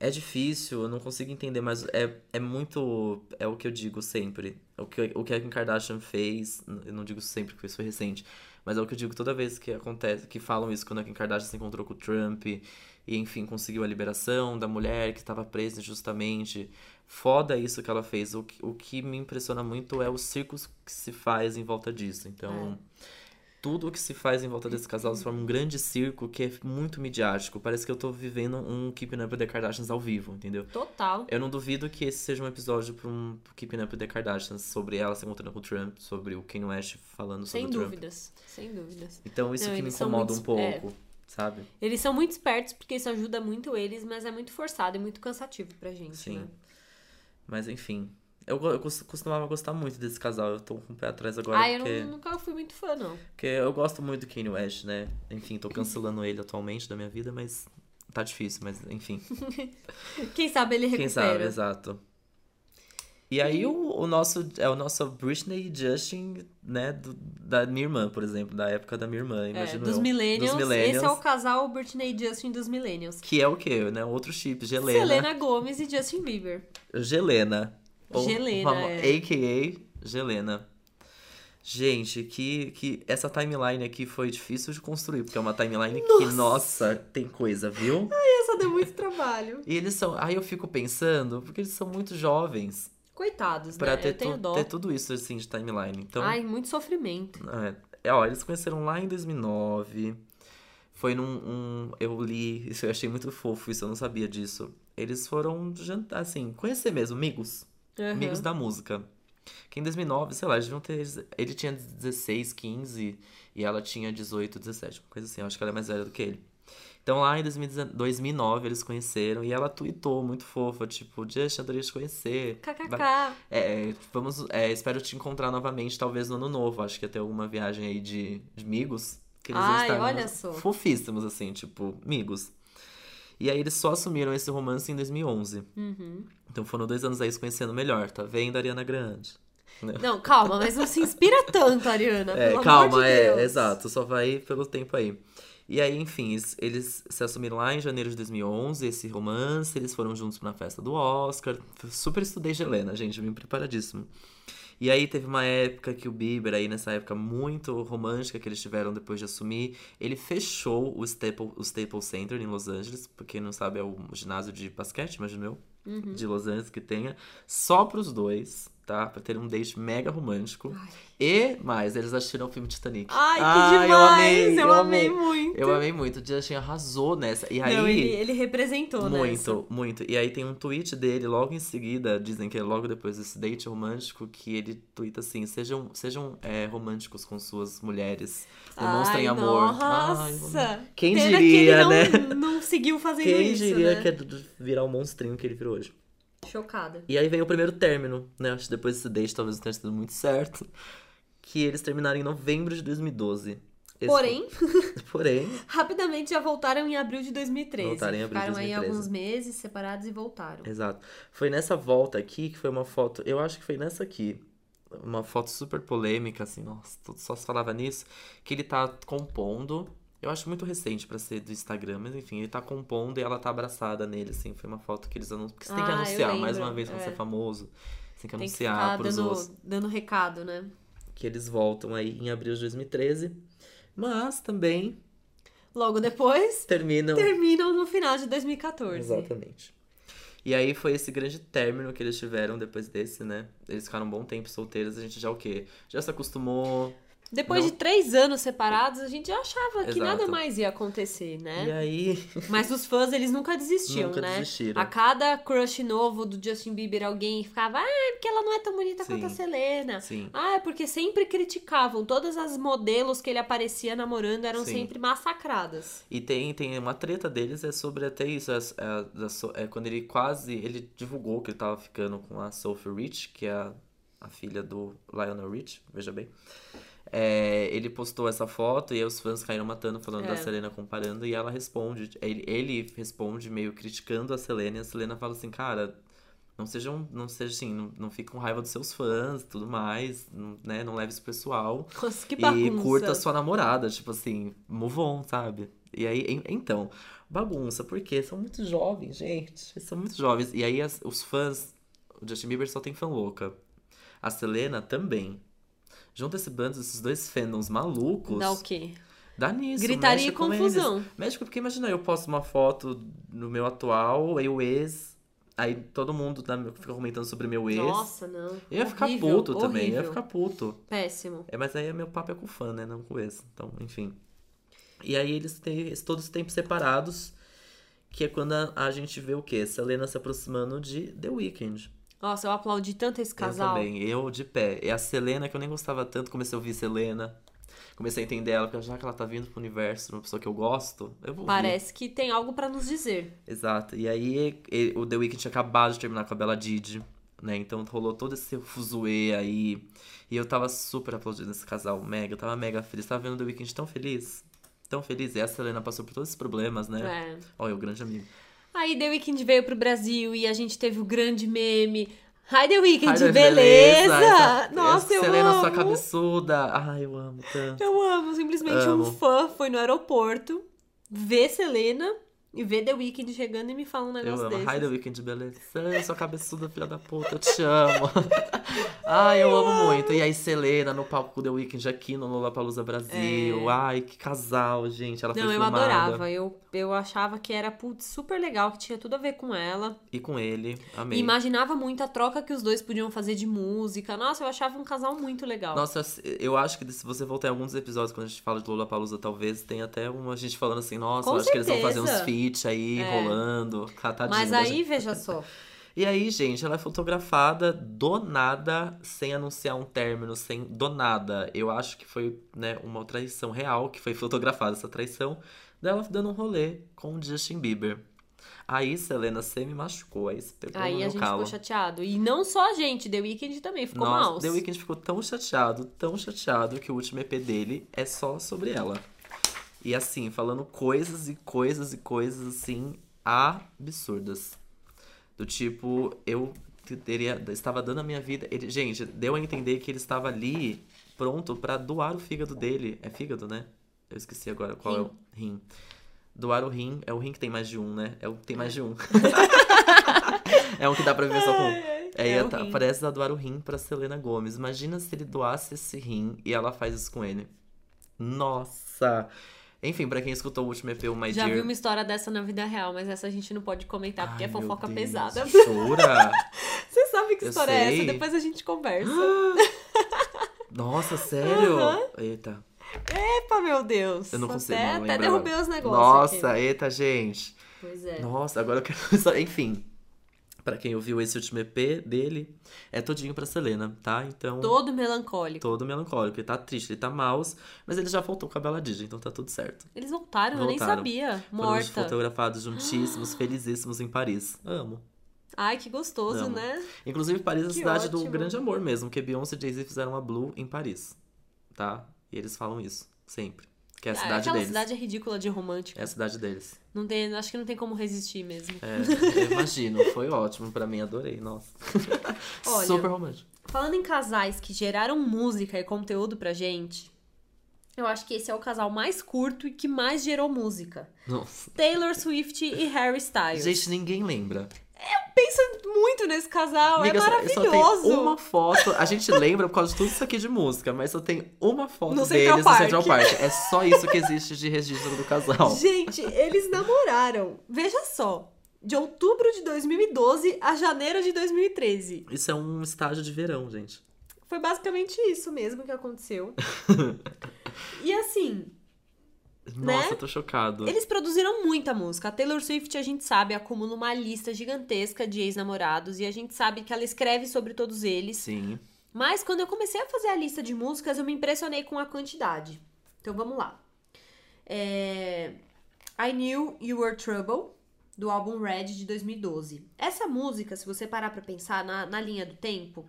Speaker 1: é difícil, eu não consigo entender, mas é, é muito. É o que eu digo sempre. O que, o que a Kim Kardashian fez, n- eu não digo sempre, porque isso foi recente, mas é o que eu digo toda vez que acontece, que falam isso, quando a Kim Kardashian se encontrou com o Trump e, enfim, conseguiu a liberação da mulher que estava presa injustamente foda isso que ela fez. O que, o que me impressiona muito é o circo que se faz em volta disso. Então, tudo o que se faz em volta desse casal se forma um grande circo que é muito midiático. Parece que eu tô vivendo um Keeping Up with the Kardashians ao vivo, entendeu?
Speaker 2: Total.
Speaker 1: Eu não duvido que esse seja um episódio para um Keeping Up with the Kardashians sobre ela se encontrando com o Trump, sobre o Kanye West falando sobre
Speaker 2: Sem
Speaker 1: o Trump.
Speaker 2: dúvidas. Sem dúvidas.
Speaker 1: Então, isso
Speaker 2: Não,
Speaker 1: que me
Speaker 2: eles são
Speaker 1: incomoda um
Speaker 2: muito- é.
Speaker 1: pouco, sabe?
Speaker 2: Eles são muito espertos porque isso ajuda muito eles, mas é muito forçado e muito cansativo pra gente.
Speaker 1: Sim.
Speaker 2: né?
Speaker 1: Mas, enfim. Eu, go- eu cos- costumava gostar muito desse casal. Eu tô com o pé atrás agora
Speaker 2: Ah, eu
Speaker 1: porque...
Speaker 2: não- nunca fui muito fã, não.
Speaker 1: Porque eu gosto muito do Kanye West, né? Enfim, tô cancelando ele atualmente da minha vida, mas tá difícil, mas enfim.
Speaker 2: Quem sabe ele recupera. Uhum.
Speaker 1: Quem sabe, exato. E aí o, o nosso é o nosso Britney e Justin, né, do- da minha irmã, por exemplo, da época da minha irmã,
Speaker 2: É,
Speaker 1: imagino
Speaker 2: dos,
Speaker 1: eu.
Speaker 2: millennials,
Speaker 1: Dos millennials.
Speaker 2: Esse é o casal Britney e Justin dos Millennials.
Speaker 1: Que é o quê, né? Outro chip, Gelena.
Speaker 2: Selena Gomes e Justin Bieber.
Speaker 1: Gelena. Ou
Speaker 2: Gelena,
Speaker 1: uma-
Speaker 2: é.
Speaker 1: AKA Gelena. Gente, que, que essa timeline aqui foi difícil de construir, porque é uma timeline que, nossa, tem coisa, viu?
Speaker 2: Essa deu muito trabalho.
Speaker 1: E eles são. Aí eu fico pensando, porque eles são muito jovens
Speaker 2: Coitados,
Speaker 1: pra
Speaker 2: né?
Speaker 1: ter,
Speaker 2: eu tenho
Speaker 1: tu-
Speaker 2: dó.
Speaker 1: ter tudo isso assim de timeline. Então,
Speaker 2: Ai, muito sofrimento.
Speaker 1: é, é, ó, eles se conheceram lá em 2009. Foi num. um- eu li, isso eu achei muito fofo, isso eu não sabia disso. Eles foram jantar, assim, conhecer mesmo, amigos.
Speaker 2: Aham.
Speaker 1: Amigos da música. Que em 2009, sei lá, eles deviam ter. Ele tinha 16, 15 e ela tinha 18, 17, uma coisa assim. Eu acho que ela é mais velha do que ele. Então lá em 2019 2009 eles conheceram e ela tweetou muito fofa, tipo, Justin, adorei te conhecer.
Speaker 2: KKK.
Speaker 1: É, é, vamos, é, espero te encontrar novamente, talvez no ano novo. Acho que ia ter alguma viagem aí de, de amigos. Que eles iam
Speaker 2: Ai,
Speaker 1: estar
Speaker 2: olha só.
Speaker 1: fofíssimos, assim, tipo, amigos. E aí eles só assumiram esse romance em 2011.
Speaker 2: Uhum.
Speaker 1: Então foram dois anos aí se conhecendo melhor, tá vendo, Ariana Grande?
Speaker 2: Não, calma, mas não se inspira tanto, Ariana.
Speaker 1: É,
Speaker 2: né? pelo
Speaker 1: calma,
Speaker 2: amor de
Speaker 1: é,
Speaker 2: Deus.
Speaker 1: exato, só vai pelo tempo aí. E aí, enfim, eles, eles se assumiram lá em janeiro de 2011, esse romance, eles foram juntos na festa do Oscar. Super estudei Helena, gente, eu vim preparadíssimo. E aí teve uma época que o Bieber, aí nessa época muito romântica que eles tiveram depois de assumir, ele fechou o Staple, o Staples Center em Los Angeles, pra quem não sabe é o ginásio de basquete, imagino eu,
Speaker 2: Uhum.
Speaker 1: de Los Angeles que tenha, só pros dois, tá? Pra ter um date mega romântico.
Speaker 2: Ai.
Speaker 1: E mais, eles assistiram o filme Titanic.
Speaker 2: Ai, que
Speaker 1: Ah,
Speaker 2: demais! Eu amei, muito.
Speaker 1: Eu amei muito. O Justin arrasou nessa. E aí.
Speaker 2: Não, ele, ele representou, né?
Speaker 1: muito, muito. E aí tem um tweet dele logo em seguida, dizem que é logo depois desse date romântico, que ele tuita assim: sejam, sejam é, românticos com suas mulheres. Demonstrem
Speaker 2: Ai,
Speaker 1: amor. Ai, vamos-
Speaker 2: Nossa!
Speaker 1: Quem
Speaker 2: Pena
Speaker 1: diria,
Speaker 2: que ele
Speaker 1: né?
Speaker 2: não, não seguiu fazendo
Speaker 1: Quem
Speaker 2: isso,
Speaker 1: diria
Speaker 2: né?
Speaker 1: que ia virar o monstrinho que ele virou hoje?
Speaker 2: Chocada.
Speaker 1: E aí veio o primeiro término, né? Acho que depois desse date talvez não tenha sido muito certo. Que eles terminaram em novembro de 2012. Esse-
Speaker 2: Porém,
Speaker 1: Porém,
Speaker 2: rapidamente já voltaram em abril de 2013.
Speaker 1: Voltaram em abril de
Speaker 2: Ficaram aí
Speaker 1: 2013.
Speaker 2: alguns meses separados e voltaram.
Speaker 1: Exato. Foi nessa volta aqui que foi uma foto. Eu acho que foi nessa aqui. Uma foto super polêmica, assim, nossa, tudo- só se falava nisso. Que ele tá compondo. Eu acho muito recente pra ser do Instagram, mas enfim, ele tá compondo e ela tá abraçada nele, assim. Foi uma foto que eles anunciam. Porque você tem que
Speaker 2: Ah, eu
Speaker 1: anunciar, mais
Speaker 2: lembro,
Speaker 1: uma vez, quando
Speaker 2: é.
Speaker 1: você é famoso. Você tem que
Speaker 2: Tem que
Speaker 1: anunciar
Speaker 2: ficar
Speaker 1: pros outros
Speaker 2: dando, dando recado, né?
Speaker 1: que eles voltam aí em abril de 2013. Mas também
Speaker 2: Logo depois,
Speaker 1: terminam.
Speaker 2: terminam no final de 2014.
Speaker 1: Exatamente. E aí foi esse grande término que eles tiveram depois desse, né? Eles ficaram um bom tempo solteiros, a gente já o quê? Já se acostumou.
Speaker 2: Depois
Speaker 1: Não.
Speaker 2: de três anos separados, a gente já achava que
Speaker 1: Exato.
Speaker 2: nada mais ia acontecer,
Speaker 1: E
Speaker 2: né?
Speaker 1: aí
Speaker 2: Mas os fãs, eles nunca desistiam,
Speaker 1: nunca
Speaker 2: né?
Speaker 1: desistiram.
Speaker 2: A cada crush novo do Justin Bieber, alguém ficava, ah, porque ela não é tão bonita quanto a
Speaker 1: Sim.
Speaker 2: Selena.
Speaker 1: Sim.
Speaker 2: Ah, é porque sempre criticavam. Todas as modelos que ele aparecia namorando eram
Speaker 1: Sim.
Speaker 2: sempre massacradas.
Speaker 1: E tem, tem uma treta deles, é sobre até isso. É, é- da So- é quando ele quase. Ele divulgou que ele tava ficando com a Sophie Rich, que é a, a filha do Lionel Rich, veja bem. É, ele postou essa foto e aí os fãs caíram matando, falando
Speaker 2: É.
Speaker 1: da Selena comparando, e ela responde. Ele, ele responde meio criticando a Selena, e a Selena fala assim, cara. Não sejam, não seja assim, não, não fique com raiva dos seus fãs, tudo mais, não, né? Não leve isso pessoal.
Speaker 2: Nossa, que
Speaker 1: e
Speaker 2: bagunça.
Speaker 1: curta sua namorada, tipo assim, move on, sabe? E aí, en- então, bagunça, porque são muito jovens, gente. Eles são muito jovens. E aí, as- os fãs, o Justin Bieber só tem fã louca. A Selena também. Junta esse bando, esses dois fandoms malucos.
Speaker 2: Dá o quê?
Speaker 1: Dá nisso,
Speaker 2: Gritaria e
Speaker 1: mexe com
Speaker 2: confusão.
Speaker 1: eles. Mexe com- porque imagina, eu posto uma foto no meu atual, aí o ex, aí todo mundo tá- fica comentando sobre meu ex.
Speaker 2: Nossa, não.
Speaker 1: Eu ia ficar
Speaker 2: Horrível,
Speaker 1: puto também, eu ia
Speaker 2: horrível.
Speaker 1: ficar puto.
Speaker 2: Péssimo.
Speaker 1: É, mas aí é meu papo é com fã, né? Não com esse. Então, enfim. E aí eles têm eles todos têm separados, que é quando a, a gente vê o quê? Selena se aproximando de The Weeknd.
Speaker 2: Nossa, eu aplaudi tanto esse casal.
Speaker 1: Eu também, eu de pé. É a Selena que eu nem gostava tanto, comecei a ouvir Selena. Comecei a entender ela, porque já que ela tá vindo pro universo, uma pessoa que eu gosto, eu vou ouvir.
Speaker 2: Parece que tem algo pra nos dizer.
Speaker 1: Exato. E aí e- o The Weeknd tinha acabado de terminar com a Bella Didi, né? Então rolou todo esse fuzuê aí. E eu tava super aplaudindo esse casal, mega. Eu tava mega feliz. Tava vendo o The Weeknd tão feliz. Tão feliz. E a Selena passou por todos esses problemas, né?
Speaker 2: É.
Speaker 1: Olha, o grande amigo.
Speaker 2: Aí The Weeknd veio pro Brasil e a gente teve o grande meme. Hi The Weeknd,
Speaker 1: Ai,
Speaker 2: beleza?
Speaker 1: Deus, Essa-
Speaker 2: Nossa,
Speaker 1: essa
Speaker 2: eu
Speaker 1: Selena,
Speaker 2: amo.
Speaker 1: Então, sua cabeçuda. Ai, eu amo tanto.
Speaker 2: Eu amo. Simplesmente um
Speaker 1: Amo.
Speaker 2: fã foi no aeroporto, vê Selena e vê The Weeknd chegando e me fala um
Speaker 1: Eu
Speaker 2: negócio
Speaker 1: amo.
Speaker 2: desse.
Speaker 1: Hi, The Weeknd, beleza? Selena, sua cabeçuda, filha da puta. Eu te amo. Ai, eu amo muito. E aí, Selena no palco com The Weeknd aqui no Lollapalooza Brasil. Ai, que casal, gente. Ela
Speaker 2: É. Não,
Speaker 1: foi
Speaker 2: eu
Speaker 1: filmada.
Speaker 2: adorava. Eu, eu achava que era putz, super legal, que tinha tudo a ver com ela.
Speaker 1: E com ele.
Speaker 2: E
Speaker 1: Amei.
Speaker 2: imaginava muito a troca que os dois podiam fazer de música. Nossa, eu achava um casal muito legal.
Speaker 1: Nossa, eu acho que se você voltar em alguns episódios, quando a gente fala de Lollapalooza, talvez tem até uma gente falando assim, nossa,
Speaker 2: Com
Speaker 1: eu acho que eles vão fazer
Speaker 2: certeza.
Speaker 1: uns feat aí,
Speaker 2: É.
Speaker 1: rolando, catadinho.
Speaker 2: Mas
Speaker 1: da gente.
Speaker 2: aí, veja só.
Speaker 1: E aí, gente, ela é fotografada do nada, sem anunciar um término, sem do nada. Eu acho que foi, né, uma traição real que foi fotografada essa traição dela dando um rolê com o Justin Bieber. Aí, Selena, você me machucou, aí você pegou no
Speaker 2: Aí a
Speaker 1: meu
Speaker 2: gente
Speaker 1: calo.
Speaker 2: ficou chateado. E não só a gente, The Weeknd também ficou
Speaker 1: Nossa,
Speaker 2: mal.
Speaker 1: The Weeknd ficou tão chateado, tão chateado, que o último EP dele é só sobre ela. E assim, falando coisas e coisas e coisas assim absurdas. Do tipo, eu teria, estava dando a minha vida. Ele, gente, deu a entender que ele estava ali pronto pra doar o fígado dele. É fígado, né? Eu esqueci agora qual é o rim. Doar o rim. É o rim que tem mais de um, né? É o que tem mais de um. é um que dá pra viver só com um. É,
Speaker 2: É
Speaker 1: e
Speaker 2: o
Speaker 1: ela tá-
Speaker 2: rim.
Speaker 1: parece a doar o rim pra Selena Gomes. Imagina se ele doasse esse rim e ela faz isso com ele. Nossa! Enfim, pra quem escutou o último EP, o My
Speaker 2: Já
Speaker 1: Dear...
Speaker 2: vi uma história dessa na vida real, mas essa a gente não pode comentar porque
Speaker 1: Ai,
Speaker 2: é
Speaker 1: meu
Speaker 2: fofoca
Speaker 1: Deus,
Speaker 2: pesada.
Speaker 1: Jura?
Speaker 2: Você sabe que
Speaker 1: Eu
Speaker 2: história é essa,
Speaker 1: sei.
Speaker 2: depois a gente conversa.
Speaker 1: Nossa, sério?
Speaker 2: Aham.
Speaker 1: Eita.
Speaker 2: Epa, meu Deus.
Speaker 1: Eu não consigo,
Speaker 2: Até,
Speaker 1: não
Speaker 2: até
Speaker 1: lembro
Speaker 2: derrubei os negócios.
Speaker 1: Nossa, eita, gente.
Speaker 2: Aqui. Pois Um é.
Speaker 1: Nossa, agora eu quero. só- Enfim. Pra quem ouviu esse último EP dele, é todinho pra Selena, tá? Então.
Speaker 2: Todo melancólico.
Speaker 1: Todo melancólico. Ele tá triste, ele tá maus, mas ele já voltou com a Bela Didi, então tá tudo certo.
Speaker 2: Eles voltaram, eu nem
Speaker 1: Voltaram.
Speaker 2: sabia.
Speaker 1: Foram
Speaker 2: Morta.
Speaker 1: fotografados juntíssimos, felizíssimos em Paris. Amo.
Speaker 2: Ai, que gostoso,
Speaker 1: Amo.
Speaker 2: né?
Speaker 1: Inclusive, Paris é a
Speaker 2: Que
Speaker 1: cidade do
Speaker 2: ótimo.
Speaker 1: grande amor mesmo, porque Beyoncé e Jay-Z fizeram uma Blue em Paris, tá? E eles falam isso, sempre. Que é a
Speaker 2: Ah,
Speaker 1: cidade
Speaker 2: Aquela
Speaker 1: deles.
Speaker 2: cidade é ridícula de romântica.
Speaker 1: É a cidade deles.
Speaker 2: Não tem, acho que não tem como resistir mesmo.
Speaker 1: É, eu imagino. Foi ótimo pra mim, adorei. Nossa.
Speaker 2: Olha.
Speaker 1: Super romântico.
Speaker 2: Falando em casais que geraram música e conteúdo pra gente, eu acho que esse é o casal mais curto e que mais gerou música.
Speaker 1: Nossa.
Speaker 2: Taylor Swift e Harry Styles.
Speaker 1: Gente, ninguém lembra.
Speaker 2: Pensa muito nesse casal,
Speaker 1: Amiga,
Speaker 2: é
Speaker 1: só- só tem
Speaker 2: maravilhoso.
Speaker 1: uma foto. A gente lembra por causa de tudo isso aqui de música, mas só tem uma foto
Speaker 2: No Central
Speaker 1: deles no Central
Speaker 2: Park.
Speaker 1: Park. É só isso que existe de registro do casal.
Speaker 2: Gente, eles namoraram. Veja só. De outubro de 2012 a janeiro de 2013.
Speaker 1: Isso é um estágio de verão, gente.
Speaker 2: Foi basicamente isso mesmo que aconteceu. e assim, Né?
Speaker 1: Nossa, eu tô chocado.
Speaker 2: Eles produziram muita música. A Taylor Swift, a gente sabe, acumula uma lista gigantesca de ex-namorados e a gente sabe que ela escreve sobre todos eles.
Speaker 1: Sim.
Speaker 2: Mas quando eu comecei a fazer a lista de músicas, eu me impressionei com a quantidade. Então vamos lá. É, I Knew You Were Trouble, do álbum Red de 2012. Essa música, se você parar pra pensar na, na linha do tempo,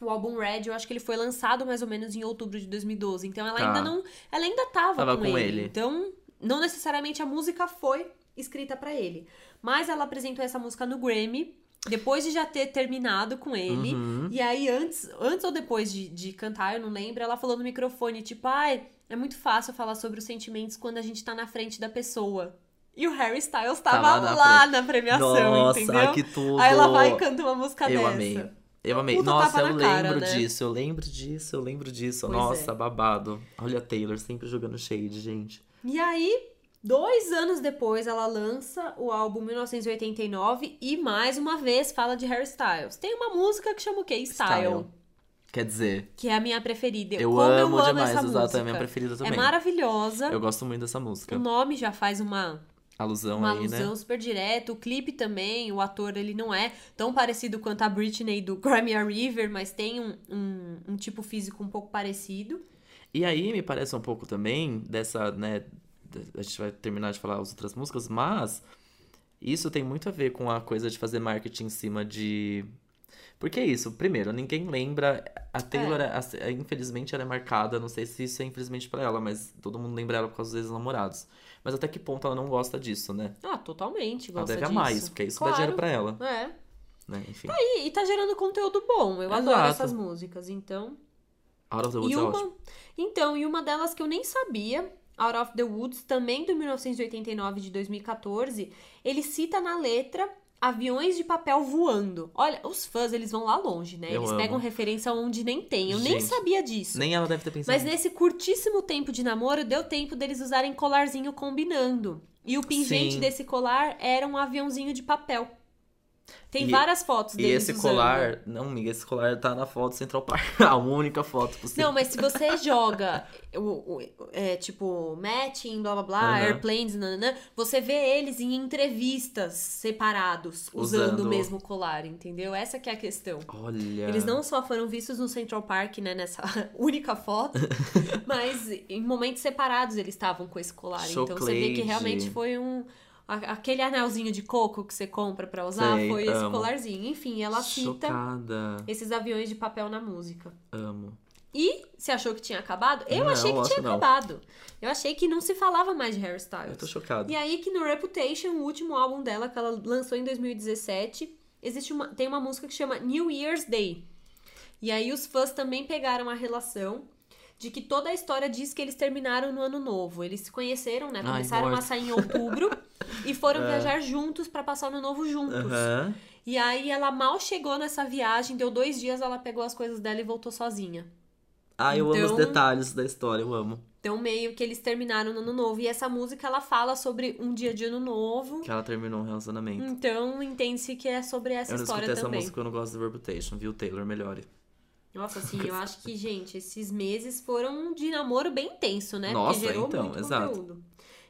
Speaker 2: O álbum Red, eu acho que ele foi lançado mais ou menos em outubro de 2012. Então ela
Speaker 1: Tá.
Speaker 2: ainda não. Ela ainda tava,
Speaker 1: Tava
Speaker 2: com,
Speaker 1: com
Speaker 2: ele.
Speaker 1: ele.
Speaker 2: Então, não necessariamente a música foi escrita pra ele. Mas ela apresentou essa música no Grammy, depois de já ter terminado com ele.
Speaker 1: Uhum.
Speaker 2: E aí, antes, antes ou depois de, de cantar, eu não lembro, ela falou no microfone, tipo, ai, é muito fácil falar sobre os sentimentos quando a gente tá na frente da pessoa. E o Harry Styles tava,
Speaker 1: Tava na
Speaker 2: lá na premiação,
Speaker 1: Nossa,
Speaker 2: entendeu?
Speaker 1: que tudo.
Speaker 2: Aí ela vai e canta uma música
Speaker 1: Eu
Speaker 2: dessa.
Speaker 1: amei. Eu amei.
Speaker 2: Puta
Speaker 1: Nossa,
Speaker 2: tapa
Speaker 1: eu
Speaker 2: na cara,
Speaker 1: lembro
Speaker 2: né?
Speaker 1: disso, eu lembro disso, eu lembro disso.
Speaker 2: Pois
Speaker 1: Nossa,
Speaker 2: é.
Speaker 1: babado. Olha a Taylor sempre jogando shade, gente.
Speaker 2: E aí, dois anos depois, ela lança o álbum 1989 e mais uma vez fala de hairstyles. Tem uma música que chama o quê? Style.
Speaker 1: Style. Quer dizer,
Speaker 2: Que é a minha preferida.
Speaker 1: eu
Speaker 2: Como
Speaker 1: amo
Speaker 2: eu amo
Speaker 1: demais,
Speaker 2: essa
Speaker 1: exato,
Speaker 2: música.
Speaker 1: é a minha preferida também.
Speaker 2: É maravilhosa.
Speaker 1: Eu gosto muito dessa
Speaker 2: O
Speaker 1: música.
Speaker 2: nome já faz uma,
Speaker 1: Alusão
Speaker 2: uma
Speaker 1: aí,
Speaker 2: alusão
Speaker 1: né?
Speaker 2: super direta. O clipe também, o ator, ele não é tão parecido quanto a Britney do Grammy River, mas tem um, um, um tipo físico um pouco parecido.
Speaker 1: E aí me parece um pouco também dessa, né? de- A gente vai terminar de falar as outras músicas, mas isso tem muito a ver com a coisa de fazer marketing em cima de. Porque é isso, primeiro, ninguém lembra. A Taylor,
Speaker 2: É.
Speaker 1: a- a- infelizmente, ela é marcada. Não sei se isso é infelizmente pra ela, mas todo mundo lembra ela por causa dos ex-namorados. Mas até que ponto ela não gosta disso, né?
Speaker 2: Ah, totalmente,
Speaker 1: Ela
Speaker 2: gosta
Speaker 1: deve
Speaker 2: disso.
Speaker 1: amar isso, porque isso
Speaker 2: Claro.
Speaker 1: dá dinheiro pra ela,
Speaker 2: É.
Speaker 1: né? Enfim.
Speaker 2: E, e tá gerando conteúdo bom. Eu adoro
Speaker 1: Exato.
Speaker 2: essas músicas, então.
Speaker 1: Out of the Woods
Speaker 2: E
Speaker 1: é ótimo.
Speaker 2: uma, então, e uma delas que eu nem sabia, Out of the Woods, também do 1989 de 2014, ele cita na letra aviões de papel voando. Olha, os fãs, eles vão lá longe, né?
Speaker 1: Eu
Speaker 2: Eles
Speaker 1: amo.
Speaker 2: pegam referência onde nem tem. Eu nem
Speaker 1: Gente,
Speaker 2: sabia disso.
Speaker 1: Nem ela deve ter pensado.
Speaker 2: Mas nesse curtíssimo tempo de namoro, deu tempo deles usarem colarzinho combinando. E o pingente
Speaker 1: Sim.
Speaker 2: desse colar era um aviãozinho de papel. Tem
Speaker 1: E-
Speaker 2: várias fotos
Speaker 1: E
Speaker 2: deles
Speaker 1: esse
Speaker 2: usando.
Speaker 1: colar, não, amiga, esse colar tá na foto Central Park, a única foto possível.
Speaker 2: Não, mas se você joga, o, o- é, tipo, matching, blá blá blá,
Speaker 1: Aham.
Speaker 2: airplanes, nananã, você vê eles em entrevistas separados, usando,
Speaker 1: Usando. É.
Speaker 2: o mesmo colar, entendeu? Essa que é a questão.
Speaker 1: Olha.
Speaker 2: Eles não só foram vistos no Central Park, né, nessa única foto, mas em momentos separados eles estavam com esse colar. Então você vê
Speaker 1: Choclade.
Speaker 2: que realmente foi um. a- Aquele anelzinho de coco que você compra pra usar
Speaker 1: Sei,
Speaker 2: foi esse
Speaker 1: amo.
Speaker 2: colarzinho. Enfim, ela cita
Speaker 1: Chocada.
Speaker 2: esses aviões de papel na música.
Speaker 1: Amo.
Speaker 2: E você achou que tinha acabado? Eu
Speaker 1: Não,
Speaker 2: achei que
Speaker 1: acho
Speaker 2: tinha
Speaker 1: não.
Speaker 2: acabado. Eu achei que não se falava mais de hairstyles.
Speaker 1: Eu tô chocado.
Speaker 2: E é aí que no Reputation, o último álbum dela que ela lançou em 2017, existe uma, tem uma música que chama New Year's Day. E aí os fãs também pegaram a relação de que toda a história diz que eles terminaram no ano novo. Eles se conheceram, né?
Speaker 1: Ai,
Speaker 2: Começaram a
Speaker 1: morto.
Speaker 2: sair em outubro e foram viajar juntos pra passar o ano novo juntos.
Speaker 1: Aham.
Speaker 2: E aí ela mal chegou nessa viagem, deu dois dias, ela pegou as coisas dela e voltou sozinha.
Speaker 1: Ah, eu amo
Speaker 2: Então-
Speaker 1: os detalhes da história, eu amo.
Speaker 2: Então, meio que eles terminaram no ano novo. E essa música, ela fala sobre um dia de ano novo.
Speaker 1: Que ela terminou um relacionamento.
Speaker 2: Então, entende-se que é sobre essa
Speaker 1: eu não
Speaker 2: história
Speaker 1: escutei essa
Speaker 2: também.
Speaker 1: música, eu não gosto do Reputation, viu? Taylor, melhore.
Speaker 2: Nossa, assim, eu acho que, gente, esses meses foram de namoro bem intenso, né?
Speaker 1: Nossa,
Speaker 2: Porque gerou
Speaker 1: então,
Speaker 2: muito
Speaker 1: exato.
Speaker 2: conteúdo.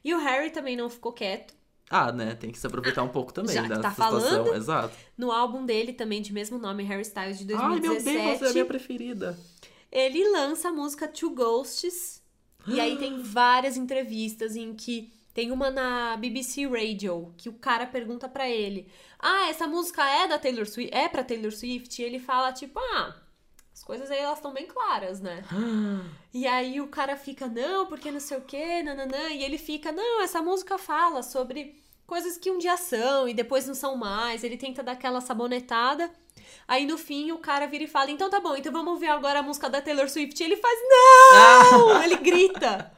Speaker 2: E o Harry também não ficou quieto.
Speaker 1: Ah, né? Tem que se aproveitar um pouco também
Speaker 2: já que
Speaker 1: dessa
Speaker 2: tá
Speaker 1: situação.
Speaker 2: falando.
Speaker 1: Exato.
Speaker 2: No álbum dele também, de mesmo nome, Harry Styles, de
Speaker 1: Ai, meu
Speaker 2: 2017,
Speaker 1: bem, você é a minha preferida.
Speaker 2: ele lança a música Two Ghosts. E aí tem várias entrevistas em que tem uma na BBC Radio que o cara pergunta pra ele: "Ah, essa música é da Taylor Swift? É pra Taylor Swift?" E ele fala tipo: "Ah, as coisas aí elas estão bem claras, né?" E aí o cara fica: "Não, porque não sei o quê, nananã". E ele fica: "Não, essa música fala sobre coisas que um dia são e depois não são mais". Ele tenta dar aquela sabonetada. Aí no fim o cara vira e fala: Então tá bom, então vamos ouvir agora a música da Taylor Swift. E ele faz não! Ele grita.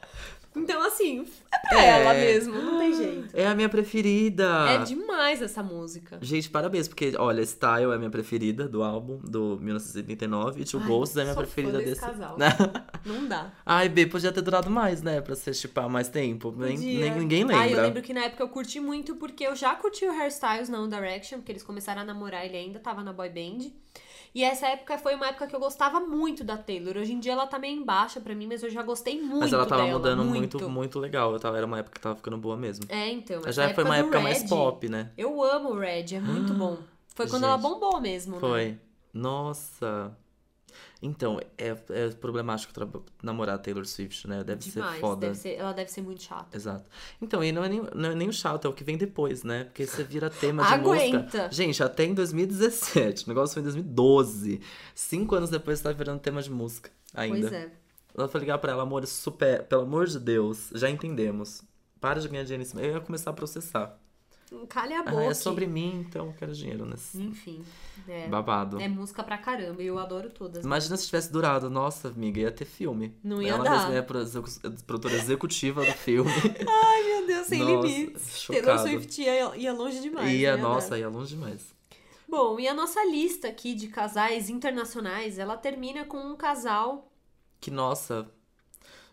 Speaker 2: Então, assim, é pra
Speaker 1: É. Ah.
Speaker 2: ela mesmo, não tem jeito.
Speaker 1: É a minha preferida.
Speaker 2: É demais essa música.
Speaker 1: Gente, parabéns, porque, olha, Style é a minha preferida do álbum, do 1989, e Two
Speaker 2: Ai,
Speaker 1: Ghosts é a minha
Speaker 2: sou fã
Speaker 1: preferida
Speaker 2: desse
Speaker 1: desse. né?
Speaker 2: casal. Não dá.
Speaker 1: Ai, B, podia ter durado mais, né? Pra se chipar mais tempo. Nem,
Speaker 2: Podia.
Speaker 1: nem- ninguém lembra.
Speaker 2: Ah, eu lembro que na época eu curti muito, porque eu já curti o Hairstyles na One Direction, porque eles começaram a namorar, ele ainda tava na boy band. E essa época foi uma época que eu gostava muito da Taylor. Hoje em dia ela tá meio embaixo pra mim, mas eu já gostei muito
Speaker 1: Mas ela tava
Speaker 2: dela,
Speaker 1: mudando muito. muito, legal. Eu tava, era uma época que tava ficando boa mesmo.
Speaker 2: É, então.
Speaker 1: já
Speaker 2: essa
Speaker 1: foi uma
Speaker 2: do
Speaker 1: época mais
Speaker 2: Red,
Speaker 1: pop, né?
Speaker 2: Eu amo o Red, é muito bom. Foi quando
Speaker 1: Gente.
Speaker 2: ela bombou mesmo, né?
Speaker 1: Foi. Nossa. Então, é, é problemático tra- namorar Taylor Swift, né? Deve
Speaker 2: Demais.
Speaker 1: ser foda.
Speaker 2: Deve ser, ela deve ser muito chata.
Speaker 1: Exato. Então, e não é, nem, não é nem o chato, é o que vem depois, né? Porque você vira tema de música.
Speaker 2: Aguenta.
Speaker 1: Gente, até em 2017. O negócio foi em 2012. Cinco anos depois você tá virando tema de música ainda.
Speaker 2: Pois é.
Speaker 1: Ela foi ligar pra ela, amor, super, pelo amor de Deus, já entendemos. Para de ganhar dinheiro em cima. Eu ia começar a processar.
Speaker 2: Calha a
Speaker 1: Ah,
Speaker 2: boca.
Speaker 1: é sobre mim, então eu quero dinheiro nesse
Speaker 2: Enfim. É,
Speaker 1: babado.
Speaker 2: é música pra caramba. E eu adoro todas.
Speaker 1: Imagina se tivesse durado. Nossa, amiga, ia ter filme.
Speaker 2: Não ia
Speaker 1: ela
Speaker 2: dar.
Speaker 1: mesma é a pro- execu- produtora executiva do filme.
Speaker 2: Meu Deus, sem
Speaker 1: Nossa,
Speaker 2: limites.
Speaker 1: chocado.
Speaker 2: Taylor Swift ia, ia longe demais.
Speaker 1: e a
Speaker 2: né,
Speaker 1: nossa, ia longe demais.
Speaker 2: Bom, e a nossa lista aqui de casais internacionais, ela termina com um casal.
Speaker 1: Que nossa,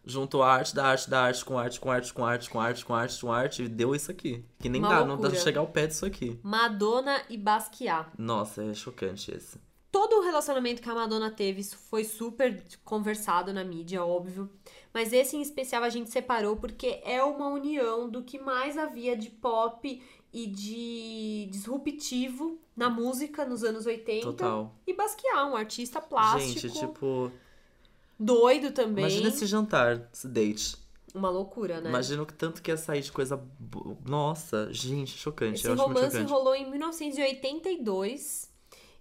Speaker 1: juntou a arte da arte da arte com arte com arte com arte com arte com arte com arte e deu isso aqui. Que nem
Speaker 2: Uma
Speaker 1: dá, não dá
Speaker 2: loucura.
Speaker 1: pra chegar ao pé disso aqui.
Speaker 2: Madonna e Basquiat.
Speaker 1: Nossa, é chocante esse.
Speaker 2: Todo o relacionamento que a Madonna teve isso foi super conversado na mídia, óbvio. Mas esse em especial a gente separou porque é uma união do que mais havia de pop e de disruptivo na música nos anos 80.
Speaker 1: Total.
Speaker 2: E Basquiat, um artista plástico,
Speaker 1: Gente, tipo,
Speaker 2: doido também.
Speaker 1: imagina esse jantar, esse date.
Speaker 2: Uma loucura, né?
Speaker 1: Imagina o que tanto que ia sair de coisa. bo- Nossa, gente, chocante.
Speaker 2: Esse
Speaker 1: Eu acho muito
Speaker 2: romance
Speaker 1: chocante.
Speaker 2: rolou em 1982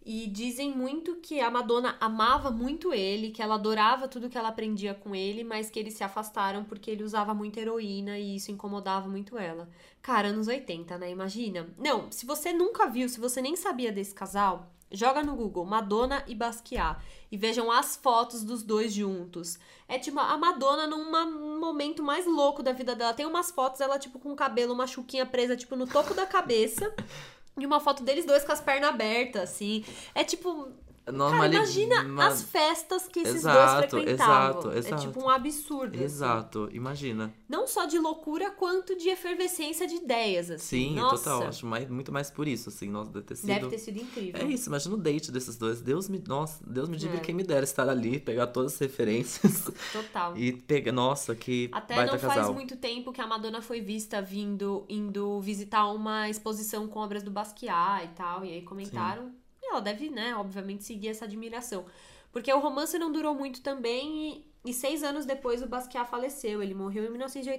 Speaker 2: e dizem muito que a Madonna amava muito ele, que ela adorava tudo que ela aprendia com ele, mas que eles se afastaram porque ele usava muita heroína e isso incomodava muito ela. Cara, anos 80, né? Imagina. Não, se você nunca viu, se você nem sabia desse casal, joga no Google Madonna e Basquiat e vejam as fotos dos dois juntos. É tipo a Madonna num ma- momento mais louco da vida dela. Tem umas fotos ela tipo com o cabelo, uma chuquinha presa tipo no topo da cabeça. E uma foto deles dois com as pernas abertas, assim. É tipo. Cara,
Speaker 1: Normali-
Speaker 2: imagina
Speaker 1: ma-
Speaker 2: as festas que esses
Speaker 1: Exato,
Speaker 2: dois frequentavam.
Speaker 1: exato, exato.
Speaker 2: É tipo um absurdo. assim.
Speaker 1: Exato, imagina.
Speaker 2: Não só de loucura, quanto de efervescência de ideias, assim.
Speaker 1: Sim,
Speaker 2: Nossa,
Speaker 1: total. Acho mais- muito mais por isso, assim. Nossa, deve ter sido.
Speaker 2: Deve ter sido incrível.
Speaker 1: É isso, imagina o date desses dois. Deus me, nossa, Deus me livre
Speaker 2: É.
Speaker 1: quem me dera estar ali, pegar todas as referências
Speaker 2: Total.
Speaker 1: e pegar. Nossa, que
Speaker 2: Até
Speaker 1: baita
Speaker 2: não faz
Speaker 1: casal.
Speaker 2: muito tempo que a Madonna foi vista vindo, indo visitar uma exposição com obras do Basquiat e tal. E aí comentaram. E ela deve, né, obviamente, seguir essa admiração. Porque o romance não durou muito também e, e seis anos depois o Basquiat faleceu. Ele morreu em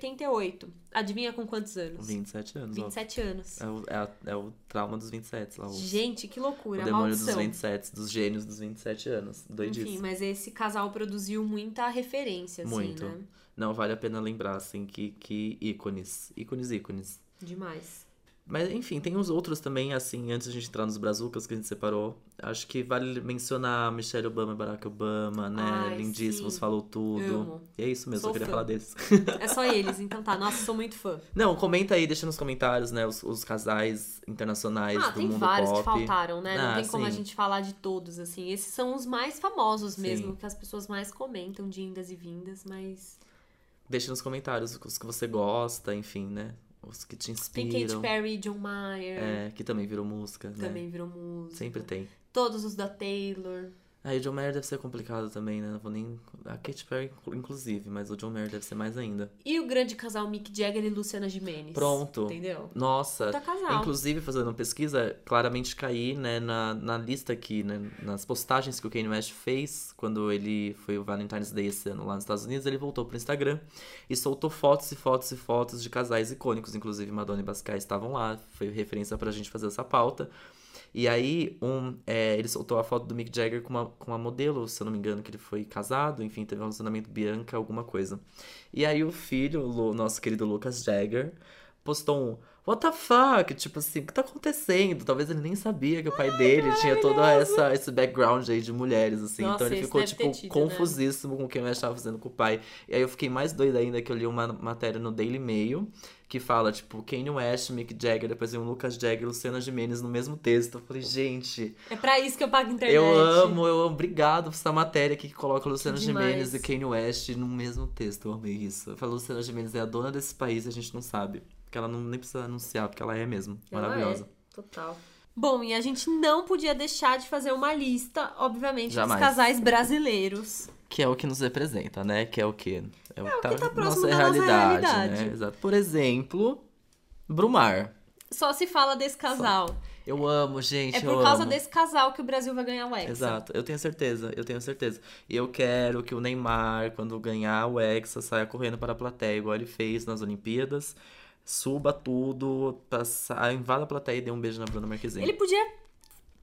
Speaker 2: 1988. Adivinha com quantos anos?
Speaker 1: 27 anos, ó.
Speaker 2: 27 anos.
Speaker 1: É o, é, a- é o trauma dos 27, lá. O, o
Speaker 2: Gente, que loucura. a
Speaker 1: demônio
Speaker 2: maldição.
Speaker 1: dos 27, dos gênios dos 27 anos. Doidíssimo.
Speaker 2: Enfim, mas esse casal produziu muita referência, assim,
Speaker 1: Muito.
Speaker 2: né?
Speaker 1: Não, vale a pena lembrar, assim, que, que ícones. Ícones, ícones.
Speaker 2: Demais.
Speaker 1: Mas, enfim, tem os outros também, assim, antes de a gente entrar nos brazucas que a gente separou. Acho que vale mencionar Michelle Obama e Barack Obama, né?
Speaker 2: Ai,
Speaker 1: Lindíssimos,
Speaker 2: sim.
Speaker 1: falou tudo.
Speaker 2: Amo.
Speaker 1: E é isso mesmo,
Speaker 2: Sou
Speaker 1: eu queria
Speaker 2: fã.
Speaker 1: falar desses.
Speaker 2: É só eles, então tá. Nossa, sou muito fã.
Speaker 1: Não, comenta aí, deixa nos comentários, né, os, os casais internacionais
Speaker 2: Ah,
Speaker 1: do
Speaker 2: tem
Speaker 1: mundo
Speaker 2: vários
Speaker 1: pop.
Speaker 2: que faltaram, né? Não
Speaker 1: Ah,
Speaker 2: tem como a
Speaker 1: sim.
Speaker 2: gente falar de todos, assim. Esses são os mais famosos
Speaker 1: Sim.
Speaker 2: mesmo, que as pessoas mais comentam de indas e vindas, mas.
Speaker 1: Deixa nos comentários os que você gosta, enfim, né? Os que te
Speaker 2: Tem
Speaker 1: inspiram.
Speaker 2: Katy Perry, John Mayer,
Speaker 1: É, que também virou música, né?
Speaker 2: também virou música.
Speaker 1: Sempre tem.
Speaker 2: Todos os da Taylor.
Speaker 1: Aí o John Mayer deve ser complicado também, né? Não vou nem. A Katy Perry, inclusive, mas o John Mayer deve ser mais ainda.
Speaker 2: E o grande casal Mick Jagger e Luciana Gimenez.
Speaker 1: Pronto.
Speaker 2: Entendeu?
Speaker 1: Nossa,
Speaker 2: Tá casal.
Speaker 1: Inclusive, fazendo uma pesquisa, claramente caí né, na, na lista aqui, né, nas postagens que o Kanye West fez quando ele foi o Valentine's Day esse ano lá nos Estados Unidos. Ele voltou pro Instagram e soltou fotos e fotos e fotos de casais icônicos. Inclusive, Madonna e Basquiat estavam lá. Foi referência pra gente fazer essa pauta. E aí, um, é, ele soltou a foto do Mick Jagger com uma, com uma modelo, se eu não me engano, que ele foi casado, enfim, teve um relacionamento Bianca, alguma coisa. E aí, o filho, o Lu- nosso querido Lucas Jagger, postou um What the fuck? Tipo assim, o que tá acontecendo? Talvez ele nem sabia que o pai dele tinha todo essa, esse background aí de mulheres, assim.
Speaker 2: Nossa,
Speaker 1: então ele
Speaker 2: isso
Speaker 1: ficou,
Speaker 2: deve ter
Speaker 1: tipo,
Speaker 2: tido, né?
Speaker 1: confusíssimo com o que eu estava fazendo com o pai. E aí eu fiquei mais doida ainda que eu li uma matéria no Daily Mail que fala, tipo, Kanye West, Mick Jagger, depois vem o Lucas Jagger e Luciana Gimenez no mesmo texto. Eu falei, gente,
Speaker 2: É pra isso que eu pago internet.
Speaker 1: eu amo, eu amo. Obrigado por essa matéria aqui que coloca Luciana
Speaker 2: Demais.
Speaker 1: Gimenez e Kanye West no mesmo texto. Eu amei isso. Eu falo, Luciana Gimenez é a dona desse país e a gente não sabe. Porque ela não, nem precisa anunciar, porque ela é mesmo.
Speaker 2: Ela
Speaker 1: Maravilhosa.
Speaker 2: É, total. Bom, e a gente não podia deixar de fazer uma lista, obviamente,
Speaker 1: Jamais.
Speaker 2: dos casais brasileiros.
Speaker 1: Que é o que nos representa, né? Que é o que? É o que tá,
Speaker 2: tá próximo
Speaker 1: nossa
Speaker 2: da nossa
Speaker 1: realidade,
Speaker 2: realidade.
Speaker 1: né? Exato. Por exemplo, Brumar.
Speaker 2: Só se fala desse casal.
Speaker 1: Eu amo, gente.
Speaker 2: É por
Speaker 1: eu
Speaker 2: causa
Speaker 1: amo.
Speaker 2: desse casal que o Brasil vai ganhar o Hexa.
Speaker 1: Exato, eu tenho certeza, eu tenho certeza. E eu quero que o Neymar, quando ganhar o Hexa, saia correndo para a plateia, igual ele fez nas Olimpíadas. Suba tudo, passa, invada a plateia e dê um beijo na Bruna Marquezine.
Speaker 2: Ele podia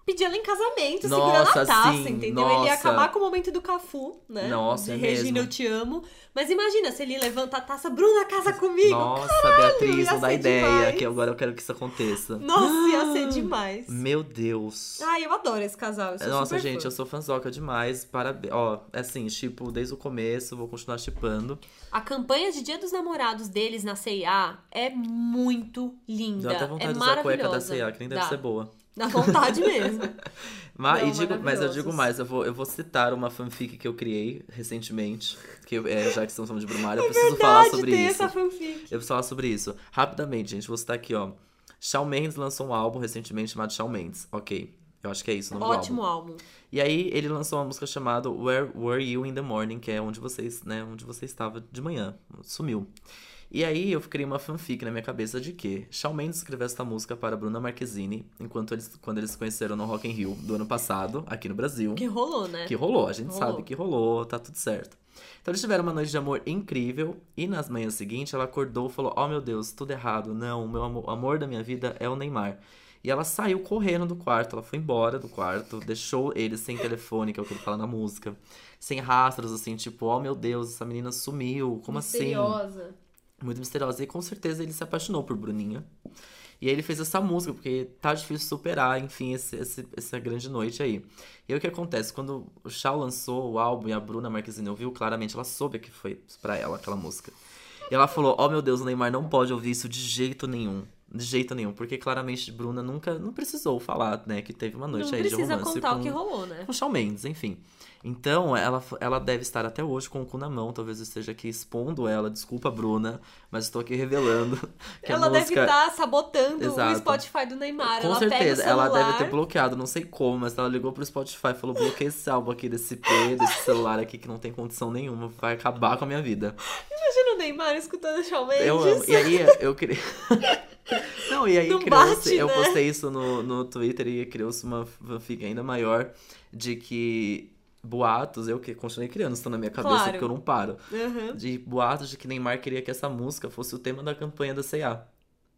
Speaker 2: pedir ela em casamento, segurando
Speaker 1: Nossa,
Speaker 2: a taça,
Speaker 1: sim,
Speaker 2: entendeu? Ele
Speaker 1: nossa.
Speaker 2: ia acabar com o momento do Cafu, né?
Speaker 1: Nossa,
Speaker 2: De
Speaker 1: é
Speaker 2: Regina,
Speaker 1: mesmo.
Speaker 2: eu te amo. Mas imagina se ele levanta a taça, Bruna, casa comigo.
Speaker 1: Nossa, Beatriz,
Speaker 2: ia
Speaker 1: não dá
Speaker 2: ser
Speaker 1: ideia,
Speaker 2: demais.
Speaker 1: que agora eu quero que isso aconteça.
Speaker 2: Nossa, ia ser demais.
Speaker 1: Meu Deus.
Speaker 2: Ai, eu adoro esse casal. Eu sou
Speaker 1: Nossa,
Speaker 2: super
Speaker 1: gente,
Speaker 2: fã.
Speaker 1: eu sou fanzoca demais. Parabéns. Ó, assim, tipo, desde o começo, vou continuar chipando.
Speaker 2: A campanha de Dia dos Namorados deles na CIA é muito linda.
Speaker 1: Deu até vontade
Speaker 2: é
Speaker 1: de usar a cueca da
Speaker 2: maravilhosa.
Speaker 1: CA, que nem deve
Speaker 2: Dá.
Speaker 1: ser boa.
Speaker 2: Dá vontade mesmo.
Speaker 1: Mas,
Speaker 2: Não,
Speaker 1: e digo- mas eu
Speaker 2: maravilhosos.
Speaker 1: digo mais, eu vou, eu vou citar uma fanfic que eu criei recentemente, que eu- é, já que estamos falando de Brumário, eu preciso falar
Speaker 2: Verdade,
Speaker 1: sobre
Speaker 2: tem
Speaker 1: isso.
Speaker 2: essa fanfic.
Speaker 1: Eu preciso falar sobre isso. Rapidamente, gente, vou citar aqui, ó. Shawn Mendes lançou um álbum recentemente chamado Shawn Mendes, ok. Eu acho que é isso o nome do álbum.
Speaker 2: Ótimo álbum.
Speaker 1: E aí ele lançou uma música chamada Where Were You in the Morning, que é onde vocês, né, onde você estava de manhã. Sumiu. E aí eu criei uma fanfic na minha cabeça de que Shawn Mendes escreveu essa música para Bruna Marquezine enquanto eles quando eles se conheceram no Rock in Rio do ano passado, aqui no Brasil.
Speaker 2: Que rolou, né?
Speaker 1: Que rolou, a gente
Speaker 2: Rolou.
Speaker 1: sabe que rolou, tá tudo certo. Então eles tiveram uma noite de amor incrível e nas manhãs seguintes ela acordou e falou: Oh meu Deus, tudo errado, não, o meu amor, o amor da minha vida é o Neymar. E ela saiu correndo do quarto, ela foi embora do quarto, deixou ele sem telefone, que é o que ele fala na música, sem rastros, assim, tipo, oh meu Deus, essa menina sumiu, como assim?
Speaker 2: Misteriosa.
Speaker 1: muito misteriosa. E com certeza ele se apaixonou por Bruninha. E aí ele fez essa música, porque tá difícil superar, enfim, esse- esse- essa grande noite aí. E aí o que acontece? Quando o Shaw lançou o álbum e a Bruna Marquezine ouviu, claramente ela soube que foi pra ela aquela música. E ela falou: Ó meu Deus, o Neymar não pode ouvir isso de jeito nenhum. De jeito nenhum. Porque claramente Bruna nunca. Não precisou falar, né? Que teve uma noite
Speaker 2: Não
Speaker 1: aí de romance.
Speaker 2: precisa contar
Speaker 1: com-
Speaker 2: o que rolou, né?
Speaker 1: com Shawn Mendes, enfim. Então, ela, ela deve estar até hoje com o cu na mão. Talvez eu esteja aqui expondo ela. Desculpa, Bruna, mas estou aqui revelando que
Speaker 2: ela
Speaker 1: a música...
Speaker 2: deve estar sabotando
Speaker 1: Exato.
Speaker 2: o Spotify do Neymar.
Speaker 1: Com
Speaker 2: ela
Speaker 1: certeza,
Speaker 2: pega o
Speaker 1: ela
Speaker 2: celular,
Speaker 1: deve ter bloqueado, não sei como, mas ela ligou pro Spotify e falou: bloqueia esse álbum aqui desse P, desse celular aqui que não tem condição nenhuma, vai acabar com a minha vida.
Speaker 2: Imagina o Neymar escutando o Shawn Mendes.
Speaker 1: Eu amo. E aí, eu queria. Não, e aí
Speaker 2: Não
Speaker 1: criou-se.
Speaker 2: bate,
Speaker 1: Eu
Speaker 2: né?
Speaker 1: postei isso no, no Twitter e criou-se uma fanfic ainda maior de que boatos, eu que continuei criando, estão na minha cabeça,
Speaker 2: Claro.
Speaker 1: porque eu não paro.
Speaker 2: Aham.
Speaker 1: De boatos de que Neymar queria que essa música fosse o tema da campanha da CA.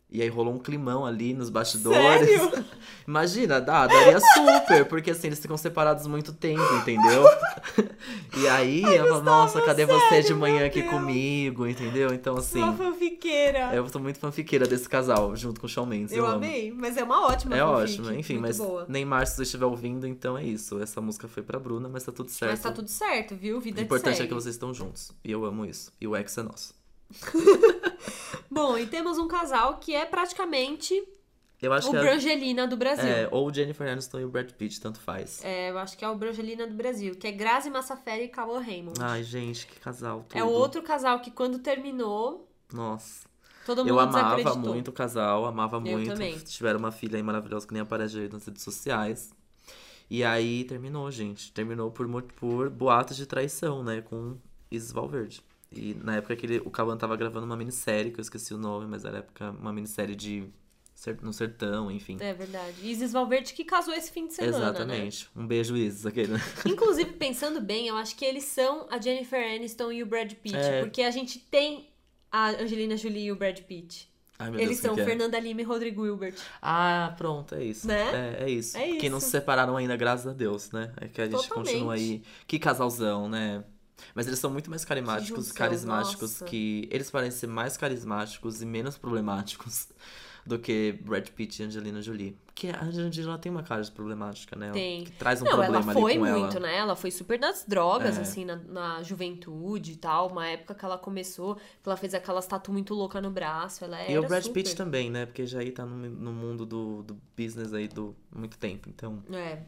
Speaker 1: E aí rolou um climão ali nos bastidores.
Speaker 2: Sério?
Speaker 1: Imagina, dá, daria super, porque assim, eles ficam separados muito tempo, entendeu? E aí, ela, fala, nossa, cadê você de
Speaker 2: sério,
Speaker 1: manhã
Speaker 2: meu
Speaker 1: aqui
Speaker 2: Deus."
Speaker 1: comigo, entendeu? Então, assim.
Speaker 2: Uma fanfiqueira.
Speaker 1: Eu tô muito fanfiqueira desse casal, junto com o Shawn Mendes.
Speaker 2: Eu,
Speaker 1: Eu, amo.
Speaker 2: amei, mas é uma ótima
Speaker 1: É
Speaker 2: fanfic,
Speaker 1: ótimo, enfim,
Speaker 2: muito
Speaker 1: mas
Speaker 2: boa.
Speaker 1: Neymar, se você estiver ouvindo, então é isso. Essa música foi pra Bruna, mas tá tudo certo.
Speaker 2: Mas tá tudo certo, viu? Vida
Speaker 1: o importante
Speaker 2: que
Speaker 1: é que vocês estão juntos. E eu amo isso. E o ex é nosso.
Speaker 2: Bom, e temos um casal que é praticamente
Speaker 1: Eu acho
Speaker 2: o
Speaker 1: que é-
Speaker 2: Brangelina do Brasil.
Speaker 1: é, ou o Jennifer Aniston e o Brad Pitt, tanto faz.
Speaker 2: É, eu acho que é o Brangelina do Brasil, que é Grazi Massafera e Cabo Raymond.
Speaker 1: Ai, gente, que casal. Ah, Tudo.
Speaker 2: é outro casal que quando terminou,
Speaker 1: Nossa.
Speaker 2: todo mundo
Speaker 1: Eu amava
Speaker 2: desacreditou.
Speaker 1: muito o casal, amava muito.
Speaker 2: também.
Speaker 1: Tiveram uma filha aí maravilhosa que nem aparece direito nas redes sociais. E aí terminou, gente. Terminou por, mo- por boatos de traição, né? Com Isis Valverde. E na época que ele- o Cauã tava gravando uma minissérie, que eu esqueci o nome, mas era época uma minissérie de ser- no sertão, enfim.
Speaker 2: É verdade. Isis Valverde que casou esse fim de semana, né?
Speaker 1: Exatamente. Um beijo, Isis, aquele. né?
Speaker 2: Inclusive, pensando bem, eu acho que eles são a Jennifer Aniston e o Brad Pitt.
Speaker 1: É.
Speaker 2: Porque a gente tem a Angelina Jolie e o Brad Pitt.
Speaker 1: Ai, meu
Speaker 2: Eles
Speaker 1: Deus, quem
Speaker 2: são
Speaker 1: que é?
Speaker 2: Fernanda Lima e Rodrigo Hilbert.
Speaker 1: Ah, pronto, é isso.
Speaker 2: Né?
Speaker 1: É, é isso.
Speaker 2: É
Speaker 1: Que não
Speaker 2: isso.
Speaker 1: se separaram ainda, graças a Deus, né? É que a gente
Speaker 2: Totalmente.
Speaker 1: continua aí. Que casalzão, né? Mas eles são muito mais carismáticos,
Speaker 2: junção,
Speaker 1: carismáticos
Speaker 2: nossa.
Speaker 1: que. Eles parecem ser mais carismáticos e menos problemáticos do que Brad Pitt e Angelina Jolie. Porque a Angelina Jolie ela tem uma cara de problemática, né? Ela-
Speaker 2: Tem.
Speaker 1: Que traz um
Speaker 2: não,
Speaker 1: problema
Speaker 2: ela foi
Speaker 1: ali com
Speaker 2: muito,
Speaker 1: ela.
Speaker 2: né? Ela foi super nas drogas,
Speaker 1: É.
Speaker 2: assim, na, na juventude e tal. Uma época que ela começou, que ela fez aquelas tatu muito louca no braço. Ela era
Speaker 1: E o Brad
Speaker 2: super...
Speaker 1: Pitt também, né? Porque já aí tá no, no mundo do, do business aí do muito tempo, então.
Speaker 2: É,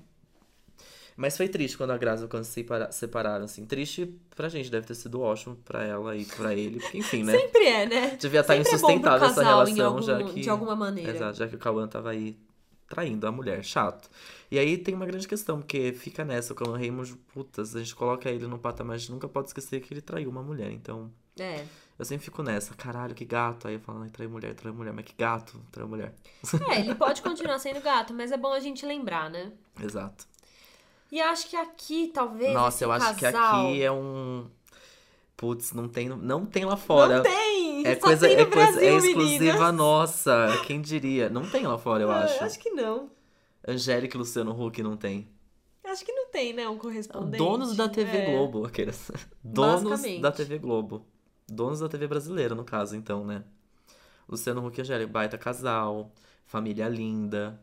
Speaker 1: Mas foi triste quando a Grazi e o Câncer se separa- separaram, assim. Triste pra gente, deve ter sido ótimo pra ela e pra ele, porque enfim, né?
Speaker 2: Sempre é, né?
Speaker 1: Devia estar
Speaker 2: Sempre é bom pro
Speaker 1: insustentável essa
Speaker 2: casal em
Speaker 1: relação,
Speaker 2: algum-
Speaker 1: já que...
Speaker 2: de alguma maneira.
Speaker 1: Exato, já que o Cauã tava aí traindo a mulher, chato. E aí tem uma grande questão, porque fica nessa, o Calan Raymond, putas, a gente coloca ele num patamar, a gente nunca pode esquecer que ele traiu uma mulher, então...
Speaker 2: É.
Speaker 1: Eu sempre fico nessa, caralho, que gato. Aí eu falo, ai, traiu mulher, traiu mulher, mas que gato, traiu mulher.
Speaker 2: É, ele pode continuar sendo gato, mas é bom a gente lembrar, né?
Speaker 1: Exato.
Speaker 2: E acho que aqui, talvez.
Speaker 1: Nossa,
Speaker 2: esse
Speaker 1: eu acho que
Speaker 2: casal-
Speaker 1: aqui é um. Putz, não tem, não tem lá fora.
Speaker 2: Não tem!
Speaker 1: É
Speaker 2: só
Speaker 1: coisa,
Speaker 2: tem no
Speaker 1: é, coisa-
Speaker 2: Brasil,
Speaker 1: é exclusiva
Speaker 2: meninas.
Speaker 1: nossa. Quem diria? Não tem lá fora, eu
Speaker 2: Ah,
Speaker 1: acho.
Speaker 2: Acho que não.
Speaker 1: Angélica e Luciano Huck não tem.
Speaker 2: Acho que não tem, né? Um correspondente.
Speaker 1: Donos da TV
Speaker 2: É.
Speaker 1: Globo, aqueles. Donos
Speaker 2: Basicamente.
Speaker 1: da TV Globo. Donos da TV brasileira, no caso, então, né? Luciano Huck e Angélica, baita casal, família linda.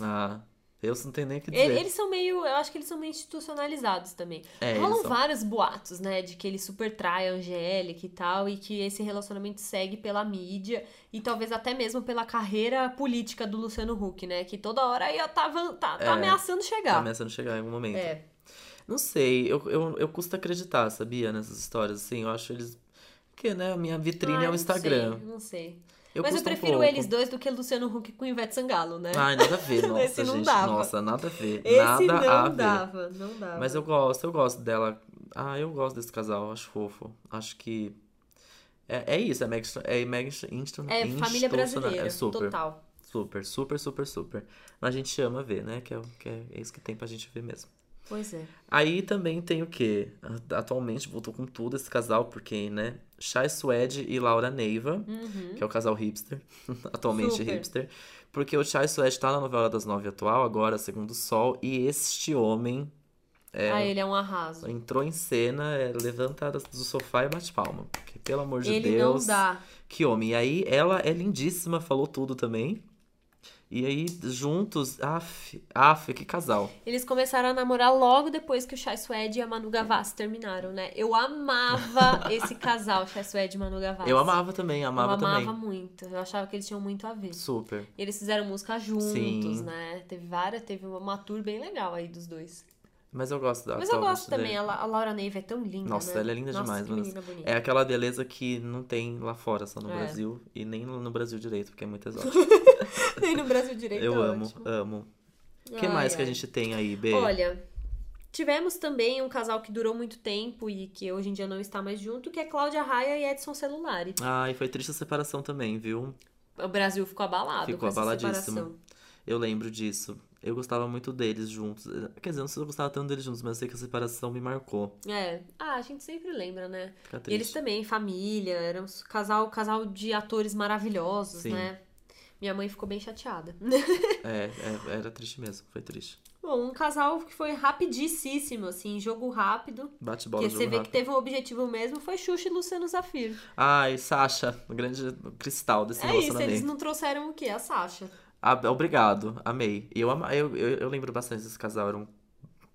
Speaker 1: Ah, eu não tenho nem o que dizer.
Speaker 2: Ele- Eles são meio. Eu acho que eles são meio institucionalizados também.
Speaker 1: É, eles
Speaker 2: Rolam
Speaker 1: são-
Speaker 2: vários boatos, né? De que ele super trai a Angélica e tal, e que esse relacionamento segue pela mídia e talvez até mesmo pela carreira política do Luciano Huck, né? Que toda hora aí ó, tá, van- tá, tá
Speaker 1: É.
Speaker 2: ameaçando
Speaker 1: Tá
Speaker 2: chegar.
Speaker 1: começando a chegar em algum momento.
Speaker 2: É.
Speaker 1: Não sei, eu, eu, eu custa acreditar, sabia? Nessas histórias, assim, eu acho eles... Porque, né, a minha vitrine é
Speaker 2: Ah, eu
Speaker 1: o
Speaker 2: não
Speaker 1: Instagram.
Speaker 2: sei, não sei.
Speaker 1: Eu
Speaker 2: Mas
Speaker 1: custa
Speaker 2: eu
Speaker 1: um
Speaker 2: prefiro
Speaker 1: pouco.
Speaker 2: eles dois do que Luciano Huck com Ivete Sangalo, né?
Speaker 1: Ai, nada a ver, nossa,
Speaker 2: Esse não
Speaker 1: gente.
Speaker 2: dava.
Speaker 1: Nossa, nada a ver.
Speaker 2: Esse
Speaker 1: nada a
Speaker 2: não
Speaker 1: ver.
Speaker 2: dava, não dava.
Speaker 1: Mas é eu gosto, eu gosto dela. Ah, eu gosto desse casal, acho fofo. Acho que... É, é isso, é mega, é mega instan-
Speaker 2: É família
Speaker 1: institucional-
Speaker 2: brasileira,
Speaker 1: É super,
Speaker 2: total.
Speaker 1: super, super, super, super. Mas a gente ama ver, né? Que é, o- que é é isso que tem pra gente ver mesmo.
Speaker 2: Pois é.
Speaker 1: Aí também tem o quê? Atualmente voltou com tudo esse casal, porque, né? Chai Suede e Laura Neiva,
Speaker 2: Uhum.
Speaker 1: que é o casal hipster, atualmente
Speaker 2: Super.
Speaker 1: hipster. Porque o Chai Suede tá na novela das nove atual, agora, Segundo o Sol, e este homem
Speaker 2: Ah, ele é um arraso.
Speaker 1: entrou em cena, é, levanta do sofá e bate palma. Porque, pelo amor de
Speaker 2: Ele
Speaker 1: Deus.
Speaker 2: não dá.
Speaker 1: Que homem. E aí ela é lindíssima, falou tudo também. E aí, juntos, af, af, que casal.
Speaker 2: Eles começaram a namorar logo depois que o Chai Suede e a Manu Gavassi terminaram, né? Eu amava esse casal, Chai Suede e Manu Gavassi.
Speaker 1: Eu amava também,
Speaker 2: Eu
Speaker 1: amava,
Speaker 2: amava
Speaker 1: também.
Speaker 2: muito. Eu achava que eles tinham muito a ver.
Speaker 1: Super.
Speaker 2: E eles fizeram música juntos,
Speaker 1: Sim.
Speaker 2: né? Teve várias, teve uma, uma tour bem legal aí dos dois.
Speaker 1: Mas eu gosto da
Speaker 2: Mas eu
Speaker 1: atual
Speaker 2: gosto
Speaker 1: dele.
Speaker 2: também, a, La- a Laura Neiva é tão linda,
Speaker 1: Nossa,
Speaker 2: né?
Speaker 1: ela é linda
Speaker 2: Nossa,
Speaker 1: demais,
Speaker 2: que
Speaker 1: mano.
Speaker 2: menina bonita.
Speaker 1: É aquela beleza que não tem lá fora, só no
Speaker 2: É.
Speaker 1: Brasil. E nem no Brasil direito, porque é muito exótico.
Speaker 2: E no Brasil direito
Speaker 1: Eu
Speaker 2: é
Speaker 1: amo,
Speaker 2: ótimo.
Speaker 1: amo. O que
Speaker 2: Ai,
Speaker 1: mais que a
Speaker 2: ai.
Speaker 1: gente tem aí, B?
Speaker 2: Olha, tivemos também um casal que durou muito tempo e que hoje em dia não está mais junto, que é Cláudia Raia e Edson Celulari.
Speaker 1: Ai, foi triste a separação também, viu?
Speaker 2: O Brasil ficou abalado
Speaker 1: Ficou
Speaker 2: com essa
Speaker 1: abaladíssimo.
Speaker 2: separação.
Speaker 1: Eu lembro disso. Eu gostava muito deles juntos. Quer dizer, eu não sei se eu gostava tanto deles juntos, mas eu sei que a separação me marcou.
Speaker 2: É. Ah, a gente sempre lembra, né?
Speaker 1: Fica
Speaker 2: E eles
Speaker 1: triste.
Speaker 2: também, família, eram um casal, casal de atores maravilhosos,
Speaker 1: Sim.
Speaker 2: né? Minha mãe ficou bem chateada.
Speaker 1: É, é, era triste mesmo, foi triste.
Speaker 2: Bom, um casal que foi rapidíssimo, assim, jogo rápido.
Speaker 1: Bate bola,
Speaker 2: Porque
Speaker 1: jogo
Speaker 2: você vê
Speaker 1: rápido.
Speaker 2: que teve um objetivo mesmo, foi Xuxa e Luciano Zafir.
Speaker 1: Ai, Sasha, o grande cristal desse
Speaker 2: é isso,
Speaker 1: relacionamento.
Speaker 2: eles não trouxeram o quê? A Sasha.
Speaker 1: Ah, obrigado, amei. E eu, ama- eu, eu, eu lembro bastante desse casal, era um,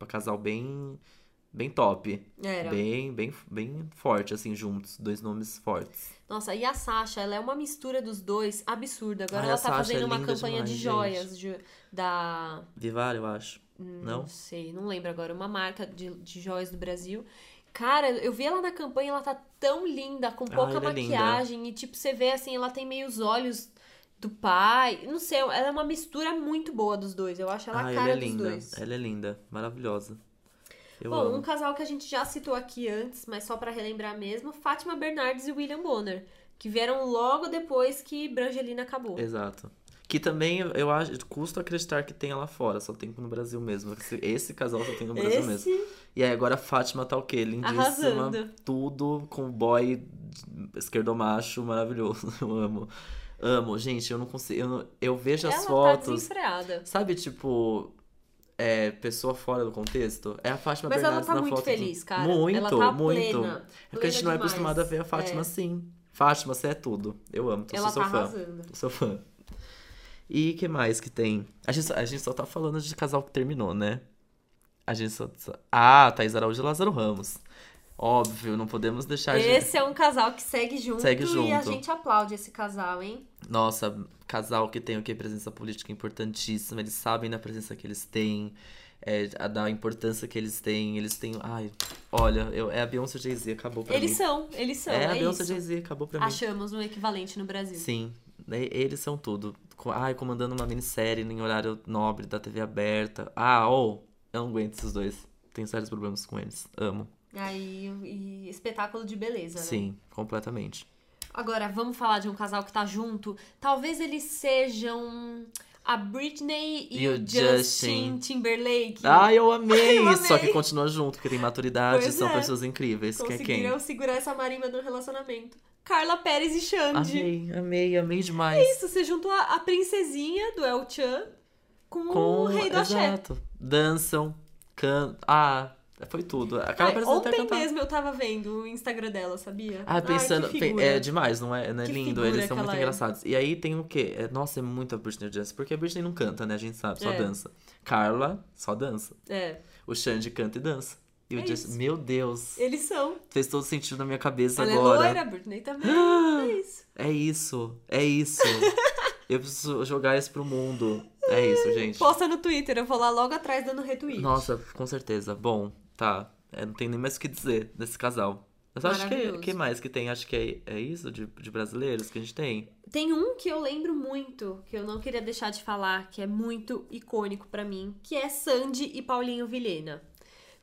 Speaker 1: um casal bem bem top,
Speaker 2: Era.
Speaker 1: bem bem bem forte assim juntos, dois nomes fortes.
Speaker 2: Nossa, e a Sasha, ela é uma mistura dos dois absurda. Agora
Speaker 1: Ai,
Speaker 2: ela
Speaker 1: a
Speaker 2: tá
Speaker 1: Sasha é
Speaker 2: fazendo uma
Speaker 1: linda
Speaker 2: campanha de
Speaker 1: demais,
Speaker 2: joias de- da
Speaker 1: Vivar, eu acho.
Speaker 2: Não
Speaker 1: Não?
Speaker 2: sei, não lembro agora. Uma marca de, de joias do Brasil. Cara, eu vi ela na campanha, ela tá tão linda, com pouca
Speaker 1: ela é linda.
Speaker 2: maquiagem. E, tipo, você vê assim, ela tem meio os olhos do pai. Não sei, ela é uma mistura muito boa dos dois. Eu acho ela
Speaker 1: Ah,
Speaker 2: a
Speaker 1: ela
Speaker 2: cara
Speaker 1: é
Speaker 2: dos
Speaker 1: linda.
Speaker 2: dois.
Speaker 1: Ela é linda, maravilhosa. Eu
Speaker 2: Bom, um
Speaker 1: amo.
Speaker 2: casal que a gente já citou aqui antes, mas só pra relembrar mesmo, Fátima Bernardes e William Bonner, que vieram logo depois que Brangelina acabou.
Speaker 1: Exato. Que também eu acho, custo acreditar que tenha lá fora, só tem no Brasil mesmo. Esse, esse casal só tem no Brasil mesmo.
Speaker 2: Esse
Speaker 1: E aí agora a Fátima tá o quê? Lindíssima.
Speaker 2: arrasando.
Speaker 1: Tudo com o boy esquerdomacho maravilhoso. Eu amo. Amo, gente, eu não consigo. Eu, não- eu vejo
Speaker 2: Ela
Speaker 1: as
Speaker 2: tá
Speaker 1: fotos.
Speaker 2: desenfreada.
Speaker 1: Sabe, tipo. É, pessoa fora do contexto? É a Fátima
Speaker 2: Mas ela
Speaker 1: Bernardes
Speaker 2: tá
Speaker 1: na
Speaker 2: muito
Speaker 1: foto. do-
Speaker 2: feliz, cara.
Speaker 1: Muito,
Speaker 2: ela tá
Speaker 1: muito.
Speaker 2: Plena,
Speaker 1: é porque a gente não é
Speaker 2: demais.
Speaker 1: acostumado a ver a Fátima assim. Fátima, você é tudo. Eu amo, tô,
Speaker 2: Ela
Speaker 1: sou
Speaker 2: tá
Speaker 1: seu fã.
Speaker 2: arrasando.
Speaker 1: Eu Sou fã. E que mais que tem? A gente, só- a gente só tá falando de casal que terminou, né? A gente só. só- Ah, Thaís Araújo e Lázaro Ramos. Óbvio, não podemos deixar. de-
Speaker 2: Esse é um casal que segue junto,
Speaker 1: Tá, Segue
Speaker 2: e a
Speaker 1: junto.
Speaker 2: gente aplaude esse casal, hein?
Speaker 1: Nossa, casal que tem o que? Presença política importantíssima. Eles sabem da presença que eles têm, é, a- da importância que eles têm. Eles têm. Ai, olha, eu, é a Beyoncé e o Jay-Z, acabou pra
Speaker 2: Eles
Speaker 1: mim.
Speaker 2: são, eles são.
Speaker 1: é,
Speaker 2: É,
Speaker 1: a Beyoncé e o
Speaker 2: isso.
Speaker 1: Jay-Z, acabou pra mim.
Speaker 2: Achamos um equivalente no Brasil.
Speaker 1: Sim, e- né, eles são tudo. co- ai, comandando uma minissérie em horário nobre da TV aberta. Ah, ou. eu não aguento esses dois. Tenho sérios problemas com eles. Amo.
Speaker 2: Aí, e espetáculo de beleza, né?
Speaker 1: Sim, completamente.
Speaker 2: Agora, vamos falar de um casal que tá junto. Talvez eles sejam a Britney e, o Justin, Timberlake.
Speaker 1: Ai, eu amei!
Speaker 2: Eu
Speaker 1: Só que
Speaker 2: amei.
Speaker 1: continua junto, porque tem maturidade,
Speaker 2: Pois
Speaker 1: são
Speaker 2: é.
Speaker 1: pessoas incríveis. Que é quem?
Speaker 2: Conseguiram segurar essa marimba do relacionamento. Carla Pérez e Xande.
Speaker 1: Amei, amei, amei demais.
Speaker 2: É Isso, você juntou a, a princesinha do El Chan com, o rei do Axé.
Speaker 1: exato. Dançam, cantam. Ah, foi tudo. Acaba
Speaker 2: Ai,
Speaker 1: parecendo até
Speaker 2: ontem
Speaker 1: cantar.
Speaker 2: mesmo eu tava vendo o Instagram dela, sabia?
Speaker 1: Ah, pensando.
Speaker 2: Ai, que
Speaker 1: tem-
Speaker 2: figura.
Speaker 1: é demais, não é? Não é
Speaker 2: Que
Speaker 1: lindo,
Speaker 2: figura
Speaker 1: eles são
Speaker 2: que
Speaker 1: muito
Speaker 2: ela é.
Speaker 1: engraçados. E aí tem o quê? É, nossa, é muito a Britney Justin, porque a Britney não canta, né? A gente sabe, só
Speaker 2: É.
Speaker 1: dança. Carla, só dança.
Speaker 2: É,
Speaker 1: O Xande canta e dança. E o
Speaker 2: É
Speaker 1: Justin,
Speaker 2: isso.
Speaker 1: meu Deus,
Speaker 2: eles são.
Speaker 1: fez todo sentido na minha cabeça
Speaker 2: ela
Speaker 1: agora.
Speaker 2: é loira, a Britney também. é isso.
Speaker 1: É isso, é isso. eu preciso jogar isso pro mundo. É isso, gente.
Speaker 2: Posta no Twitter, eu vou lá logo atrás dando retweet.
Speaker 1: Nossa, com certeza. Bom, tá. É, não tem nem mais o que dizer desse casal. Eu só acho que
Speaker 2: Maravilhoso.
Speaker 1: que mais que tem? Acho que é, é isso de, de brasileiros que a gente tem.
Speaker 2: Tem um que eu lembro muito, que eu não queria deixar de falar, que é muito icônico pra mim, que é Sandy e Paulinho Vilhena.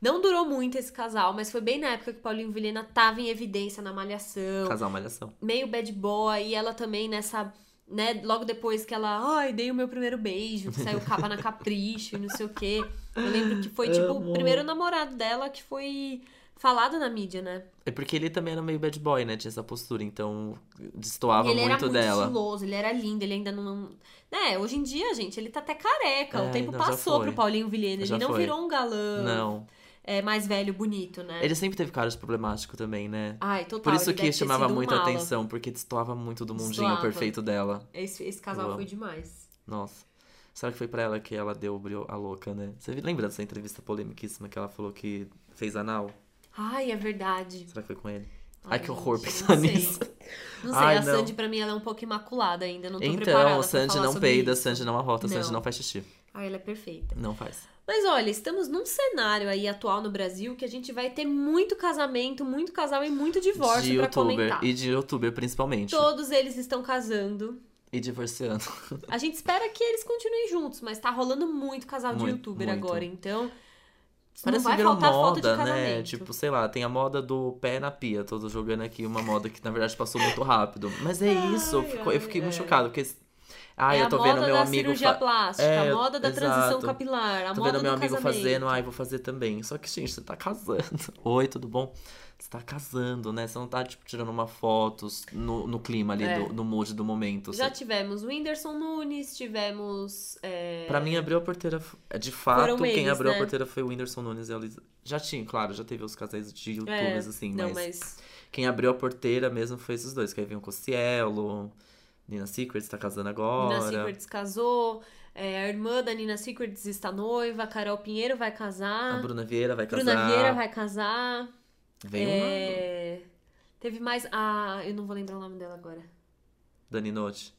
Speaker 2: Não durou muito esse casal, mas foi bem na época que Paulinho Vilhena tava em evidência na Malhação.
Speaker 1: Casal Malhação.
Speaker 2: meio bad boy, e ela também nessa, né, logo depois que ela, ai, dei o meu primeiro beijo, que saiu capa na capricho e não sei o quê. Eu lembro que foi, tipo,
Speaker 1: Amo.
Speaker 2: o primeiro namorado dela que foi falado na mídia, né?
Speaker 1: É porque ele também era meio bad boy, né? Tinha essa postura, então
Speaker 2: E
Speaker 1: destoava
Speaker 2: ele era
Speaker 1: muito
Speaker 2: muito
Speaker 1: dela.
Speaker 2: estiloso, ele era lindo, ele ainda não... Né, hoje em dia, gente, ele tá até careca,
Speaker 1: É,
Speaker 2: o tempo
Speaker 1: não, já
Speaker 2: passou
Speaker 1: foi.
Speaker 2: pro Paulinho Vilhena,
Speaker 1: Já
Speaker 2: ele não
Speaker 1: foi.
Speaker 2: virou um galã
Speaker 1: Não.
Speaker 2: é, mais velho, bonito, né?
Speaker 1: Ele sempre teve caras problemático também, né?
Speaker 2: Ai, total,
Speaker 1: Por isso
Speaker 2: Ah, ele deve
Speaker 1: que
Speaker 2: ter
Speaker 1: chamava
Speaker 2: sido um
Speaker 1: muito a
Speaker 2: mala.
Speaker 1: atenção, porque destoava muito do mundinho
Speaker 2: Destoava.
Speaker 1: perfeito dela.
Speaker 2: Esse, esse
Speaker 1: Eu
Speaker 2: casal
Speaker 1: amo.
Speaker 2: foi demais.
Speaker 1: Nossa. Será que foi pra ela que ela deu o brio- a louca, né? Você vi- lembra dessa entrevista polemiquíssima que ela falou que fez anal?
Speaker 2: Ai, é verdade.
Speaker 1: Será que foi com ele? Ai, que
Speaker 2: gente,
Speaker 1: horror
Speaker 2: eu
Speaker 1: pensar
Speaker 2: não sei.
Speaker 1: nisso.
Speaker 2: Não sei,
Speaker 1: Ai,
Speaker 2: a
Speaker 1: não.
Speaker 2: Sandy pra mim ela é um pouco imaculada ainda, não tô preparada
Speaker 1: Então,
Speaker 2: pra
Speaker 1: Sandy
Speaker 2: falar
Speaker 1: não
Speaker 2: sobre
Speaker 1: peida,
Speaker 2: isso.
Speaker 1: Sandy não arrota, Sandy
Speaker 2: Não.
Speaker 1: não faz xixi.
Speaker 2: Ah, ela é perfeita.
Speaker 1: Não faz.
Speaker 2: Mas olha, estamos num cenário aí atual no Brasil que a gente vai ter muito casamento, muito casal e muito divórcio
Speaker 1: de
Speaker 2: pra
Speaker 1: youtuber.
Speaker 2: comentar.
Speaker 1: E de youtuber, principalmente.
Speaker 2: Todos eles estão casando.
Speaker 1: E divorciando.
Speaker 2: A gente espera que eles continuem juntos, mas tá rolando muito casal de
Speaker 1: Muito,
Speaker 2: youtuber
Speaker 1: muito.
Speaker 2: agora, então
Speaker 1: Parece
Speaker 2: não
Speaker 1: que
Speaker 2: vai
Speaker 1: virou
Speaker 2: faltar
Speaker 1: moda,
Speaker 2: foto de casamento.
Speaker 1: né? Tipo, sei lá, tem a moda do pé na pia. Tô jogando aqui uma moda que, na verdade, passou muito rápido. Mas é
Speaker 2: Ai,
Speaker 1: isso. ficou- eu fiquei muito
Speaker 2: ai, é.
Speaker 1: chocado, porque. Ai,
Speaker 2: é
Speaker 1: eu tô
Speaker 2: a
Speaker 1: vendo
Speaker 2: moda
Speaker 1: meu
Speaker 2: da
Speaker 1: amigo.
Speaker 2: cirurgia
Speaker 1: fa-
Speaker 2: plástica,
Speaker 1: É,
Speaker 2: a moda da
Speaker 1: exato.
Speaker 2: transição capilar, a
Speaker 1: Tô
Speaker 2: moda
Speaker 1: vendo
Speaker 2: do
Speaker 1: meu amigo
Speaker 2: casamento.
Speaker 1: fazendo, ai, vou fazer também. Só que, gente, você tá casando. Oi, tudo bom? Você tá casando, né? Você não tá, tipo, tirando uma foto no, no clima ali,
Speaker 2: É.
Speaker 1: do, no mood do momento. assim.
Speaker 2: Já
Speaker 1: Você-
Speaker 2: tivemos o Whindersson Nunes, tivemos. é,
Speaker 1: Pra mim, abriu a porteira. f- é, De fato,
Speaker 2: Foram
Speaker 1: quem
Speaker 2: eles,
Speaker 1: abriu a
Speaker 2: né?
Speaker 1: porteira foi o Whindersson Nunes e a Lisa. Já tinha, claro, já teve os casais de youtubers, assim,
Speaker 2: É. Não,
Speaker 1: mas,
Speaker 2: mas.
Speaker 1: quem abriu a porteira mesmo foi esses dois. Que aí vinham com o Cielo, Nina Secrets tá casando agora.
Speaker 2: Nina Secrets casou, é, a irmã da Nina Secrets está noiva, a Carol Pinheiro vai
Speaker 1: A
Speaker 2: casar,
Speaker 1: Bruna Vieira vai casar.
Speaker 2: ah. Bruna Vieira vai casar.
Speaker 1: Veio uma.
Speaker 2: é, Teve mais. Ah, eu não vou lembrar o nome dela agora.
Speaker 1: Dani Note.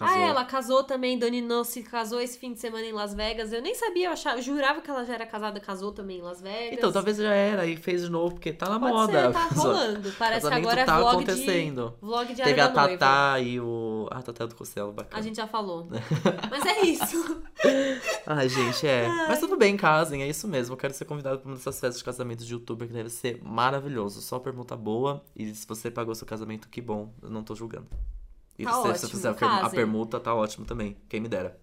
Speaker 2: Ah, ela casou também, Dani No se casou esse fim de semana em Las Vegas. Eu nem sabia, eu, achava, eu jurava que ela já era casada, casou também em Las Vegas.
Speaker 1: Então, talvez já era e fez de novo, porque tá na
Speaker 2: Pode
Speaker 1: moda.
Speaker 2: ser, tá rolando. Parece que
Speaker 1: casamento
Speaker 2: agora é
Speaker 1: tá
Speaker 2: vlog de.
Speaker 1: acontecendo.
Speaker 2: Vlog de
Speaker 1: Teve
Speaker 2: Área
Speaker 1: a
Speaker 2: da Noiva.
Speaker 1: Tatá e o. Ah, a Tatá do Costelo, bacana.
Speaker 2: A gente já falou. Mas é isso.
Speaker 1: Ai, gente, é. Mas tudo bem, casem, é isso mesmo. Eu quero ser convidado pra uma dessas festas de casamento de youtuber que deve ser maravilhoso. Só pergunta boa. E se você pagou seu casamento, que bom. Eu não tô julgando. E
Speaker 2: Tá
Speaker 1: se você
Speaker 2: ótimo,
Speaker 1: fizer a permu- a
Speaker 2: casem.
Speaker 1: permuta, tá ótimo também. Quem me dera.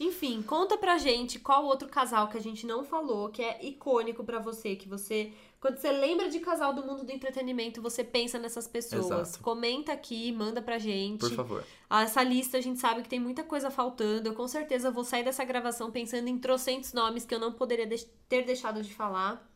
Speaker 2: Enfim, conta pra gente qual outro casal que a gente não falou, que é icônico pra você, que você. Quando você lembra de casal do mundo do entretenimento, você pensa nessas pessoas.
Speaker 1: Exato.
Speaker 2: Comenta aqui, manda pra gente.
Speaker 1: Por favor.
Speaker 2: Ah, Essa lista a gente sabe que tem muita coisa faltando. Eu com certeza vou sair dessa gravação pensando em trocentos nomes que eu não poderia deix- ter deixado de falar.